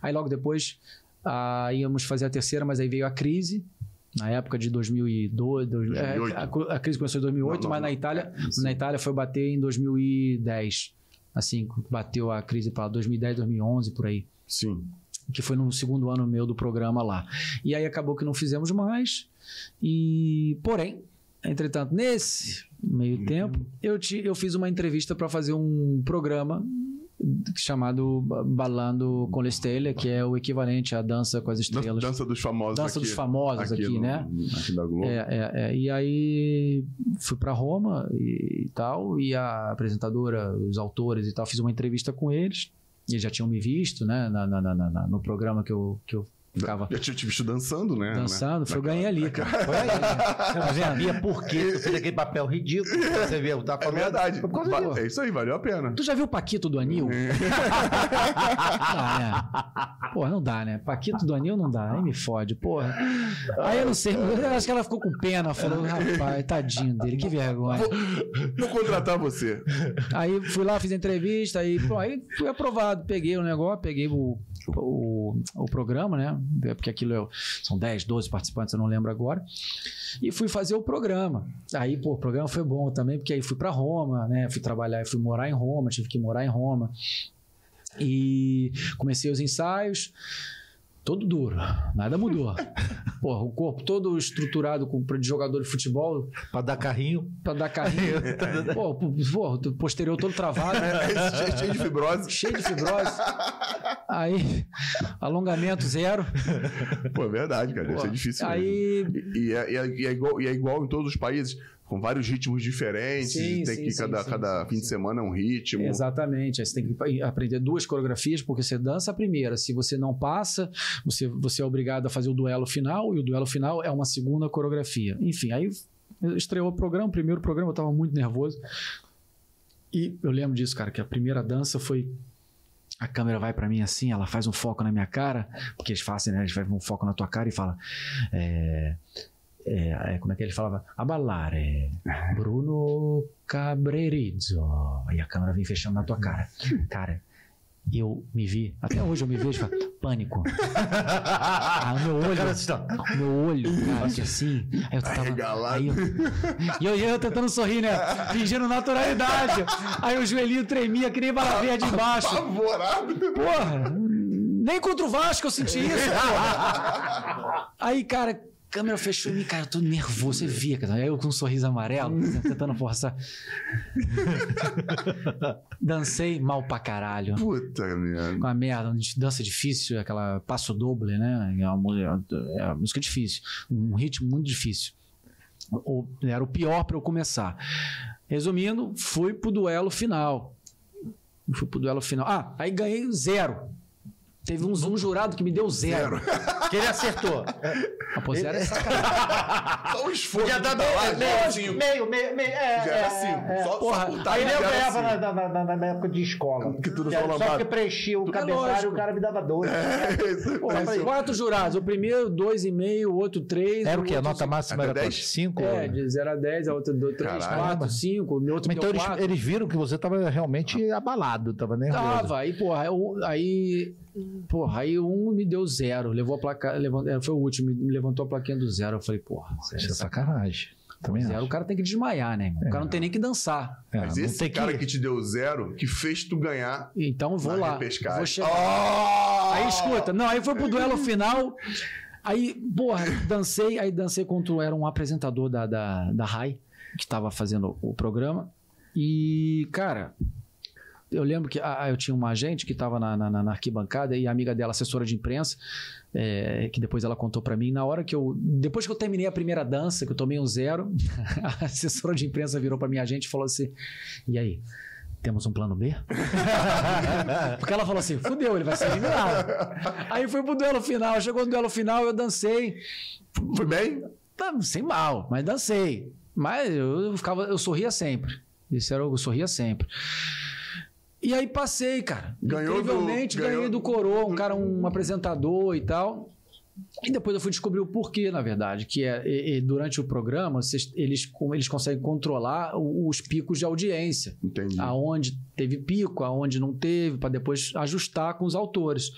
D: Aí logo depois ah, íamos fazer a terceira, mas aí veio a crise. Na época de 2002, dois- é,
A: 2008.
D: a, co- a crise começou em 2008,
A: Não, não,
D: mas
A: não. É,
D: na Itália,
A: Sim.
D: na Itália foi bater em 2010. Assim, bateu a crise para 2010, 2011 por aí
A: Sim.
D: que foi no segundo ano meu do programa lá. E aí acabou que não fizemos mais. E, porém, entretanto, nesse
A: Uhum.
D: meio tempo, eu, ti- eu fiz uma entrevista para fazer um programa chamado Ba- Balando com le Stelle, que é o equivalente à Dança com as
A: Dan-
D: Estrelas. Dança,
A: Dança dos famosos aqui.
D: dos famosos aqui,
A: no-
D: né?
A: Aqui da Globo.
D: É, é, é. E aí fui para Roma e, e tal, e a apresentadora, os autores e tal, fiz uma entrevista com eles. Eles já tinham me visto, né, na- na- na- na- na- no programa que eu, que eu ficava
A: Já tinha te visto dançando, né?
D: dançando. Foi, eu ganhei ali, cara. Foi aí,
C: Você não sabia por quê? Tu fez aquele papel ridículo. que Você viu, tá
A: É
C: falando.
A: verdade.
C: Por causa
A: Va-
C: disso.
A: é isso aí, valeu a pena.
D: Tu já viu o Paquito do Anil? ah, né? Porra, não dá, né? Paquito do Anil não dá. Aí me fode, porra. Aí eu não sei. Eu acho que ela ficou com pena. Falou, rapaz, tadinho dele, que vergonha.
A: Vou contratar você.
D: Aí fui lá, fiz a entrevista, aí, pô, aí fui aprovado. Peguei o negócio, peguei o, o, o programa, né? É Porque aquilo é, o- são 10, 12 participantes, eu não lembro agora. E fui fazer o programa. Aí, pô, o programa foi bom também, porque aí fui pra Roma, né? Fui trabalhar, fui morar em Roma, tive que morar em Roma. E comecei os ensaios. Todo duro, nada mudou. Porra, o corpo todo estruturado com, de jogador de futebol,
C: Pra dar carrinho.
D: pra dar carrinho. Pô, pô, pô, o posterior todo travado, né?
A: É, é cheio de fibrose.
D: cheio de fibrose. Aí, alongamento zero.
A: Pô, é verdade, cara. Deve
D: Pô,
A: ser difícil. mesmo.
D: Aí,
A: E, é, e é- e é igual, e é igual em todos os países, com vários ritmos diferentes.
D: Sim,
A: tem
D: sim,
A: que
D: sim,
A: cada,
D: sim,
A: cada
D: sim,
A: fim de
D: sim.
A: semana é um ritmo.
D: exatamente. Aí você tem que aprender duas coreografias, porque você dança a primeira. Se você não passa, você, você é obrigado a fazer o duelo final, e o duelo final é uma segunda coreografia. Enfim, aí estreou o programa, o primeiro programa, eu tava muito nervoso. E eu lembro disso, cara, que a primeira dança foi. A câmera vai pra mim assim, ela faz um foco na minha cara, porque eles fazem, né? Eles fazem um foco na tua cara e fala. é, é, é, como é que ele falava? eh, Abalare. Bruno Cabrerizo. E a câmera vem fechando na tua cara. Cara, eu me vi, até hoje eu me vejo, e falo, pânico. Ah, o meu
C: O cara
D: olho
C: assim, ó.
D: meu olho, cara, assim. Aí eu tava.
A: Arregalado.
D: Aí eu, e eu, eu tentando sorrir, né? Fingindo naturalidade. Aí o joelhinho tremia, que nem bala verde embaixo.
A: Favorável.
D: Porra, nem contra o Vasco eu senti isso. porra. Aí, cara, a câmera fechou em mim, cara, eu tô nervoso, você via, cara. Aí eu com um sorriso amarelo, tentando forçar. Dancei mal pra caralho
A: Puta merda.
D: com a merda, de dança difícil, aquela passo doble, né? É uma, mu- é uma música difícil, um ritmo muito difícil. O- era o pior para eu começar. Resumindo, fui pro duelo final. Fui pro duelo final. Ah, aí ganhei zero. Teve um, um jurado que me deu zero.
C: Que ele acertou.
D: Ah, pô, zero é sacanagem.
A: Só o esforço.
C: Já dá
A: da
C: meio,
A: live,
C: meio,
A: assim,
C: meio, meio, meio, é,
A: Já
C: é,
A: era cinco.
C: é.
A: Só- só
D: Porra,
A: por
C: Aí
A: timing já era
C: eu
A: assim.
C: ganhava
A: cinco.
C: na, na- na- na- na época de escola.
A: Que tudo
C: Que era
A: só É.
C: só
A: lambado.
C: que preenchia o
D: É
C: cabeçário,
D: lógico.
C: o cara me dava dois.
D: Pô, eu falei, quatro jurados. é O primeiro, dois e meio, o outro, três.
F: Era o quê? A nota máxima
A: Até
F: era quanto?
A: dez?
F: 5?
D: É, de 0 a 10, a outra deu 3,
A: Caralho.
D: 4, 5, o meu outro
F: Então
D: deu
F: eles,
D: 4.
F: eles viram que você tava realmente abalado, tava nervoso.
D: Tava, aí, porra, aí um- aí, porra, aí um me deu zero, levou a placa, levant- é, foi o último, me levantou a plaquinha do zero, eu falei, porra, zero,
F: Isso é sacanagem. Também
D: zero, é o
F: acho.
D: cara tem que desmaiar, né? irmão? O cara não tem nem que dançar,
F: É,
A: Mas
F: não
A: esse
F: tem
A: cara que... te deu zero, que fez tu ganhar
D: então eu vou
A: na
D: lá,
A: repescagem.
D: vou chegar.
A: Ah!
D: Aí escuta, não, aí foi pro duelo final. Aí, porra, dancei, aí dancei contra o- era um apresentador da, da, da RAI, que tava fazendo o programa. E, cara, eu lembro que ah, eu tinha uma agente que tava na, na, na- na arquibancada e a amiga dela, assessora de imprensa, é, que depois ela contou pra mim. Na hora que eu. Depois que eu terminei a primeira dança, que eu tomei um zero, a assessora de imprensa virou pra minha agente e falou assim: E aí? Temos um plano B? Porque ela falou assim: fudeu, ele vai ser eliminado. Aí foi pro duelo final. Chegou no duelo final, eu dancei.
A: Foi bem?
D: Tá, sem mal, mas dancei. Mas eu ficava, eu sorria sempre. Isso era, eu sorria sempre. E aí passei, cara.
A: Ganhou do-
D: Incrivelmente,
A: ganhou-
D: ganhei do Coroa, um cara, um apresentador e tal. E depois eu fui descobrir o porquê, na verdade, que é e- e durante o programa vocês- eles, com- eles conseguem controlar o- os picos de audiência
A: Entendi.
D: Ah. aonde teve pico, aonde não teve, para depois ajustar com os autores.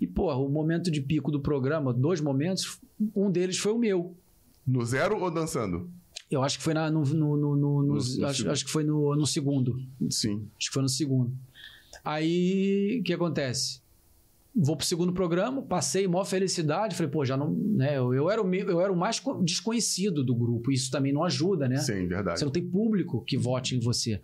D: E, porra, o momento de pico do programa, dois momentos, um deles foi o meu.
A: No zero ou dançando?
D: Eu acho que foi na, no, no, no- no-
A: No-
D: nos-
A: no
D: acho,
A: segundo.
D: acho que foi no, no segundo.
A: Sim.
D: Acho que foi no segundo. Aí, o que acontece? Vou pro segundo programa, passei maior felicidade, falei, pô, já não, né, eu, eu era o, me- eu era o mais co- desconhecido do grupo, isso também não ajuda, né?
A: Sim, verdade.
D: Você não tem público
C: Uhum.
D: que vote em você.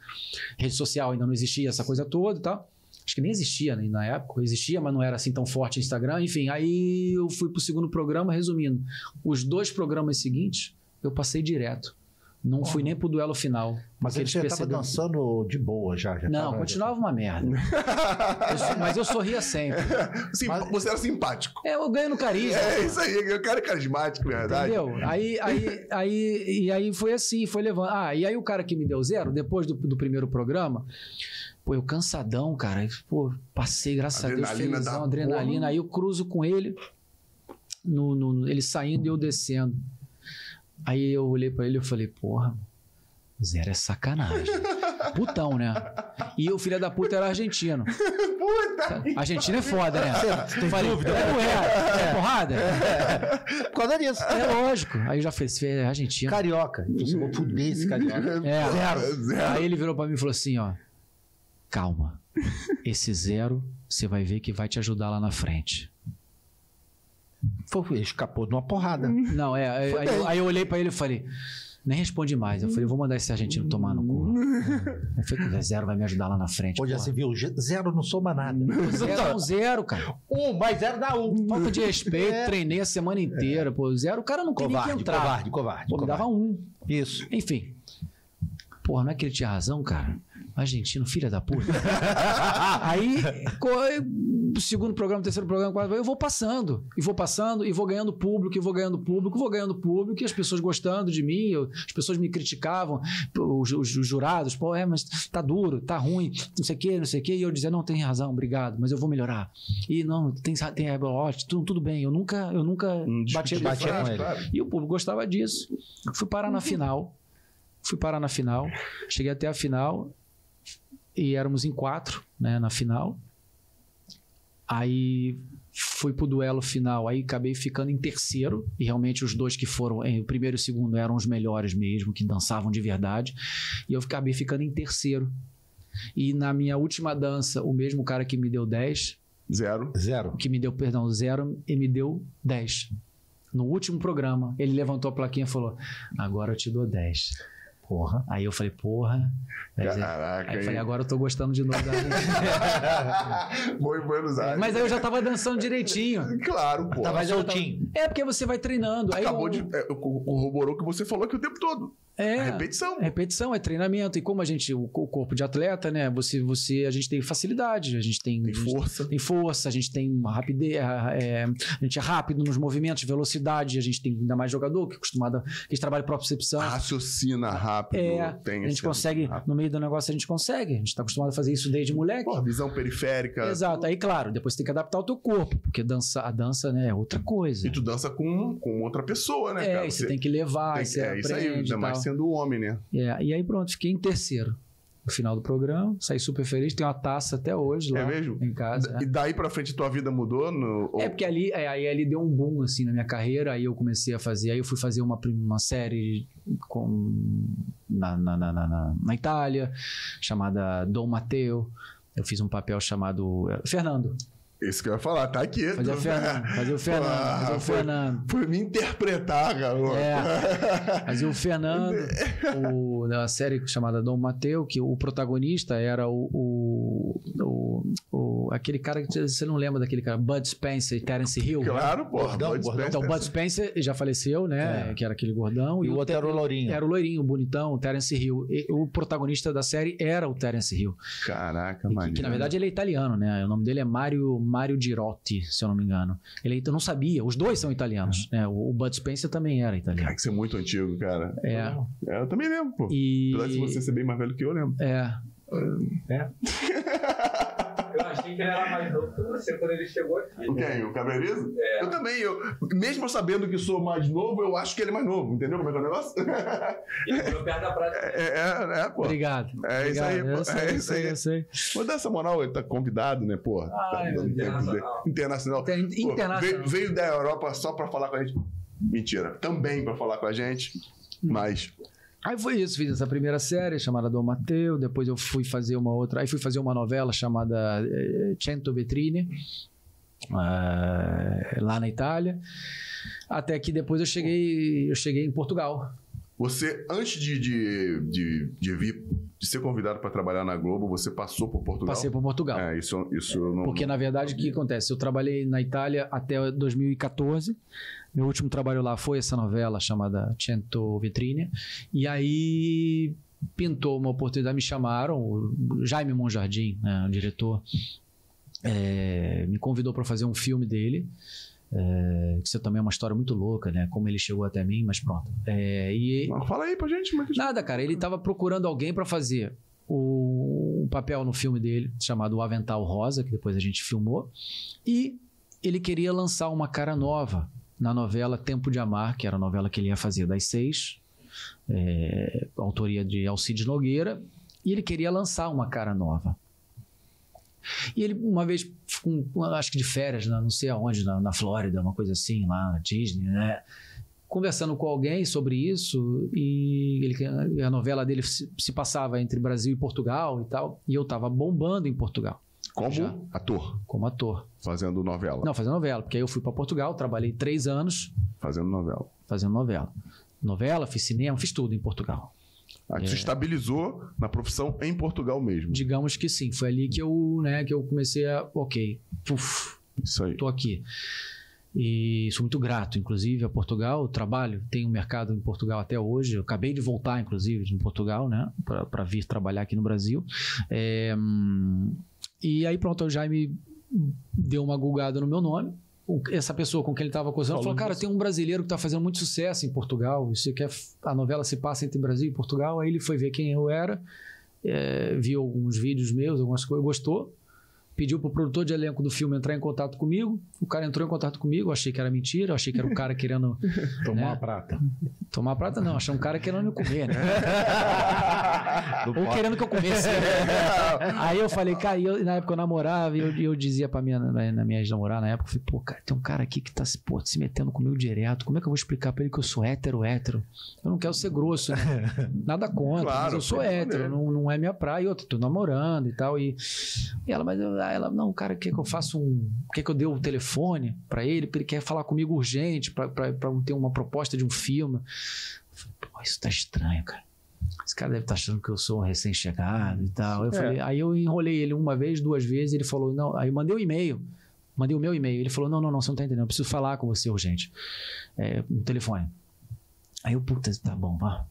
D: Rede social ainda não existia, essa coisa toda e tal. Acho que nem existia né, na época, existia, mas não era assim tão forte o Instagram. Enfim, aí eu fui pro segundo programa, resumindo. Os dois programas seguintes, eu passei direto. Não fui nem pro duelo final.
C: Uhum. Mas
D: porque
C: ele já tava
D: perceberam-
C: dançando de boa já. já
D: Não,
C: tava-
D: continuava uma merda. Eu sou- mas eu sorria sempre.
A: Sim,
C: Mas-
A: Você era simpático.
D: É, eu ganho no carisma.
A: É isso aí, eu quero carismático, na verdade.
D: Entendeu? Aí, aí, aí, e aí foi assim, foi levando. Ah, e aí o cara que me deu zero, depois do, do primeiro programa, pô, eu cansadão, cara. Pô, passei, graças a Deus,
A: Adrenalina
D: felizão,
A: da
D: adrenalina. Aí eu cruzo com ele, no, no- no- ele saindo e eu descendo. Aí eu olhei pra ele e falei, porra, zero é sacanagem. Putão, né? E o filho da puta era argentino.
A: Puta!
D: Argentina é foda, né? Tem falei, dúvida? É, é, é, porrada?
C: Por causa disso.
D: É lógico. Aí eu já falei, "Esse é argentino.
C: Carioca. Então, Eu vou fuder esse carioca.
D: É,
A: Zero. Zero.
D: Aí ele virou pra mim e falou assim, ó. Calma. Esse zero, você vai ver que vai te ajudar lá na frente.
C: Foi, ele escapou de uma porrada.
D: Não, é. Aí, aí eu- aí eu olhei pra ele e falei... Nem responde mais. Eu falei, vou mandar esse argentino tomar no cu. Eu falei, zero vai me ajudar lá na frente.
C: Hoje Hum. já
D: porra.
C: se viu, ge- zero não soma nada.
D: Zero é um zero, cara.
C: Um mais zero dá um.
D: Falta de respeito,
C: É.
D: treinei a semana inteira, pô. Zero, o cara não tem nem que
C: Covarde,
D: entrar.
C: covarde, covarde,
D: Pô, me
C: covarde.
D: dava um.
C: Isso.
D: Enfim. Porra, não é que ele tinha razão, cara? Argentino, filha da puta. Aí, co- segundo programa, terceiro programa, quarto, eu vou passando. E vou passando, e vou ganhando público, e vou ganhando público, vou ganhando público, e as pessoas gostando de mim, eu- as pessoas me criticavam, os, os- os jurados, pô, é, mas tá duro, tá ruim, não sei o quê, não sei o quê. E eu dizia, não, tem razão, obrigado, mas eu vou melhorar. E não, tem, tem é, ótimo, tudo, tudo bem, eu nunca, eu nunca bati,
A: Discutir
C: batia
A: frase,
D: um
C: com ele.
A: claro.
D: e o público gostava disso. Fui parar na final. Fui parar na final. Cheguei até a final. E éramos em quatro, né? Na final. Aí fui pro duelo final. Aí acabei ficando em terceiro. E realmente os dois que foram, eh, o primeiro e o segundo, eram os melhores mesmo, que dançavam de verdade. E eu acabei ficando em terceiro. E na minha última dança, o mesmo cara que me deu 10,
A: Zero.
C: Zero.
D: que me deu, perdão, zero e me deu 10. No último programa, ele levantou a plaquinha e falou: Agora eu te dou 10.
C: Porra.
D: Aí eu falei, porra. é, Aí
A: Caraca,
D: eu
A: hein?
D: falei, agora eu tô gostando de novo da gente.
A: Vou em Buenos Aires.
D: Mas aí eu já tava dançando direitinho.
A: Claro, pô.
C: Tava
D: soltando.
C: soltinho.
D: É porque você vai treinando. Aí
A: Acabou
D: eu-
A: de. é, co- corroborou o que você falou aqui o tempo todo. É
D: É.
A: repetição.
D: Repetição é treinamento. E como a gente, o, o corpo de atleta, né? Você, você, a gente tem facilidade, a gente tem,
A: Tem força.
D: tem força, a gente tem rapidez, é, a gente é rápido nos movimentos, velocidade, a gente tem ainda mais jogador que é acostumado, que trabalha propriocepção.
A: Ah, Raciocina rápido.
D: É,
A: tem
D: a gente
A: esse-
D: consegue, no meio do negócio, a gente consegue. A gente tá acostumado a fazer isso desde moleque.
A: Pô, visão periférica.
D: Exato. Aí, claro, depois tem que adaptar o teu corpo, porque dança, a dança né, é outra coisa.
A: E tu dança com, com outra pessoa, né,
D: é,
A: cara?
D: e você tem que levar,
A: tem
D: e
A: que-
D: você
A: é isso aí,
D: aprende
A: ainda
D: e
A: mais
D: tal.
A: sendo homem, né?
D: É, e aí pronto, fiquei em terceiro. No final do programa, saí super feliz, tenho uma taça até hoje lá
A: É mesmo?
D: em casa.
A: E daí pra frente tua vida mudou? No, ou-
D: É porque ali, é, aí ali deu um boom assim na minha carreira, aí eu comecei a fazer, aí eu fui fazer uma, prim- uma série com, na, na, na, na, na- na Itália, chamada Dom Matteo. Eu fiz um papel chamado eh, Fernando.
A: Isso que eu ia falar, tá aqui.
D: Fazia
A: tu-
D: Fernando, fazia o Fernando, fazia
A: Ah,
D: o
A: foi-
D: Fernando.
A: Foi me interpretar, garoto.
D: É. Fazia o Fernando, o, na série chamada Dom Mateu, que o protagonista era o, o, o- o- aquele cara que você não lembra daquele cara, Bud Spencer e Terence Hill.
A: Claro, porra.
C: Gordão,
A: Bud
C: gordão.
A: Spencer.
D: Então, o Bud Spencer já faleceu, né?
C: É.
D: Que era aquele gordão.
C: E o outro era o Lourinho.
D: Era o loirinho, o bonitão, o Terence Hill. E o protagonista da série era o Terence Hill.
A: Caraca,
D: E que-
A: mano.
D: que, na verdade ele é italiano, né? O nome dele é Mario, Mario Girotti, se eu não me engano. Ele é, eu não sabia, os dois são italianos.
A: Uhum.
D: né? O, o Bud Spencer também era italiano.
A: Cara, que você é muito antigo, cara.
D: É.
A: É, eu também lembro, pô.
D: E.
A: Apesar de você ser bem mais velho que eu, eu lembro.
D: É.
E: Eu achei que ele era mais novo que você quando ele chegou aqui.
A: Quem? O Cabreirizo?
E: É.
A: Eu também. Eu, mesmo eu sabendo que sou mais novo, eu acho que ele é mais novo. Entendeu como é que é o negócio?
E: E ele morou perto da praia.
A: É, é, é, pô.
D: Obrigado.
A: É isso aí,
D: Obrigado.
A: pô.
D: Eu sei,
A: É
D: eu
A: isso
D: sei,
A: aí.
D: eu sei.
A: Vou dar essa moral, ele tá convidado, né, pô? tá
D: é
A: dando tempo dele.
E: Ah,
A: Internacional.
E: internacional.
D: Inter-
A: Pô, veio,
D: Internacional.
A: veio da Europa só pra falar com a gente. Mentira, também pra falar com a gente.
D: Hum.
A: Mas
D: Aí foi isso, fiz essa primeira série chamada Dom Mateu, depois eu fui fazer uma outra, aí fui fazer uma novela chamada eh, Cento Vetrine, ah, lá na Itália, até que depois eu cheguei, eu cheguei em Portugal.
A: você, antes de, de, de, de vir, de ser convidado pra trabalhar na Globo, você passou por Portugal?
D: Passei por Portugal.
A: É, isso, isso eu não.
D: Porque, na verdade, o que acontece? Eu trabalhei na Itália até 2014. Meu último trabalho lá foi essa novela chamada Cento Vitrine. E aí pintou uma oportunidade, me chamaram, o Jaime Monjardim, né, o diretor, eh, me convidou para fazer um filme dele. eh, que isso também é uma história muito louca, né? Como ele chegou até mim, mas pronto. Eh, e
A: Não, Fala aí pra gente, como é que
D: Nada, cara. Ele tava procurando alguém pra fazer o, um papel no filme dele, chamado O Avental Rosa, que depois a gente filmou. E ele queria lançar uma cara nova na novela Tempo de Amar, que era a novela que ele ia fazer das seis, é, autoria de Alcides Nogueira. E ele queria lançar uma cara nova. E ele, uma vez, com- com- acho que de férias, né, não sei aonde, na, na Flórida, uma coisa assim, lá na Disney, né? conversando com alguém sobre isso e ele- a novela dele se, se passava entre Brasil e Portugal e tal e eu tava bombando em Portugal
A: Como
D: Já.
A: ator,
D: como ator
A: fazendo novela.
D: não fazendo novela porque aí eu fui para Portugal trabalhei três anos
A: Fazendo novela.
D: fazendo novela novela fiz cinema fiz tudo em Portugal É.
A: Aí Tá? se estabilizou na profissão em Portugal mesmo.
D: digamos que sim foi ali que eu né que eu comecei a ok puf,
A: Isso aí.
D: tô aqui. E sou muito grato, inclusive, a Portugal. Eu trabalho, tenho um mercado em Portugal até hoje. Eu acabei de voltar, inclusive, de Portugal, né? Para vir trabalhar aqui no Brasil. É, hum, e aí, pronto, o Jaime deu uma gulgada no meu nome. O- Essa pessoa com quem ele estava acusando falou: Cara, tem um brasileiro que está fazendo muito sucesso em Portugal. Você quer. f- A novela se passa entre Brasil e Portugal. Aí ele foi ver quem eu era, é, viu alguns vídeos meus, algumas coisas, gostou pediu pro produtor de elenco do filme entrar em contato comigo. O cara entrou em contato comigo, eu achei que era mentira, eu achei que era um cara querendo
F: Tomou
D: É.
F: uma prata.
D: tomar prata, não, eu achei um cara querendo me comer, né?
C: Do
D: Ou Um querendo que eu comesse. Aí eu falei, cara, e eu- na época eu namorava e eu, e eu dizia pra minha, na na minha ex-namorada, na época, eu falei, pô, cara, tem um cara aqui que tá se, pô, se metendo comigo direto. Como é que eu vou explicar pra ele que eu sou hétero, hétero? Eu não quero ser grosso, né? Nada contra,
A: Claro,
D: mas eu sou
A: problema
D: hétero,
A: dele.
D: não, não é minha praia. E outra, tô namorando e tal. E, e ela, mas eu- ah, ela, não, cara, quer que eu faça um. Quer que eu dê o telefone pra ele? Porque ele quer falar comigo urgente, pra, pra, pra ter uma proposta de um filme. Eu falei, pô, isso tá estranho, cara. Esse cara deve estar achando que eu sou um recém-chegado e tal. Eu falei, aí eu enrolei ele uma vez, duas vezes, ele falou, não, aí eu mandei um e-mail. Mandei o meu e-mail. Ele falou: não, não, não, você não tá entendendo, eu preciso falar com você urgente. É, no telefone. Aí eu, puta, tá bom, vá.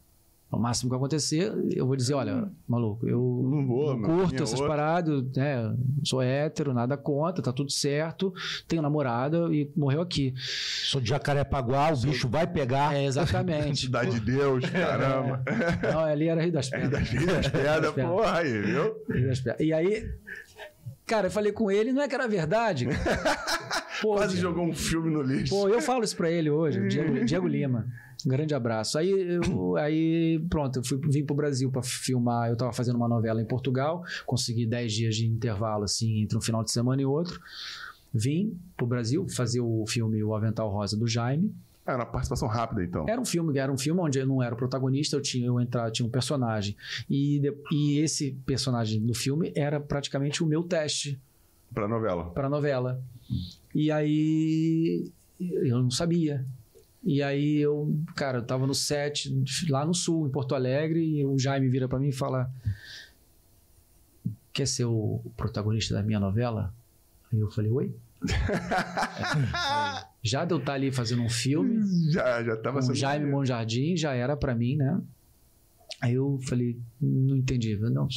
D: O máximo que acontecer, eu vou dizer, olha, maluco, eu
G: Não vou,
D: não
G: meu.
D: curto
G: Minha
D: essas
G: outra.
D: paradas, né? Sou hétero, nada contra, tá tudo certo, tenho namorada e morreu aqui.
F: Sou de Jacarepaguá, o bicho vai pegar.
D: É, exatamente.
A: Dá de Deus,
D: É.
A: caramba.
D: não, ali era Rio das
A: É
D: Pedras.
A: da gente das pedras,
D: Pedras.
A: porra aí, viu?
D: Rio das Pedras. E aí, cara, eu falei com ele, não é que era verdade. cara. Pô,
A: Quase
D: Diego,
A: jogou um filme no lixo.
D: Pô, eu falo isso pra ele hoje, o Diego, Diego Lima. Um grande abraço. Aí, eu- aí pronto, eu fui, vim pro Brasil pra filmar. Eu tava fazendo uma novela em Portugal, consegui 10 dias de intervalo, assim, entre um final de semana e outro. Vim pro Brasil fazer o filme O Avental Rosa do Jaime.
A: Ah, Era uma participação rápida, então.
D: Era um filme, era um filme onde eu não era o protagonista, eu tinha, eu entrava, tinha um personagem. E, de- e esse personagem do filme era praticamente o meu teste
A: Pra novela.
D: para novela. E aí eu não sabia. E aí eu, cara, eu tava no set lá no sul, em Porto Alegre, e o Jaime vira para mim e fala: "Quer ser o protagonista da minha novela?" Aí eu falei: "Oi?" É, Já de eu estar ali fazendo um filme,
A: Hum. Já, já tava
D: com o Jaime Monjardim já era pra mim, né? Aí eu falei, não entendi. Eu falei, Não,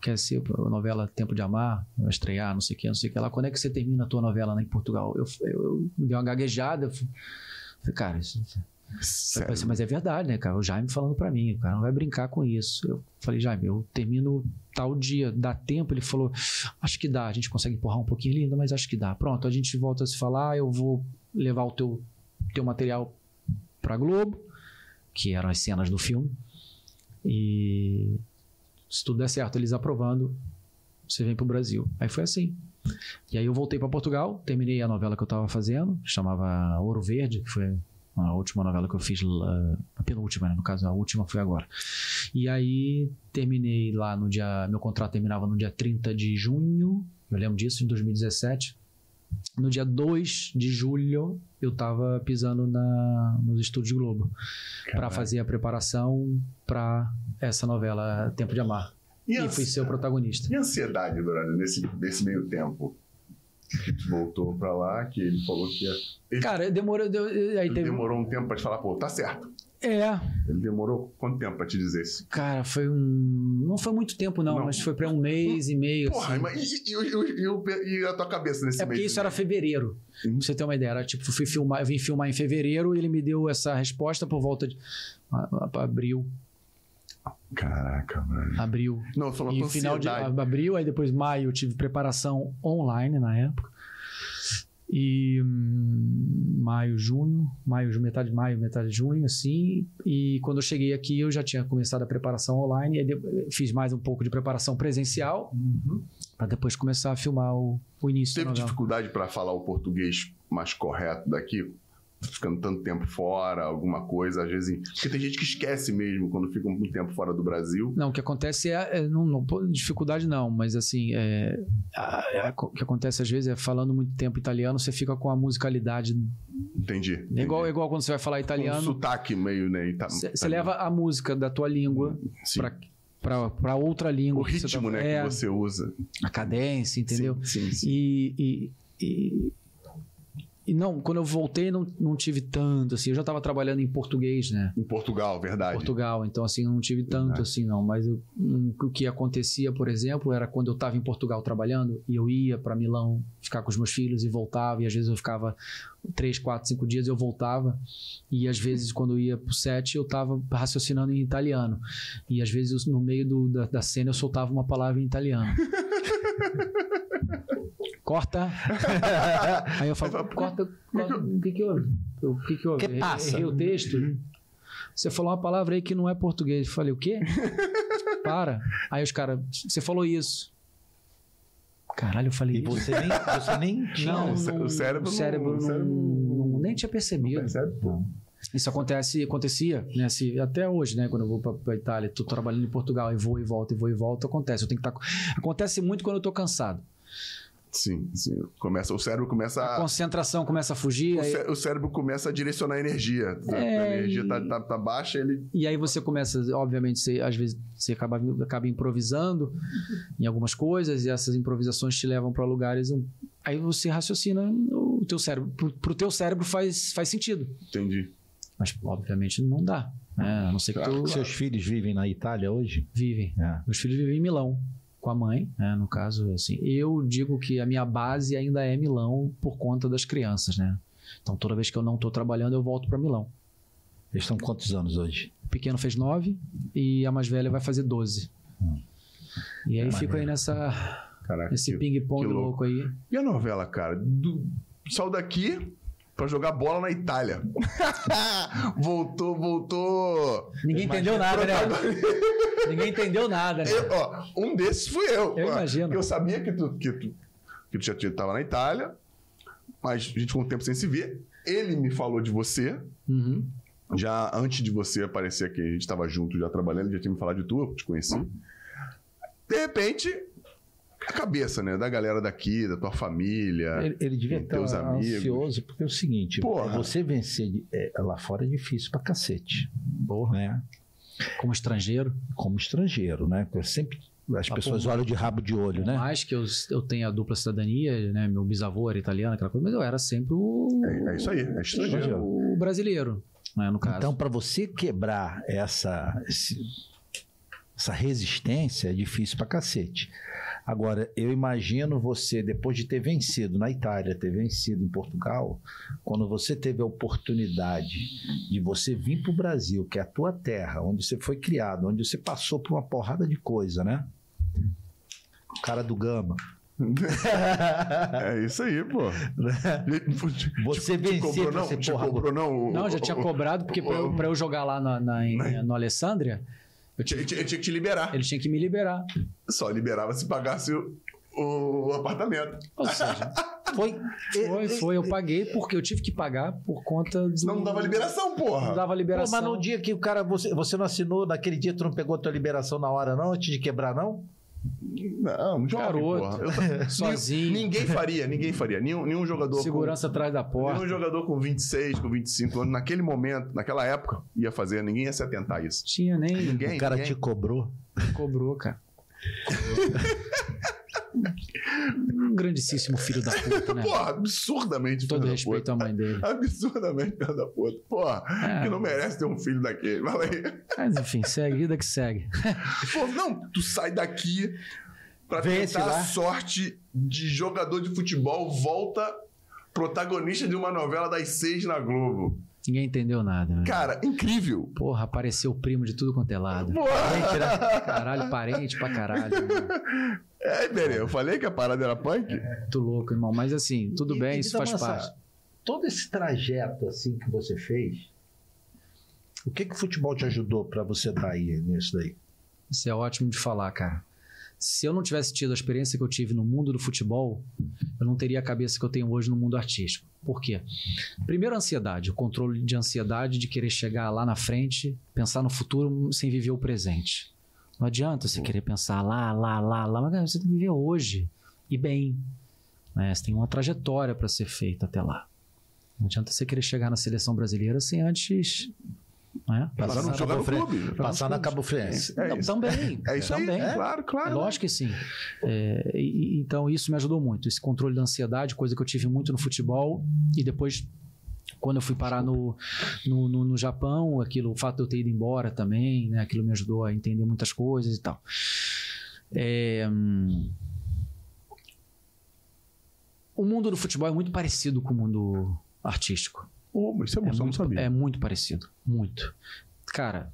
D: quer ser a novela Tempo de Amar, vai estrear, não sei o que, não sei o que lá. Quando é que você termina a tua novela lá em Portugal? Eu, eu, eu dei uma gaguejada. eu Falei, cara, isso, eu
A: Sério.
D: falei assim, mas é verdade, né, cara? O Jaime falando pra mim, o cara não vai brincar com isso. Eu falei, Jaime, eu termino tal dia, dá tempo? Ele falou, acho que dá, a gente consegue empurrar um pouquinho ali ainda, mas acho que dá. Pronto, a gente volta a se falar, eu vou levar o teu, teu material pra Globo, que eram as cenas do filme, e se tudo der certo, eles aprovando, você vem pro Brasil. Aí foi assim. E aí eu voltei pra Portugal, terminei a novela que eu tava fazendo, que chamava Ouro Verde, que foi a última novela que eu fiz, lá- a penúltima, né? No caso, a última foi agora. E aí terminei lá no dia. Meu contrato terminava no dia 30 de junho, eu lembro disso, em 2017. No dia 2 de julho, eu tava pisando na, nos estúdios Globo pra fazer a preparação pra essa novela Tempo de Amar.
A: E,
D: E
A: ans-
D: fui ser o protagonista.
A: e ansiedade, Dourado, nesse, nesse meio tempo? Que tu voltou pra lá, que ele falou que ia-
D: Cara, demorou. deu- Aí
A: ele
D: teve.
A: demorou um tempo pra te falar, pô, tá certo.
D: É,
A: Ele demorou quanto tempo pra te dizer isso?
D: cara, foi um. Não foi muito tempo, não,
A: Não.
D: mas foi pra um mês e meio.
A: Porra,
D: assim.
A: mas e, e, e- e o- e a tua cabeça nesse
D: É
A: meio Uhum.
D: porque isso era fevereiro. Pra você ter uma ideia, era tipo, fui filmar, eu vim filmar em fevereiro e ele me deu essa resposta por volta de a- a- abril, é-
A: Caraca, mano.
D: abril.
A: Não, eu falo
D: E
A: tua
D: final de Ah,
A: ansiedade.
D: a- abril, aí depois maio eu tive preparação online na época. E hum, maio, junho, maio, ju- metade de maio, metade de junho, assim. E quando eu cheguei aqui, eu já tinha começado a preparação online, aí de- fiz mais um pouco de preparação presencial, pra depois começar a filmar o, o início da
A: Uhum. Teve
D: novela.
A: dificuldade pra falar o português mais correto daqui? Tá Ficando tanto tempo fora, alguma coisa, às vezes. em- Porque tem gente que esquece mesmo quando fica um tempo fora do Brasil.
D: Não, o que acontece é. é, não, não, pô, dificuldade não, mas assim. é, a- a- o que acontece às vezes é falando muito tempo italiano, você fica com a musicalidade.
A: Entendi.
D: É
A: entendi.
D: igual, é igual quando você vai falar
A: Um
D: italiano,
A: sotaque meio, né? ita-
D: você
A: italiano.
D: leva a música da tua língua
A: Sim.
D: pra- pra pra outra língua.
A: O
D: que você
A: ritmo,
D: tá-
A: né?
D: é,
A: Que você usa.
D: A cadência, entendeu?
A: Sim, sim. sim.
D: E, e, e, e não, quando eu voltei, não, não tive tanto, assim. Eu já tava trabalhando em português, né?
A: Em Portugal, verdade.
D: Portugal, então assim, eu não tive tanto
A: Verdade.
D: assim não, mas eu- um, o que acontecia, por exemplo, era quando eu estava em Portugal trabalhando e eu ia para Milão ficar com os meus filhos e voltava e às vezes eu ficava três, quatro, cinco dias eu voltava e às vezes quando eu ia pro set eu tava raciocinando em italiano e às vezes no meio do- da, da cena eu soltava uma palavra em italiano. Corta. Aí eu falo, corta, corta, o que que houve? O que que houve?
C: Que passa?
D: Errei o
A: Uhum.
D: texto. Você falou uma palavra aí que não é português. Eu falei, o quê? Para. Aí os caras, você falou isso. Caralho, eu falei
C: E
D: isso.
C: você nem, você nem tinha.
A: Não, o cé- o cérebro
D: o
A: não-
D: cérebro,
A: o
D: não-
A: cérebro
D: não- nem tinha percebido.
A: Percebe?
D: Isso acontece, acontecia, né? Se, até hoje, né? Quando eu vou pra, pra Itália, tô trabalhando em Portugal e vou e volto, e vou e volto, acontece. Eu tenho que estar. Acontece muito quando eu tô cansado.
A: Sim, sim. Começa, o cérebro começa
D: A
A: a.
D: concentração começa a fugir,
A: Ah. O,
D: aí-
A: cé- o cérebro começa a direcionar a energia. A-
D: É,
A: a energia
D: e-
A: tá, tá- tá baixa, ele.
D: E aí você começa, obviamente, você, às vezes você acaba, acaba improvisando em algumas coisas e essas improvisações te levam para lugares. um- Aí você raciocina o teu cérebro, pro, pro teu cérebro faz, faz sentido.
A: Entendi.
D: Mas, obviamente, não dá. né? A não ser que tu
C: Seus filhos vivem na Itália hoje?
D: vive.
C: É.
D: Meus filhos vivem em Milão, com a mãe, né, no caso, assim. Eu digo que a minha base ainda é Milão por conta das crianças, né? Então, toda vez que eu não estou trabalhando, eu volto para Milão.
C: Eles estão quantos anos hoje?
D: O pequeno fez 9 e a mais velha vai fazer 12. E aí fico aí nessa,
A: Caraca.
D: nesse
A: que-
D: ping-pong
A: que
D: louco aí.
A: E a novela, cara? Do... Saiu daqui pra jogar bola na Itália. voltou, voltou.
D: Ninguém entendeu nada, né? Ninguém entendeu nada, né?
A: Eu, ó, um desses fui eu.
D: Eu
A: Ó,
D: imagino.
A: Eu sabia que tu, que tu, que tu já tinha- tava na Itália, mas a gente ficou um tempo sem se ver. Ele me falou de você,
D: Uhum.
A: já antes de você aparecer aqui, a gente estava junto já trabalhando, ele já tinha me falado de tu, eu te conheci. De repente, a cabeça, né, da galera daqui, da tua família.
C: Ele, ele devia
A: com
C: estar
A: teus É. amigos.
C: ansioso, porque é o seguinte:
A: Porra.
C: você vencer de- é, lá fora é difícil pra cacete.
D: Porra.
C: Né?
D: Como estrangeiro,
C: Como estrangeiro, né? Porque sempre as
A: Tá
D: Papo
C: pessoas olham de rabo de olho,
D: por
C: né?
D: mais que eu, eu tenha a dupla cidadania, né? Meu bisavô era italiano, aquela coisa, mas eu era sempre o,
A: É, é isso aí, é estrangeiro.
C: Estrangeiro.
D: o brasileiro, né, no caso.
C: Então, para você quebrar essa, esse- essa resistência é difícil pra cacete. Agora, eu imagino você, depois de ter vencido na Itália, ter vencido em Portugal, quando você teve a oportunidade de você vir pro Brasil, que é a tua terra, onde você foi criado, onde você passou por uma porrada de coisa, né? O cara do Gama.
A: É isso aí, pô.
D: Né?
A: te
C: Você venceu,
A: comprou, não?
C: você,
A: Te
C: porra,
A: comprou, não? O-
D: Não, já
A: o- Né?
D: tinha cobrado, porque pra eu, pra eu jogar lá na, na- em- no Alessandria, eu
A: Tinha,
D: tive-
A: tinha- tinha que te liberar.
D: ele tinha que me liberar.
A: Só liberava se pagasse o, o apartamento.
D: Ou seja,
C: Foi,
D: foi, foi, eu paguei porque eu tive que pagar por conta do.
A: Senão não dava liberação,
D: Não
A: porra.
D: dava
C: Pô,
D: liberação.
C: mas no dia que o cara, você, você não assinou, naquele dia tu não pegou a tua liberação na hora, não, antes de quebrar, não?
A: Não, jovem,
D: Garoto.
A: porra. Eu tava-
D: Sozinho.
A: Ninguém faria, ninguém faria. Nenhum, nenhum jogador com-
D: Segurança atrás da porta.
A: Nenhum jogador com 26, com 25 anos, naquele momento, naquela época, ia fazer. Ninguém ia se atentar a isso.
D: Tinha nem
A: Ninguém.
C: o cara
A: ninguém.
C: te cobrou.
D: cobrou, cara. um grandíssimo filho da puta, né?
A: Porra, absurdamente.
D: Todo
A: filho da
D: respeito
A: puta.
D: à mãe dele.
A: Absurdamente, filho da puta. Porra,
D: É,
A: que não merece ter um filho daquele. Fala aí.
D: mas enfim, segue, vida que segue.
A: Pô, não, tu sai daqui pra
C: Vence
A: tentar
C: lá.
A: a sorte de jogador de futebol, volta protagonista de uma novela das seis na Globo.
D: Ninguém entendeu nada, né?
A: Cara, incrível.
D: Porra, apareceu o primo de tudo quanto é lado.
A: Porra.
D: Caralho, parente pra caralho. né?
A: É, peraí, eu falei que a parada era punk?
D: Muito louco, irmão. Mas assim, tudo
C: E-
D: bem,
C: e Vida
D: isso faz
C: Mansa,
D: parte.
C: Todo esse trajeto assim que você fez, o que que o futebol te ajudou pra você estar aí nisso daí?
D: Isso é ótimo de falar, cara. Se eu não tivesse tido a experiência que eu tive no mundo do futebol, eu não teria a cabeça que eu tenho hoje no mundo artístico. Por quê? Primeiro, a ansiedade, o controle de ansiedade de querer chegar lá na frente, pensar no futuro sem viver o presente. Não adianta você querer pensar lá, lá, lá, lá, mas cara, você tem que viver hoje e bem. né? Você tem uma trajetória para ser feita até lá. Não adianta você querer chegar na seleção brasileira sem antes. Né?
A: Passar no
C: na
A: jogo
C: Cabo
A: no
C: Fre-
A: um clube.
C: Passar na Cabo Friense.
A: É
D: Não,
A: isso.
D: também.
A: É isso aí,
D: também.
A: claro,
D: É
A: claro.
D: Lógico que sim. É, e- e- então, isso me ajudou muito. Esse controle da ansiedade, coisa que eu tive muito no futebol. E depois, quando eu fui parar no, no, no, no Japão, aquilo, o fato de eu ter ido embora também, né, aquilo me ajudou a entender muitas coisas e tal. É, hum, o mundo do futebol é muito parecido com o mundo artístico.
A: Ô, mas isso é bom,
D: É
A: só não
D: muito,
A: sabia.
D: é muito parecido. Muito. Cara,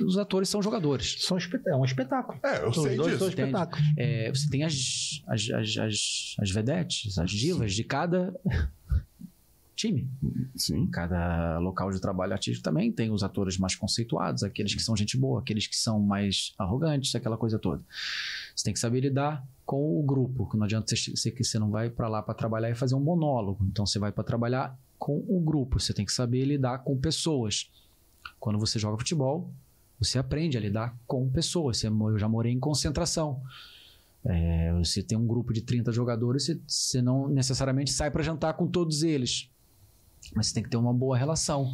D: os atores são jogadores.
C: São espet- É um espetáculo.
A: É, eu
C: Os
A: sei
C: dois são
A: disso.
D: Entende?
C: espetáculo.
D: É, você tem as, as, as, as, as vedetes, as divas de cada time,
A: Sim.
D: cada local de trabalho artístico também tem os atores mais conceituados, aqueles que são gente boa, aqueles que são mais arrogantes, aquela coisa toda. Você tem que saber lidar com o grupo, que não adianta você, você que você não vai para lá para trabalhar e fazer um monólogo. Então você vai para trabalhar com o grupo, você tem que saber lidar com pessoas. Quando você joga futebol, você aprende a lidar com pessoas. Você- Eu já morei em concentração. É, você tem um grupo de 30 jogadores, você, você não necessariamente sai para jantar com todos eles. Mas você tem que ter uma boa relação.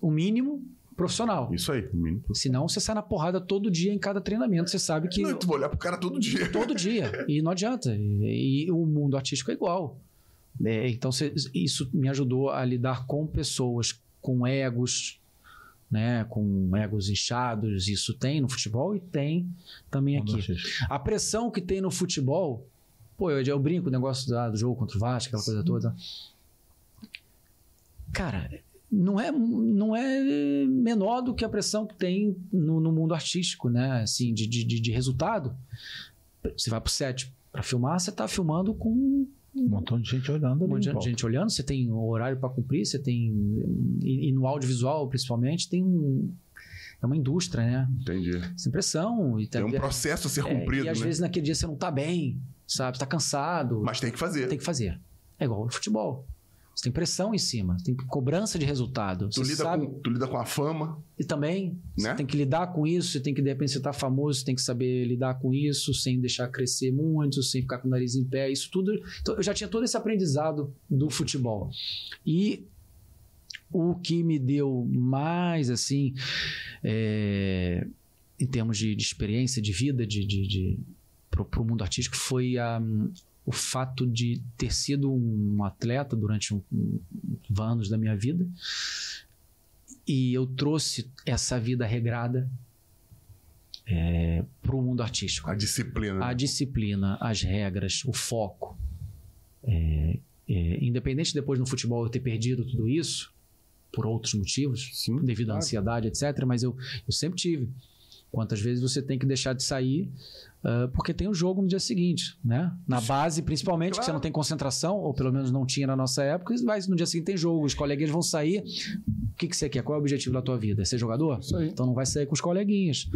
D: O mínimo profissional.
A: Isso aí, Hum. menino.
D: Senão você sai na porrada todo dia em cada treinamento. Você sabe que
A: Não, tu vai olhar pro cara todo dia.
D: todo dia. E não adianta. E, e o mundo artístico é igual. É, então, cê- isso me ajudou a lidar com pessoas, com egos, né, com egos inchados, isso tem no futebol e tem também
C: é?
D: aqui. A pressão que tem no futebol, pô, eu, eu brinco o negócio da- do jogo contra o Vasco, aquela coisa toda. Cara, não é, não é menor do que a pressão que tem no, no mundo artístico, né? Assim, de, de, de- de resultado. Você vai pro set pra filmar, você tá filmando com
C: Um montão de gente olhando
D: um
C: ali.
D: monte
C: em
D: de
C: volta.
D: gente olhando, você tem um horário para cumprir, você tem. um, E, e no audiovisual, principalmente, tem um. É uma indústria, né?
A: Entendi.
D: Sem pressão. E
A: Tem um
D: é,
A: processo a ser
D: é,
A: cumprido,
D: E às
A: né?
D: vezes naquele dia você não tá bem, sabe? Você tá cansado.
A: Mas tem que fazer.
D: Tem que fazer. É igual no futebol. Você tem pressão em cima, tem cobrança de resultado.
A: Tu
D: você
A: lida,
D: sabe.
A: com, tu lida com a fama.
D: E também
A: Né?
D: você tem que lidar com isso, você tem que, de repente, você tá famoso, você tem que saber lidar com isso, sem deixar crescer muito, sem ficar com o nariz em pé, isso tudo. Então, eu já tinha todo esse aprendizado do futebol. E o que me deu mais, assim, é, em termos de, de experiência, de vida, de, de, de, pro, pro mundo artístico, foi a, o fato de ter sido um atleta durante um, um, anos da minha vida e eu trouxe essa vida regrada para o mundo artístico.
A: A disciplina. né?
D: A disciplina, as regras, o foco. É, é, independente depois no futebol eu ter perdido tudo isso, por outros motivos, devido à ansiedade, etc., mas eu, eu sempre tive. Quantas vezes você tem que deixar de sair ah, porque tem o jogo no dia seguinte, né? Na base, principalmente, que você não tem concentração, ou pelo menos não tinha na nossa época, mas no dia seguinte tem jogo, os coleguinhas vão sair. O que, que você quer? Qual é o objetivo da tua vida? É ser jogador? Então não vai sair com os coleguinhas.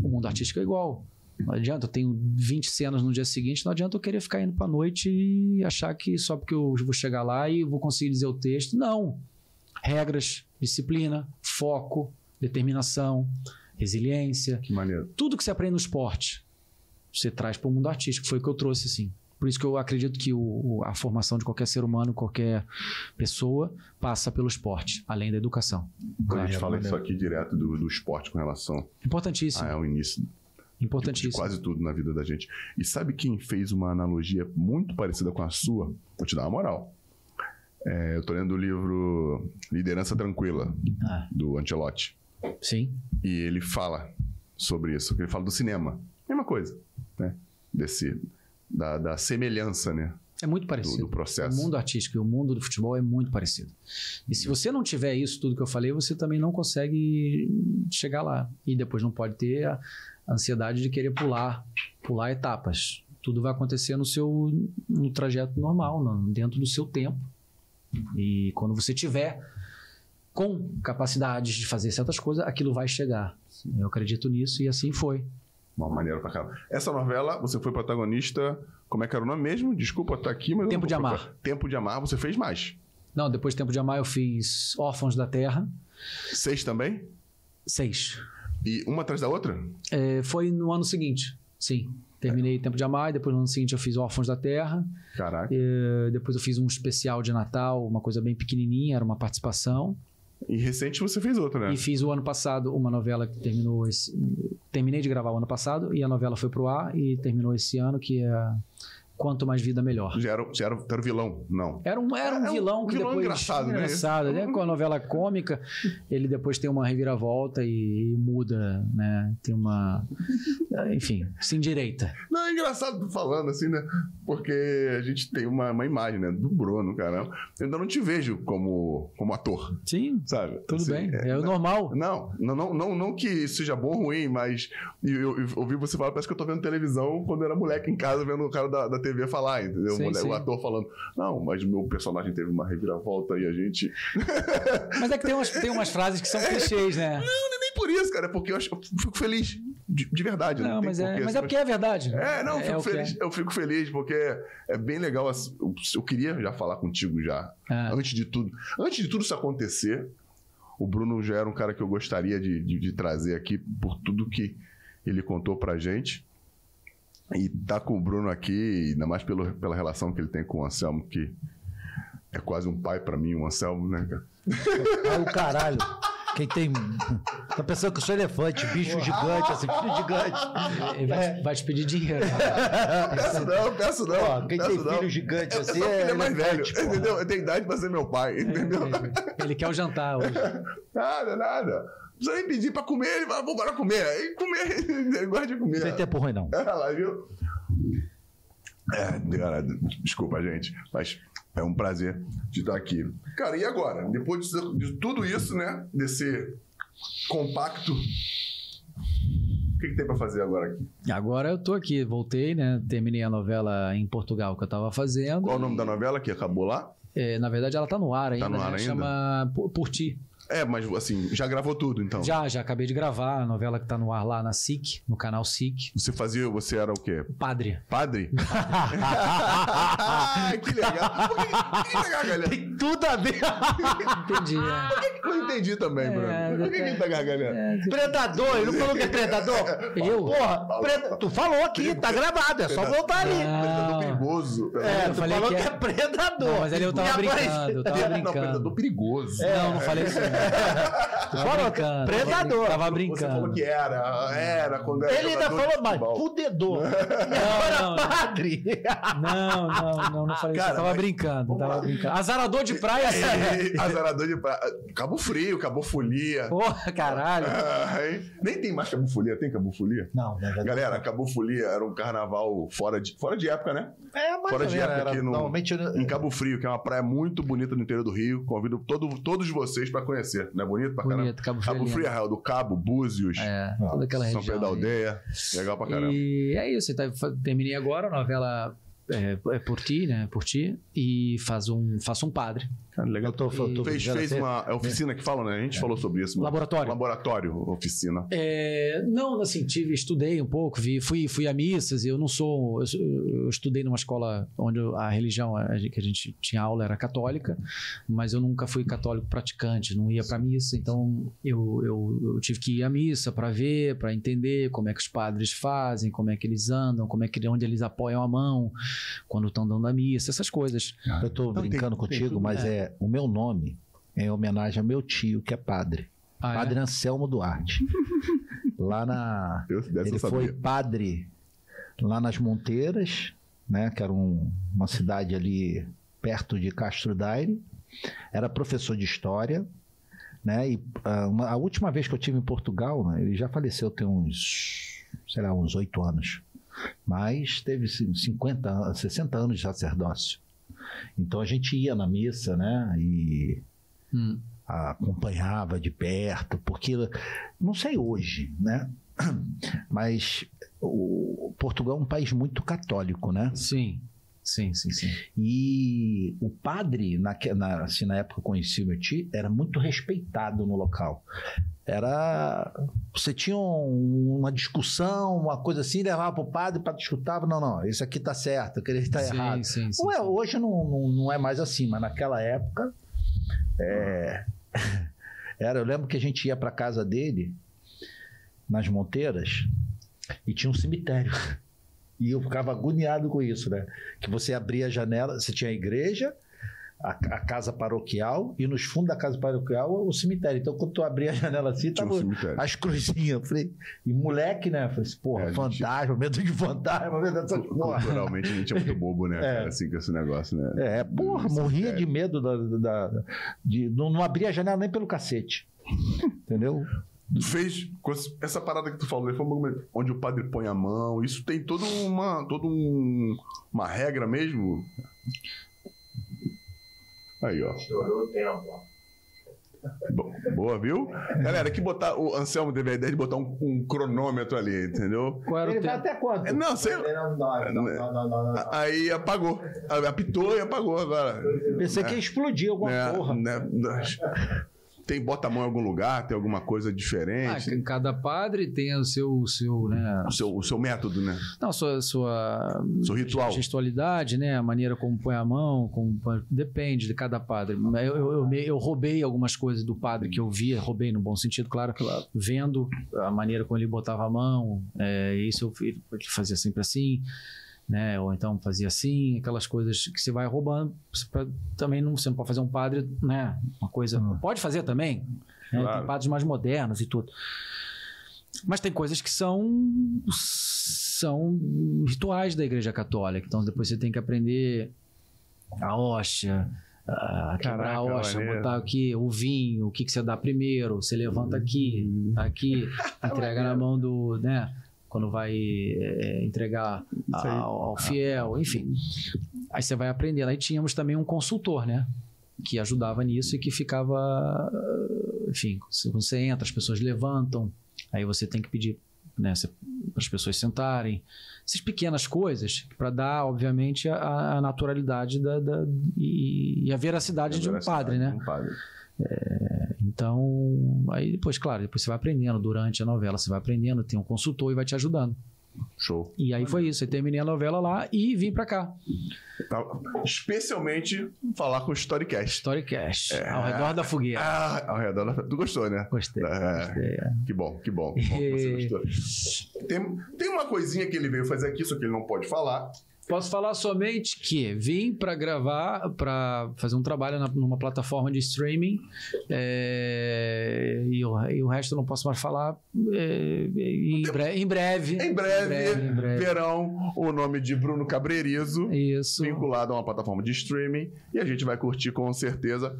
D: O mundo artístico é igual. Não adianta, eu tenho 20 cenas no dia seguinte, não adianta eu querer ficar indo pra noite e achar que só porque eu vou chegar lá e vou conseguir dizer o texto. Não. Regras, disciplina, foco, determinação, resiliência.
A: Que maneiro.
D: Tudo que você aprende no esporte, você traz para o mundo artístico. Foi o que eu trouxe, assim. Por isso que eu acredito que o- o- a formação de qualquer ser humano, qualquer pessoa, passa pelo esporte, além da educação.
A: A gente
C: Maneiro,
A: fala
C: maneiro.
A: isso aqui direto do, do esporte com relação
D: Importantíssimo.
A: a, ao início Ah, é. de- de
D: importantíssimo.
A: quase tudo na vida da gente. E sabe quem fez uma analogia muito parecida com a sua? Vou te dar uma moral. É, eu tô lendo o livro Liderança Tranquila,
D: Ah.
A: do Ancelotti.
D: Sim.
A: E ele fala sobre isso. Ele fala do cinema. Mesma coisa, né? Desse, da, da semelhança, né?
D: É muito
A: Do,
D: parecido.
A: do
D: O
A: processo.
D: mundo artístico e o mundo do futebol é muito parecido. E se você não tiver isso, tudo que eu falei, você também não consegue chegar lá. E depois não pode ter a ansiedade de querer pular, pular etapas. Tudo vai acontecer no seu no trajeto normal, no- dentro do seu tempo. E quando você tiver com capacidades de fazer certas coisas, aquilo vai chegar. Eu acredito nisso e assim foi.
A: Uma maneira pra caramba. Essa novela, você foi protagonista. Como é que era o nome mesmo? Desculpa, tá aqui, mas. eu
D: Tempo
A: não
D: de
A: vou
D: Amar.
A: procurar. Tempo de Amar, você fez mais.
D: Não, depois do Tempo de Amar eu fiz Órfãos da Terra,
A: Seis também?
D: seis.
A: E uma atrás da outra?
D: É, foi no ano seguinte, sim. Terminei Tempo de Amar, e depois no ano seguinte eu fiz Órfãos da Terra,
A: Caraca.
D: eh, depois eu fiz um especial de Natal, uma coisa bem pequenininha, era uma participação.
A: E recente você fez outra, né?
D: E fiz o ano passado uma novela que terminou esse... Terminei de gravar o ano passado e a novela foi pro ar e terminou esse ano, que é Quanto Mais Vida Melhor.
A: Já era, já era, tu era vilão, não.
D: Era um, era
A: Era
D: um
A: um
D: vilão que
A: vilão
D: depois...
A: engraçado, né?
D: Engraçado, né? Com a novela cômica, ele depois tem uma reviravolta e, e muda, né? Tem uma... Enfim, se endireita.
A: Não, é engraçado tu falando assim, né? Porque a gente tem uma, uma imagem, né? Do Bruno, caramba. Eu ainda não te vejo como, como ator,
D: Sim,
A: sabe?
D: Tudo
A: Assim,
D: bem,
A: é,
D: é, o
A: não,
D: normal.
A: não, não, não, não, não que isso seja bom ou ruim, mas eu, eu- eu ouvi você falar, parece que eu tô vendo televisão quando eu era moleque em casa, vendo o cara da, da TV falar, entendeu? O
D: Sim,
A: mole-
D: sim.
A: O ator falando, não, mas o meu personagem teve uma reviravolta e a gente.
D: Mas é que tem umas, tem umas frases que são clichês, né?
A: Nem por isso, cara, é porque eu, acho, eu fico feliz, de, de verdade.
D: Não,
A: tem
D: mas é,
A: porquê,
D: mas
A: assim,
D: é porque é verdade.
A: É, não, eu fico,
D: o que
A: feliz, eu fico feliz, porque é bem legal. assim, Eu, eu queria já falar contigo já,
D: É. Ah,
A: antes de tudo. Antes de tudo isso acontecer, o Bruno já era um cara que eu gostaria de, de- de trazer aqui por tudo que ele contou pra gente. E tá com o Bruno aqui, ainda mais pelo, pela relação que ele tem com o Anselmo, que é quase um pai pra mim, o Anselmo, né, cara?
C: Ai, o caralho. Quem tem. Tá pensando que eu sou elefante, bicho gigante, assim, bicho gigante.
D: é. Ele vai,
A: É.
D: te- vai te pedir dinheiro. né? cara.
A: Não peço não, peço não.
C: Ó, quem
A: peço
C: tem
A: não.
C: filho gigante
A: Eu só
C: assim
A: porque ele é mais velho,
C: elefante, porra.
A: entendeu? Eu tenho idade pra ser meu
C: É.
A: pai, entendeu?
D: Ele quer o jantar hoje.
A: Nada, nada. Não precisa nem pedir pra comer, ele fala, vou bora comer. Aí comer, ele gosta de comer.
C: Não tem tempo ruim, não.
A: É, lá, viu? É, cara, desculpa, gente, mas é um prazer de estar aqui. Cara, e agora? Depois disso- de, tudo isso, né? Desse compacto. O que, que tem pra fazer agora aqui?
D: Agora eu tô aqui, voltei, né? Terminei a novela em Portugal que eu tava fazendo.
A: Qual o nome da novela que acabou lá?
D: É, na verdade, ela tá no ar ainda.
A: no ar ainda?
D: né? Chama Por, Por Ti.
A: É, mas assim, já gravou tudo, então.
D: Já, já acabei de gravar a novela que tá no ar lá na SIC, no canal SIC.
A: Você fazia, você era o quê?
D: Padre.
A: Padre? que legal. Por que, que legal, galera.
C: Tem tudo a ver.
D: Entendi. é.
A: Não entendi também, Bruno. Por que, que ele tá gargalhando?
C: Predador, ele não falou que é predador?
D: Eu?
C: Porra, preda- tu falou aqui, tá gravado, é só voltar ali.
D: Ah.
A: Predador perigoso.
C: É,
D: eu
C: tu
D: falei
C: falou que
D: que
C: é,
D: é-
C: predador.
D: Não, mas ali eu
C: E
D: tava
C: a voz-
D: brincando, É, eu tava
A: Não,
D: brincando.
A: predador perigoso.
D: Não, não falei isso. não. Tava
C: Fala,
D: brincando.
C: predador.
D: Tava
A: Você falou
D: brincando.
A: que era, era quando era.
C: Ele ainda
A: jogador de
C: falou mais,
A: futebol.
C: fudedor.
D: Não, não, não.
C: Padre.
D: Não, não, não, não falei
A: Cara,
D: isso. Eu Tava
A: mas-
D: brincando,
A: vamos
D: tava
A: lá. É.
D: brincando. Azarador de praia, assim. sim.
A: E Azarador de praia. Cabo Frio, Cabo Folia.
D: Porra, caralho.
A: Ai, Nem tem mais Cabo Folia, tem Cabo Folia?
C: Não, é não, não.
A: Galera, Cabo Folia era um carnaval fora de, fora de época, né?
C: É, mas
A: Fora de época aqui no-
C: Normalmente.
A: Em Cabo Frio, que é uma praia muito bonita no interior do Rio. Convido todo, todos vocês pra conhecer. Não é bonito pra caramba?
D: Bonito, Cabo Frio.
A: Cabo
D: é lindo.
A: Frio é real, do Cabo, Búzios,
D: É, toda aquela
A: São
D: região.
A: Pedro da
D: ali.
A: Aldeia. Legal pra caramba.
D: E é isso, tá, fa- terminei agora a novela é, é por ti, né? Por ti. E faz um, faço um padre.
A: Cara, Ah, legal.
C: Eu tô, eu tô
A: Fez,
C: já
A: fez
C: sei.
A: uma é oficina que falam, né? A
C: É.
A: gente falou sobre isso. mano.
D: Laboratório.
A: Laboratório, oficina.
D: É, não, assim, tive, estudei um pouco, vi, fui, fui a missas, eu não sou. Eu, sou- eu estudei numa escola onde eu- a religião a gente- que a gente tinha aula era católica, mas eu nunca fui católico praticante, não ia pra missa, então eu, eu, eu tive que ir à missa pra ver, pra entender como é que os padres fazem, como é que eles andam, como é que onde eles apoiam a mão quando estão dando a missa, essas coisas.
C: Eu tô
A: tem- né?
C: brincando
A: tem
C: contigo,
A: tudo,
C: mas é. o meu nome é em homenagem ao meu tio, que é padre.
D: Ah, é?
C: Padre Anselmo Duarte. lá na.
A: Eu, dessa
C: Ele
A: eu sabia.
C: foi padre lá nas Monteiras, né? Que era um- uma cidade ali perto de Castro Daire. Era professor de história, né? E ah, uma- a última vez que eu tive em Portugal, né, ele já faleceu tem uns, sei lá, uns oito anos. Mas teve cin- 50, an- 60 anos de sacerdócio. Então a gente ia na missa, né? E
D: Hum.
C: acompanhava de perto, porque não sei hoje, né? Mas o Portugal é um país muito católico, né?
D: Sim, sim, sim, sim.
C: E o padre, na, na, assim, na época que eu conheci o meu tio, era muito respeitado no local. Era. Você tinha um- uma discussão, uma coisa assim, levava pro padre, o padre escutava, não, não, isso aqui tá certo, aquele está
D: sim,
C: errado.
D: sim, sim.
C: Ué, hoje não, não, não é mais assim, mas naquela época é, era. Eu lembro que a gente ia para casa dele nas Monteiras e tinha um cemitério. E eu ficava agoniado com isso, né? Que você abria a janela, você tinha a igreja, a, a casa paroquial e nos fundos da casa paroquial o cemitério. Então quando tu abria a janela assim,
A: Tinha um
C: tava
A: cemitério.
C: as cruzinhas. Eu falei, e moleque, né? Eu falei, assim, porra,
A: É, a gente-
C: fantasma, medo de fantasma, medo dessa porra.
A: Culturalmente a gente é muito bobo, né?
C: É.
A: cara, Assim com esse negócio, né?
C: É, porra,
A: Isso,
C: morria
A: sério.
C: de medo da. da- de, não, não abria a janela nem pelo cacete. Entendeu?
A: Tu fez cons- essa parada que tu falou, aí foi um bagulho onde o padre põe a mão. Isso tem toda uma, toda um- uma regra mesmo. Aí, ó.
H: Estourou o tempo.
A: Bo- Boa, viu? Galera, que botar. O Anselmo teve a ideia de botar um, um cronômetro ali, entendeu?
D: Qual era o
C: Ele vai
D: tempo?
C: até quanto?
A: É, Não, sei.
D: um
A: É, Aí apagou. Apitou e apagou agora.
C: Pensei que ia explodir alguma
A: Né,
C: porra.
A: né, nós- tem bota a mão em algum lugar, tem alguma coisa
D: Ah,
A: diferente.
D: ca- cada padre tem o seu, o seu né?
A: o, seu, o seu método, né?
D: Não, sua, sua
A: O seu ritual.
D: gestualidade, né? A maneira como põe a mão, como põe- depende de cada padre. Eu, eu, eu, me- eu roubei algumas coisas do padre que eu via, roubei no bom sentido, claro, que lá, vendo a maneira como ele botava a mão, é, isso eu fi- ele fazia sempre assim, né? Ou então fazia assim, aquelas coisas que você vai roubando. você pra- também não, você não pode fazer um padre, né? Uma coisa. Pode fazer também, né?
A: Claro.
D: Tem padres mais modernos e tudo. Mas tem coisas que são são rituais da Igreja Católica. Então depois você tem que aprender a hóstia, a quebrar a
A: Caraca,
D: hóstia,
A: maneiro.
D: botar aqui o vinho, o que, que você dá primeiro, você levanta aqui,
A: Uhum.
D: aqui, entrega na mão do, né? Quando vai é, entregar
A: Isso aí.
D: ao, ao fiel, enfim. Aí você vai aprendendo. Aí tínhamos também um consultor, né? Que ajudava nisso e que ficava. eh, Enfim, se você entra, as pessoas levantam, aí você tem que pedir né, para as pessoas sentarem. Essas pequenas coisas, para dar, obviamente, a, a naturalidade da, da- e, e a veracidade de um padre, né?
A: Um padre.
D: Então, aí depois, claro, depois você vai aprendendo durante a novela, você vai aprendendo, tem um consultor e vai te ajudando.
A: Show.
D: E aí foi isso, eu terminei a novela lá e vim para cá.
A: Tá- Especialmente falar com o Storycast.
D: Storycast, ao redor da fogueira.
A: Ah, ao redor da... Tu gostou, né?
D: Gostei.
A: É.
D: gostei. é.
A: Que bom, que bom. que bom que você gostou. Tem, tem uma coisinha que ele veio fazer aqui, só que ele não pode falar.
D: Posso falar somente que vim para gravar, para fazer um trabalho na- numa plataforma de streaming é, e, o, e o resto eu não posso mais falar. é, em, bre- em breve.
A: Em breve,
D: em breve.
A: verão, o nome de Bruno Cabrerizo,
D: Isso.
A: vinculado a uma plataforma de streaming. E a gente vai curtir com certeza.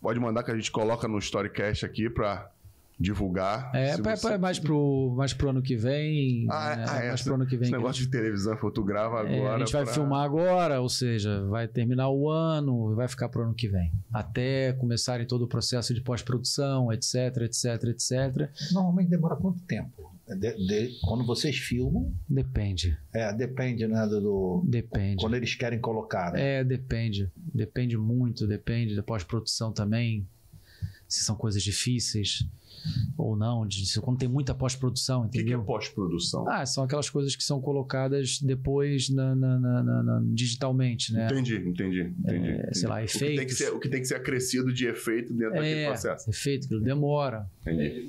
A: Pode mandar que a gente coloca no Storycast aqui pra divulgar.
D: É,
A: Se
D: pra-
A: você-
D: pra- mais, pro, mais pro ano que vem.
A: Ah, é,
D: né?
A: ah, é,
D: mais pro ano que vem.
A: Esse
D: que a
A: negócio de televisão, fotograva
D: É,
A: agora.
D: a gente vai
A: pra-
D: filmar agora, ou seja, vai terminar o ano e vai ficar pro ano que vem. Até começarem todo o processo de pós-produção, etc, etc, etc.
F: Normalmente demora quanto tempo? É De- de- quando vocês filmam,
D: Depende,
F: é, depende, né, do, do-
D: depende.
F: Quando eles querem colocar, né?
D: É, depende. Depende muito, depende da pós-produção também. Se são coisas difíceis ou não. de- se- quando tem muita pós-produção,
A: O que, que é
D: entendeu?
A: pós-produção?
D: Ah, são aquelas coisas que são colocadas depois na- na- na- na- na- digitalmente, né?
A: Entendi, entendi, entendi. entendi.
D: É, sei lá,
A: o, que tem que
D: efeitos.
A: ser, o que tem que ser acrescido de efeito dentro daquele
D: É,
A: processo.
D: efeito, que demora.
A: Entendi.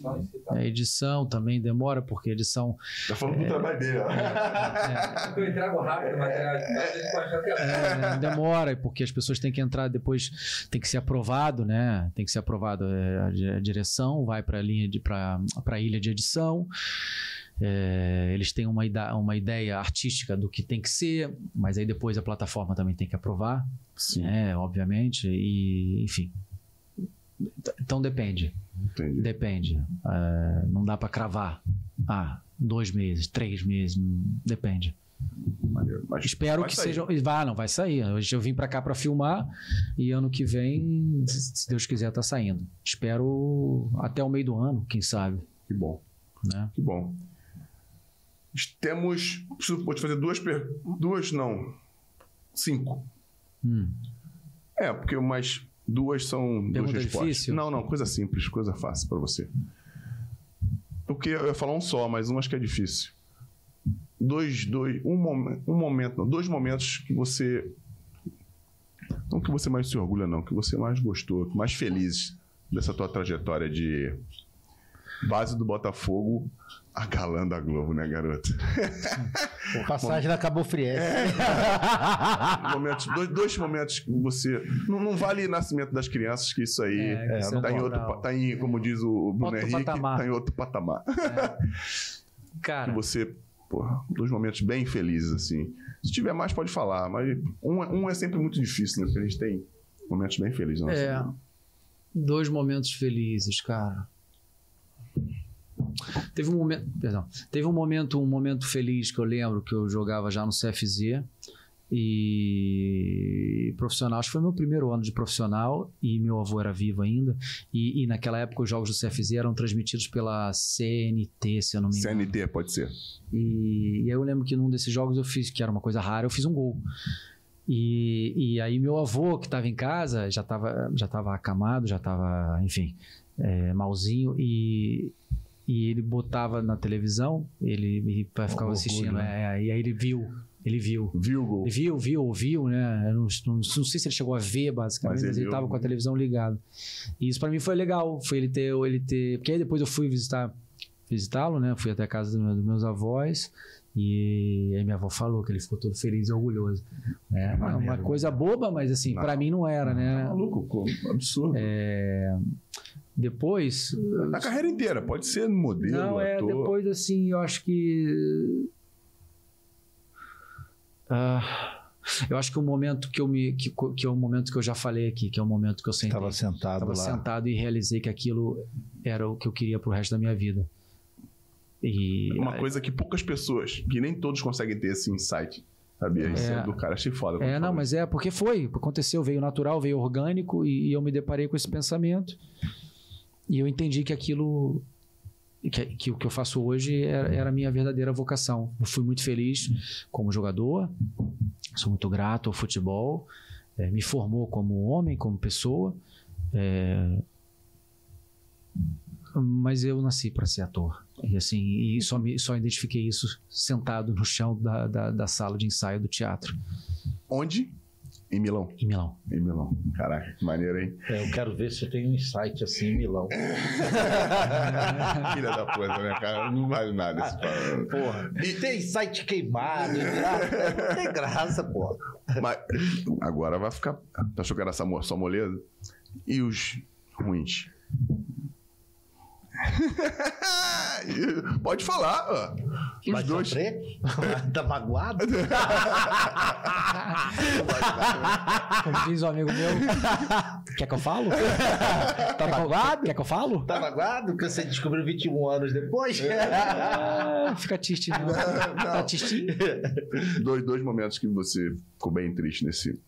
D: A edição também demora, porque a edição.
A: Tá falando
D: É.
A: do trabalho dele, ó.
E: Eu entrego rápido o material, a gente pode achar que é
D: É, demora, porque as pessoas têm que entrar depois, tem que ser aprovado, né? Tem que ser aprovado é, a di- a direção, vai para a linha de para a ilha de edição. É, eles têm uma, ida- uma ideia artística do que tem que ser, mas aí depois a plataforma também tem que aprovar, né? Obviamente, e enfim. T- Então depende,
A: Entendi.
D: depende. É, não dá para cravar. Ah, dois meses, três meses, hum, depende.
A: Maneiro. Mas
D: Espero
A: vai
D: que
A: sair.
D: seja. Vá, não, vai sair. Hoje eu vim pra cá pra filmar e ano que vem, se Deus quiser, tá saindo. Espero até o meio do ano, quem sabe.
A: Que bom,
D: Né?
A: que bom. Temos. preciso- Vou te fazer duas per... Duas, não. Cinco.
D: Hum.
A: É, porque umas duas são duas
D: Pergunta
A: respostas.
D: difícil?
A: Não, não, coisa simples, coisa fácil pra você. Porque eu ia falar um só, mas um acho que é difícil. Dois, dois, um, momen- um momento, não, dois momentos que você. Não que você mais se orgulha, não, que você mais gostou, mais feliz dessa tua trajetória de base do Botafogo a galã da Globo, né, garoto?
C: É,
F: Passagem da Cabo Friense.
D: É,
A: Momentos- dois, dois momentos que você. Não, não vale nascimento das crianças, que isso aí.
D: É, isso é
A: tá em outro,
D: natural.
A: pa- tá em, como diz o Bruno
D: Outro
A: Henrique,
D: patamar.
A: tá em outro patamar. Que
D: Cara,
A: você, porra, dois momentos bem felizes, assim. Se tiver mais, pode falar, mas um, é- um é sempre muito difícil, né? Porque a gente tem momentos bem felizes na nossa
D: É.
A: vida.
D: dois momentos felizes, cara. Teve um momento, perdão, teve um momento, um momento feliz que eu lembro que eu jogava já no CFZ e profissional, acho que foi meu primeiro ano de profissional e meu avô era vivo ainda e, e naquela época os jogos do CFZ eram transmitidos pela CNT, se eu não me engano.
A: CNT, pode ser.
D: E, e aí eu lembro que num desses jogos eu fiz, que era uma coisa rara, eu fiz um gol. E, e aí meu avô, que estava em casa, já estava já tava acamado, já estava, enfim, é, malzinho. E, e ele botava na televisão, ele e ficava
F: orgulho,
D: assistindo. é, e aí ele viu, ele viu.
A: Viu o gol?
D: Ele Viu, viu, ouviu, né? Eu não, não- não sei se ele chegou a ver, basicamente,
A: Mas ele
D: mas ele,
A: viu. né?
D: estava com a televisão ligada. E isso pra mim foi legal, foi ele ter, ele ter. Porque aí depois eu fui visitar, visitá-lo, né? Fui até a casa do meu- dos meus avós. E aí minha avó falou que ele ficou todo feliz e orgulhoso. É uma,
A: Maneiro. né?
D: uma coisa boba, mas assim,
A: Não.
D: pra mim não era,
A: Tá
D: né?
A: maluco, pô, absurdo.
D: Depois.
A: A carreira inteira, pode ser modelo,
D: Não, é
A: ator.
D: depois assim, eu acho que. Ah, eu acho que o momento que eu me. Que, co- que é o momento que eu já falei aqui, que é o momento que eu sentei.
F: Estava sentado
D: Tava
F: lá.
D: sentado e realizei que aquilo era o que eu queria pro resto da minha vida. E.
A: Uma coisa que poucas pessoas, que nem todos conseguem ter esse insight, sabia? Isso
D: É.
A: é do cara, achei foda. quando
D: É, não,
A: falou
D: mas é porque foi, aconteceu, veio natural, veio orgânico e, e eu me deparei com esse pensamento e eu entendi que aquilo, que, que o que eu faço hoje era, era a minha verdadeira vocação. Eu fui muito feliz como jogador, sou muito grato ao futebol, eh, me formou como homem, como pessoa, eh, mas eu nasci para ser ator. E assim, e só, me, só identifiquei isso sentado no chão da- da, da sala de ensaio do teatro
A: Onde? Em Milão.
D: em Milão.
A: Em Milão. Caraca, que maneiro, hein?
F: É, eu quero ver se eu tenho um insight assim em Milão.
A: Filha da puta, né, cara? Não vale nada esse papo.
F: Porra. E tem insight queimado, graça. Não tem graça, porra.
A: Mas agora vai ficar. Tu achou que era essa mo- só moleza? E os ruins? Pode falar, ó. Os
F: Vai
A: dois.
F: sofrer? tá magoado?
D: Como diz um amigo meu. Quer que eu falo? tá magoado? Quer que eu falo?
F: Tá magoado? Que você descobriu 21 anos depois?
D: Ah, fica triste, não. Tá triste?
A: Dois, dois momentos que você ficou bem triste nesse.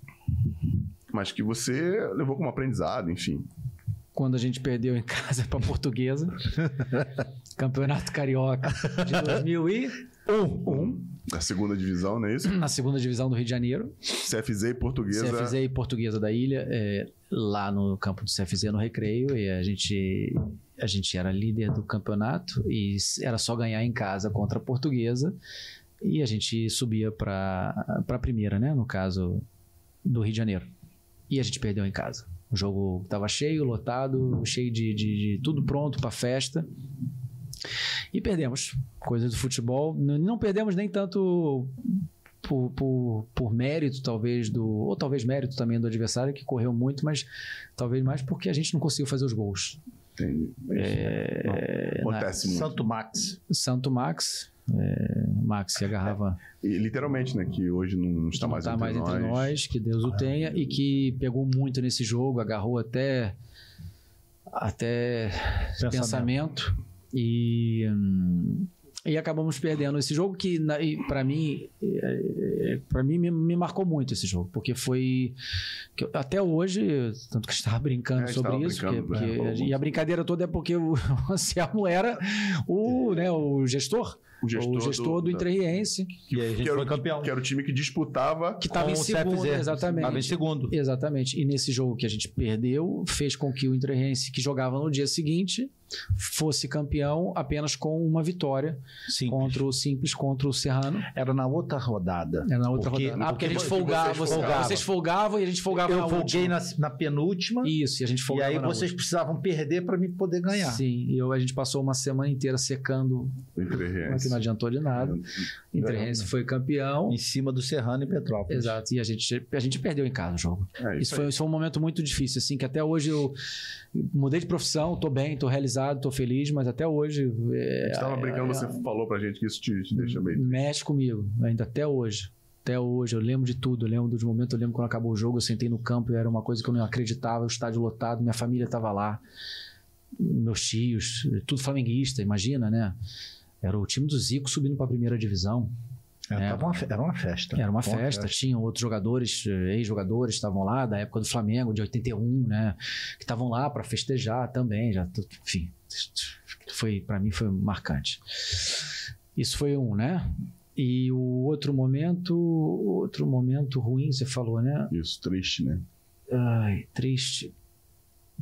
A: Mas que você levou como aprendizado, enfim.
D: Quando a gente perdeu em casa pra portuguesa. Campeonato Carioca de 2001.
A: Da segunda divisão, não é isso?
D: Na segunda divisão do Rio de Janeiro.
A: CFZ e portuguesa.
D: CFZ e Portuguesa da Ilha. é, lá no campo do CFZ, no Recreio. E a gente... A gente era líder do campeonato e era só ganhar em casa contra a portuguesa. E a gente subia para a primeira, né? No caso do Rio de Janeiro. E a gente perdeu em casa. O jogo estava cheio, lotado, cheio de, de- de tudo pronto para festa. E perdemos. Coisa do futebol. N- Não perdemos nem tanto por, por, por mérito, talvez, do. Ou talvez mérito também do adversário, que correu muito, mas talvez mais porque a gente não conseguiu fazer os gols.
A: Entendi. né?
D: É, na-
A: Acontece muito.
F: Santo Max.
D: Santo Max. é, Max que agarrava.
A: E, literalmente, né? Que hoje não está
D: não
A: mais,
D: tá
A: entre,
D: mais
A: nós. Ah,
D: entre nós, que Deus o tenha, e que pegou muito nesse jogo, agarrou até até pensamento, e hum, e acabamos perdendo esse jogo que para mim é, para mim me, me marcou muito esse jogo porque foi que eu- até hoje tanto que eu estava brincando
A: É, a gente
D: sobre
A: tava
D: isso
A: brincando,
D: porque-
A: né?
D: porque-
A: Falou
D: e a
A: muito.
D: brincadeira toda é porque o Anselmo era o né o gestor
A: O gestor,
D: o gestor do,
A: do-
D: Entre Riense
F: E aí a gente
A: que era
F: foi
A: o-
F: campeão.
A: que era o time que disputava
D: que estava em segundo exatamente
F: Estava em segundo.
D: Exatamente. E nesse jogo que a gente perdeu, fez com que o Interrense, que jogava no dia seguinte, fosse campeão apenas com uma vitória
F: Sim.
D: contra o Simples, contra o Serrano.
F: Era na outra rodada.
D: Era na outra
F: Porque-
D: rodada. Ah, porque a gente
F: porque
D: folgava.
F: vocês
D: Vocês folgavam,
F: folgavam.
D: vocês folgavam e a gente folgava na
F: eu folguei
D: última.
F: na, na penúltima.
D: Isso, e a gente
F: E
D: folgava
F: aí
D: na
F: vocês precisavam perder para me poder
D: última.
F: ganhar.
D: Sim, e eu, a gente passou uma semana inteira secando,
A: entre
D: mas que não adiantou de nada. O Interrense foi campeão.
F: Em cima do Serrano e Petrópolis.
D: Exato, e a gente, a gente perdeu em casa o jogo.
A: É,
D: Isso foi, isso foi um momento muito difícil, assim, que até hoje eu mudei de profissão, tô bem, tô realizado, tô feliz, mas até hoje é,
A: A gente tava brincando, você falou pra gente que isso te, te deixa bem.
D: mexe comigo, ainda até hoje. Até hoje, eu lembro de tudo, eu lembro dos momentos, eu lembro quando acabou o jogo, eu sentei no campo e era uma coisa que eu não acreditava, o estádio lotado, minha família tava lá, meus tios, tudo flamenguista, imagina, né? Era o time do Zico subindo para a primeira divisão.
F: É,
D: É.
F: tava uma fe- era uma festa.
D: Era uma festa, tinham outros jogadores, eh, ex-jogadores, estavam lá da época do Flamengo, de 81, né? Que estavam lá para festejar também, já, tu- enfim. Foi, para mim foi marcante. Isso foi um, né? E o outro momento, outro momento ruim, você falou, né?
A: Isso, triste, né?
D: Ai, triste.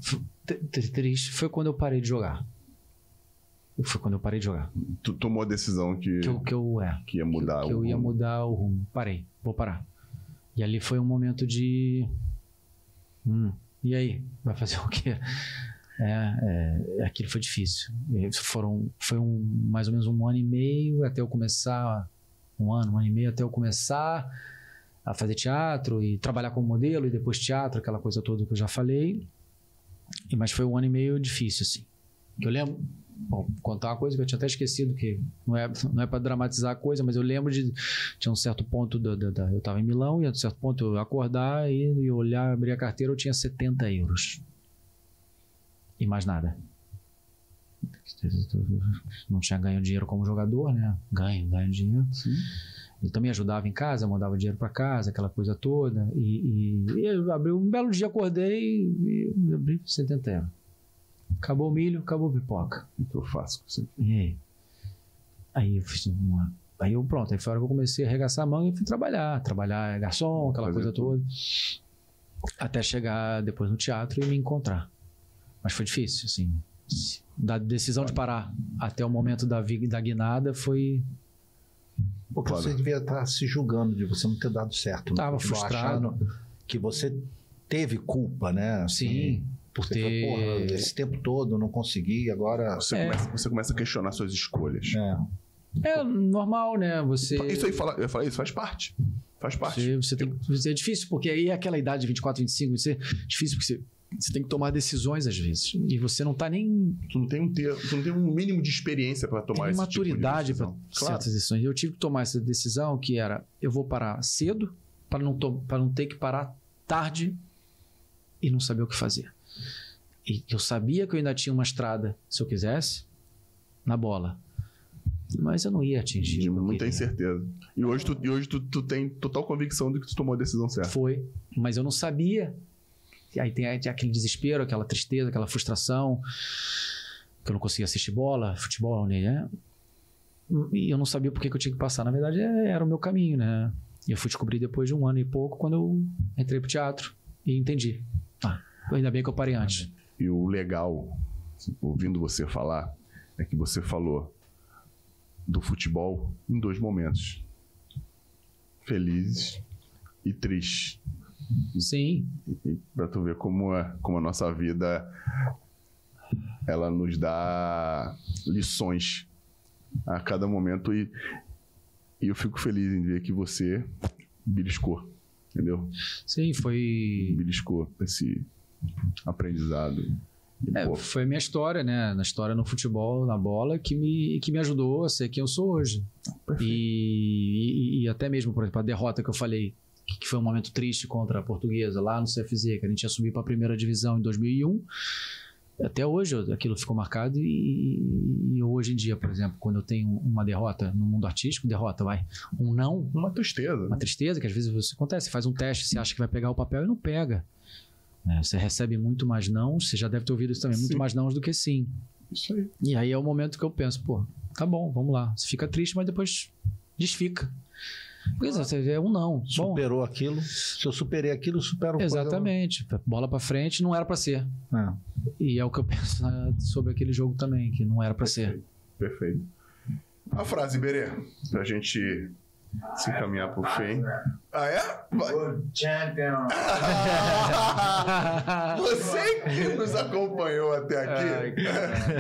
D: F- tr- tr- Triste foi quando eu parei de jogar. Foi quando eu parei de jogar.
A: Tu tomou a decisão que,
D: Que eu, que eu é,
A: que ia mudar
D: que eu
A: o
D: ia
A: rumo.
D: mudar o rumo. Parei, vou parar. E ali foi um momento de. Hum, e aí? Vai fazer o quê? É, é, aquilo foi difícil. E Foram, foi um, mais ou menos um ano e meio até eu começar. Um ano, um ano e meio até eu começar a fazer teatro e trabalhar como modelo e depois teatro, aquela coisa toda que eu já falei. E- Mas foi um ano e meio difícil, assim. Eu lembro. Bom, contar uma coisa que eu tinha até esquecido, que não é, não é para dramatizar a coisa, mas eu lembro de. Tinha um certo ponto. Da, da- da- eu estava em Milão, e a um certo ponto eu acordar e, e olhar, abrir a carteira, eu tinha 70 euros. E mais nada. Não tinha ganho dinheiro como jogador, né? Ganho, ganho dinheiro. E também ajudava em casa, mandava dinheiro para casa, aquela coisa toda. E, e, e eu abri, um belo dia acordei e e abri 70 euros. Acabou o milho, acabou a pipoca.
A: O que eu faço com isso?
D: E aí? É. Aí eu fiz uma. Aí eu, pronto, aí foi a hora que eu comecei a arregaçar a manga e fui trabalhar. Trabalhar é garçom, aquela
A: Fazer
D: coisa toda. Até chegar depois no teatro e me encontrar. Mas foi difícil, assim. Da decisão de parar até o momento da, vi- da guinada foi.
F: Porque
A: Claro.
F: você devia estar se julgando de você não ter dado certo. né?
D: Tava
F: Tipo,
D: frustrado.
F: achando que você teve culpa, né?
D: Sim, por
F: Você falou, porra,
D: ter.
F: esse tempo todo não consegui, agora.
A: Você,
D: É.
A: começa, você começa a questionar suas escolhas.
F: É.
D: É normal, né? Você.
A: Isso aí, fala, eu falei, isso faz parte. Faz parte.
D: Você, você tem que- é difícil, porque aí aquela idade de 24, 25, você, difícil porque você, você tem que tomar decisões às vezes. E você não tá nem
A: Tu não tem um ter, tu não tem um mínimo de experiência pra tomar
D: tem
A: esse
D: maturidade
A: tipo de
D: para
A: decisão. Claro.
D: certas decisões. Eu tive que tomar essa decisão que era eu vou parar cedo para não para não ter que parar tarde e não saber o que fazer. E eu sabia que eu ainda tinha uma estrada, se eu quisesse, na bola. Mas eu não ia atingir.
A: De
D: o que eu
A: muita
D: queria.
A: incerteza. E hoje, tu, e hoje tu, tu tem total convicção de que tu tomou a decisão certa.
D: Foi, mas eu não sabia. E aí tem aí tem aquele desespero, aquela tristeza, aquela frustração, que eu não conseguia assistir bola, futebol, né? E eu não sabia por que que eu tinha que passar. Na verdade, é- era o meu caminho, né? E eu fui descobrir depois de um ano e pouco, quando eu entrei pro teatro e entendi. Ah, ainda bem que eu parei antes.
A: E o legal, ouvindo você falar, é que você falou do futebol em dois momentos: felizes e tristes.
D: Sim,
A: E pra tu ver como, é, como a nossa vida ela nos dá lições a cada momento. E, e eu fico feliz em ver que você beliscou, entendeu?
D: sim, foi.
A: Beliscou esse aprendizado. E,
D: É,
A: pô,
D: foi a minha história, né? Na história no futebol, na bola, que me, que me ajudou a ser quem eu sou hoje. E, e- e até mesmo, por exemplo, a derrota que eu falei, que, que foi um momento triste contra a portuguesa lá no CFZ, que a gente ia subir para a primeira divisão em 2001. Até hoje eu- aquilo ficou marcado e, e hoje em dia, por exemplo, quando eu tenho uma derrota no mundo artístico, derrota, vai, um não,
A: uma tristeza.
D: uma tristeza que às vezes você acontece, você faz um teste, você acha que vai pegar o papel e não pega. né? Você recebe muito mais não, você já deve ter ouvido isso também, muito
A: Sim.
D: mais não do que sim.
A: Isso aí.
D: E aí é o momento que eu penso, pô, tá bom, vamos lá. Você fica triste, mas depois desfica. Porque você é um não. Bom,
F: Superou aquilo. Se eu superei aquilo, eu
C: um
F: supero coisa-
D: exatamente. Bola pra frente não era pra ser.
F: É.
D: E é o que eu penso né, sobre aquele jogo também, que não era pra ser.
A: Perfeito. A frase, Berê, pra gente se encaminhar pro fim. Ah, é? Vai.
E: Champion.
A: Você que nos acompanhou até aqui.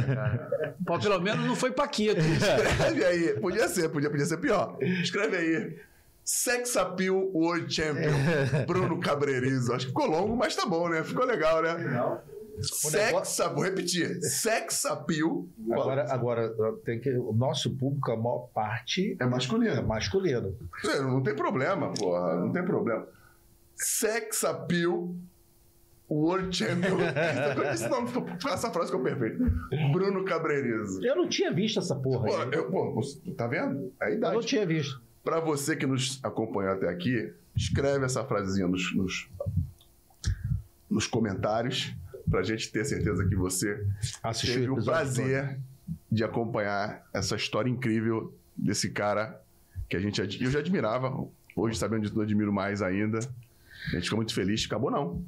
D: Pô, pelo menos não foi Paquito.
A: Escreve aí. Podia ser, podia, podia ser pior. Escreve aí. Sex Appeal World Champion. Bruno Cabrerizo. Acho que ficou longo, mas tá bom, né? Ficou legal, né?
E: Não.
A: Sex, vou repetir. Sex Appeal.
F: Agora, agora tem que o nosso público a maior parte
A: É
F: é
A: masculino.
F: masculino.
A: É, Não tem problema, porra. Não tem problema. Sex Appeal World Champion. Esse nome ficou- essa frase ficou perfeita. Bruno Cabrerizo.
F: Eu não tinha visto essa porra.
A: Pô, é
F: aí.
A: eu- pô, você- tá vendo? É a
F: Eu não
A: idade.
F: tinha visto.
A: Pra você que nos acompanhou até aqui, escreve essa frasezinha nos, nos, nos comentários pra gente ter certeza que você
F: Assisti
A: teve o
F: episódio
A: prazer de acompanhar essa história incrível desse cara que a gente ad- eu já admirava. Hoje, sabendo de tudo, admiro mais ainda. A gente fica muito feliz. Acabou não.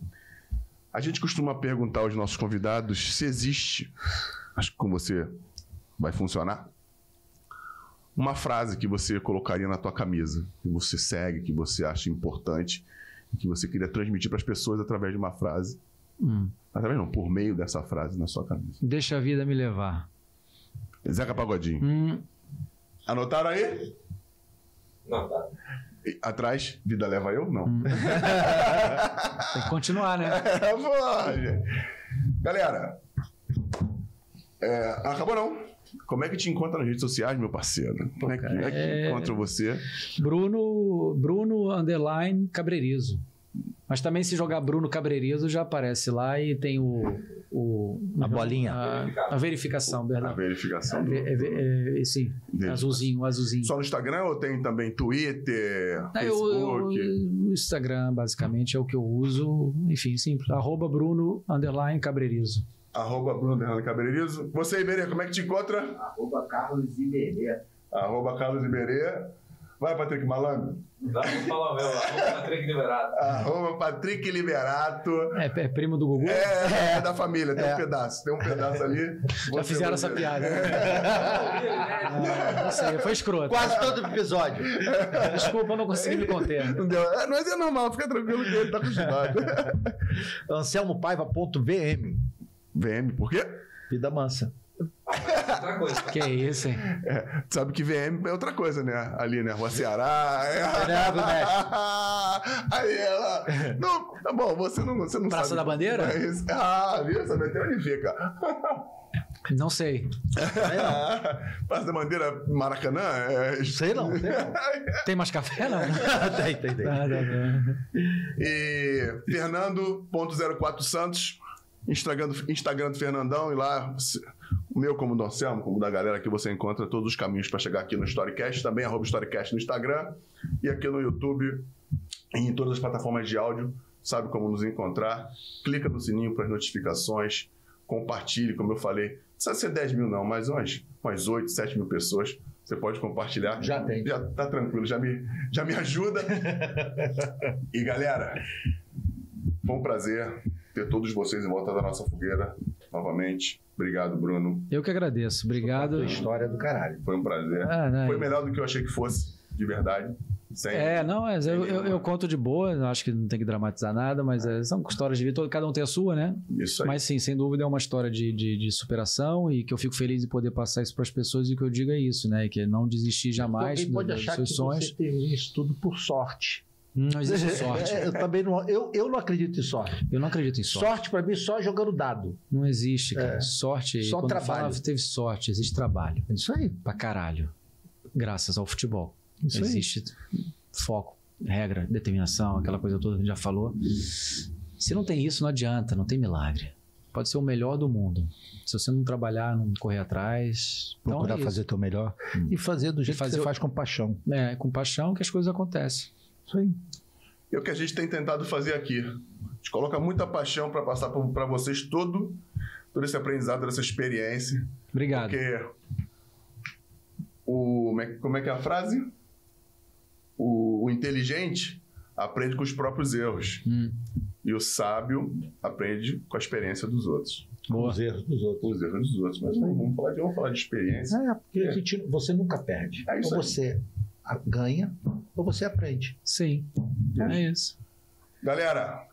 A: A gente costuma perguntar aos nossos convidados se existe, acho que com você vai funcionar, uma frase que você colocaria na tua camisa, que você segue, que você acha importante, que você queria transmitir para as pessoas através de uma frase.
D: Hum.
A: Através não, por meio dessa frase na sua camisa.
D: Deixa a vida me levar.
A: Zeca Pagodinho.
D: Hum,
A: Anotaram aí?
E: Não, tá.
A: E Atrás, vida
D: Hum.
A: leva eu? Não.
D: tem que continuar, né?
A: É, pô, gente. Galera, é, acabou não. Como é que te encontra nas redes sociais, meu parceiro? Como é que, como é que
D: É.
A: encontra você?
D: Bruno, Bruno underline Cabreirizo. Mas também se jogar Bruno Cabreirizo já aparece lá e tem o... o é
C: A bolinha.
D: A, a verificação,
A: A
D: Bernardo.
A: verificação do...
D: É, é, é, é, sim,
A: Verificação.
D: azulzinho, azulzinho.
A: Só no Instagram ou tem também Twitter,
D: É, eu- eu-
A: Facebook?
D: o Instagram, basicamente, é o que eu uso. Enfim, simples. Arroba Bruno, underline, Cabreirizo.
A: Arroba Bruno Bernardo Cabeirizo. Você, Iberê, como é que te encontra?
E: Arroba Carlos Iberê.
A: Arroba Carlos Iberê. Vai, Patrick Malandro.
E: Dá pra falar mesmo. Arroba Patrick Liberado.
A: Arroba Patrick Liberato.
D: É, é primo do Gugu?
A: É, é da família, tem um pedaço. Tem um pedaço ali.
D: Já fizeram essa piada. Ah, não sei, foi escroto.
C: Quase todo episódio.
D: Desculpa, eu não consegui me conter.
A: Não deu. É, mas é normal, fica tranquilo que ele tá acostumado.
C: AnselmoPaiva.vm.
A: VM, por quê?
C: Vida mansa.
E: Outra coisa.
D: Que isso, hein?
A: Tu sabe que VM é outra coisa, né? Ali, né? Rua Ceará.
C: Ceará do
A: Aí ela. Não, tá bom, você não, você não
D: né? Praça
A: sabe.
D: da Bandeira?
A: Mas- ah, viu? Sabe até onde fica.
D: Não sei.
A: Praça da Bandeira, Maracanã? É...
C: Sei não, sei não.
D: Tem mais café, não? né?
C: tem, tem, tem.
D: Ah, não, não.
A: E Fernando.04 Santos, Instagram do, Instagram do Fernandão, e lá se- o meu, como do Anselmo, como da galera que você encontra todos os caminhos para chegar aqui no Storycast, também arroba Storycast no Instagram e aqui no YouTube e em todas as plataformas de áudio, sabe como nos encontrar. Clica no sininho para as notificações, compartilhe, como eu falei, não precisa ser 10 mil não, mas umas, umas 8, 7 mil pessoas. Você pode compartilhar.
C: Já tem.
A: Já tá tranquilo, já me, já me ajuda. e galera, foi um prazer ter todos vocês em volta da nossa fogueira novamente. Obrigado, Bruno.
D: Eu que agradeço. Obrigado.
C: História do caralho.
A: Foi um prazer.
D: Ah, não,
A: Foi melhor do que eu achei que fosse, de verdade. Sem...
D: É, não, mas eu, eu- eu conto de boa, acho que não tem que dramatizar nada, mas é, são histórias de vida, todo- cada um tem a sua, né?
A: Isso aí.
D: Mas sim, sem dúvida é uma história de, de, de superação e que eu fico feliz em poder passar isso para as pessoas e que eu diga é isso, né? Que é não desistir
F: Então,
D: jamais
C: Alguém
D: do-
C: pode
D: dos
C: achar
D: seus
C: que
D: sonhos. Hum,
C: você teve isso tudo por sorte.
D: Não existe sorte.
C: É, eu também não, eu, eu não acredito em sorte.
D: Eu não acredito em sorte.
C: Sorte pra mim é só jogando dado.
D: Não existe, cara. Sorte.
C: Só
D: quando
C: trabalho.
D: Fala, teve sorte, existe trabalho.
C: É isso aí.
D: Pra caralho. Graças ao futebol.
C: Isso aí.
D: existe foco, regra, determinação, aquela coisa toda que a gente já falou. Se não tem isso, não adianta, não tem milagre. Pode ser o melhor do mundo. Se você não trabalhar, não correr atrás. então
F: Procurar
D: é isso. Hum.
F: fazer teu melhor e fazer do jeito
D: fazer
F: que
D: o-
F: você faz com paixão.
D: É, com paixão que as coisas acontecem.
F: Isso aí.
A: É o que a gente tem tentado fazer aqui. A gente coloca muita paixão para passar para vocês todo, todo esse aprendizado, toda essa experiência.
D: Obrigado.
A: Porque. O, como, é, como é que é a frase? O- o inteligente aprende com os próprios erros.
D: Hum,
A: E o sábio aprende com a experiência dos outros.
D: boa.
C: Os erros dos outros.
A: Com os erros dos outros. Mas não vamos falar de, vamos falar de experiência.
C: É, porque a gente- você nunca perde.
A: É isso
C: ou
A: aí.
C: você a- ganha, ou você aprende.
D: Sim. É isso.
A: Galera,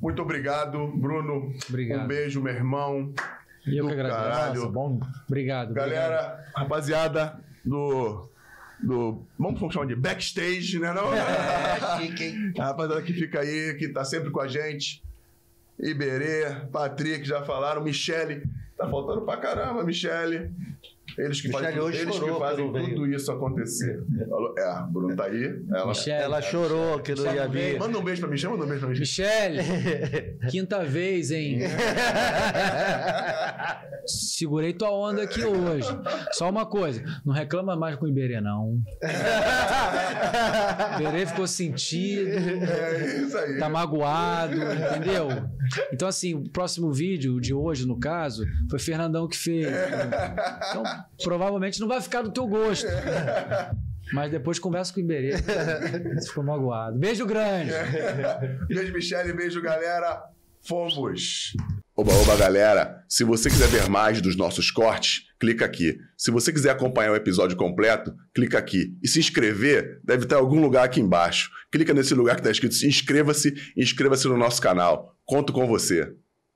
A: muito obrigado, Bruno. Um
D: Obrigado.
A: beijo, meu irmão.
D: E eu
A: do
D: que agradeço.
A: caralho.
C: Nossa, bom.
D: Obrigado. obrigado.
A: Galera, rapaziada do. Do, vamos chamar de backstage, né? Não?
D: Ah,
A: A rapaziada que fica aí, que tá sempre com a gente. Iberê, Patrick, já falaram. Michele, tá faltando pra caramba, Michele. Eles que
C: Michele
A: fazem,
C: hoje
A: eles que
C: chorou
A: fazem
C: pelo
A: tudo isso acontecer. Falou, É, a Bruno tá aí. Ela,
D: Michele,
C: Ela chorou que não ia vir.
A: Manda um beijo pra mim, chama, manda um beijo pra mim.
D: Michele, quinta vez, hein? Segurei tua onda aqui hoje. Só uma coisa, não reclama mais com o Iberê, não. O Iberê ficou sentido,
A: É isso aí.
D: tá magoado, entendeu? Então, assim, o próximo vídeo, o de hoje, no caso, foi Fernandão que fez. Então, provavelmente não vai ficar do teu gosto. Mas depois conversa com o Iberê. Você ficou magoado. Beijo grande.
A: Beijo, Michele. Beijo, galera. Fomos. Oba, oba, galera. Se você quiser ver mais dos nossos cortes, clica aqui. Se você quiser acompanhar o episódio completo, clica aqui. E se inscrever, deve estar em algum lugar aqui tá embaixo. Clica nesse lugar que está escrito inscreva-se e inscreva-se no nosso canal. Conto com você.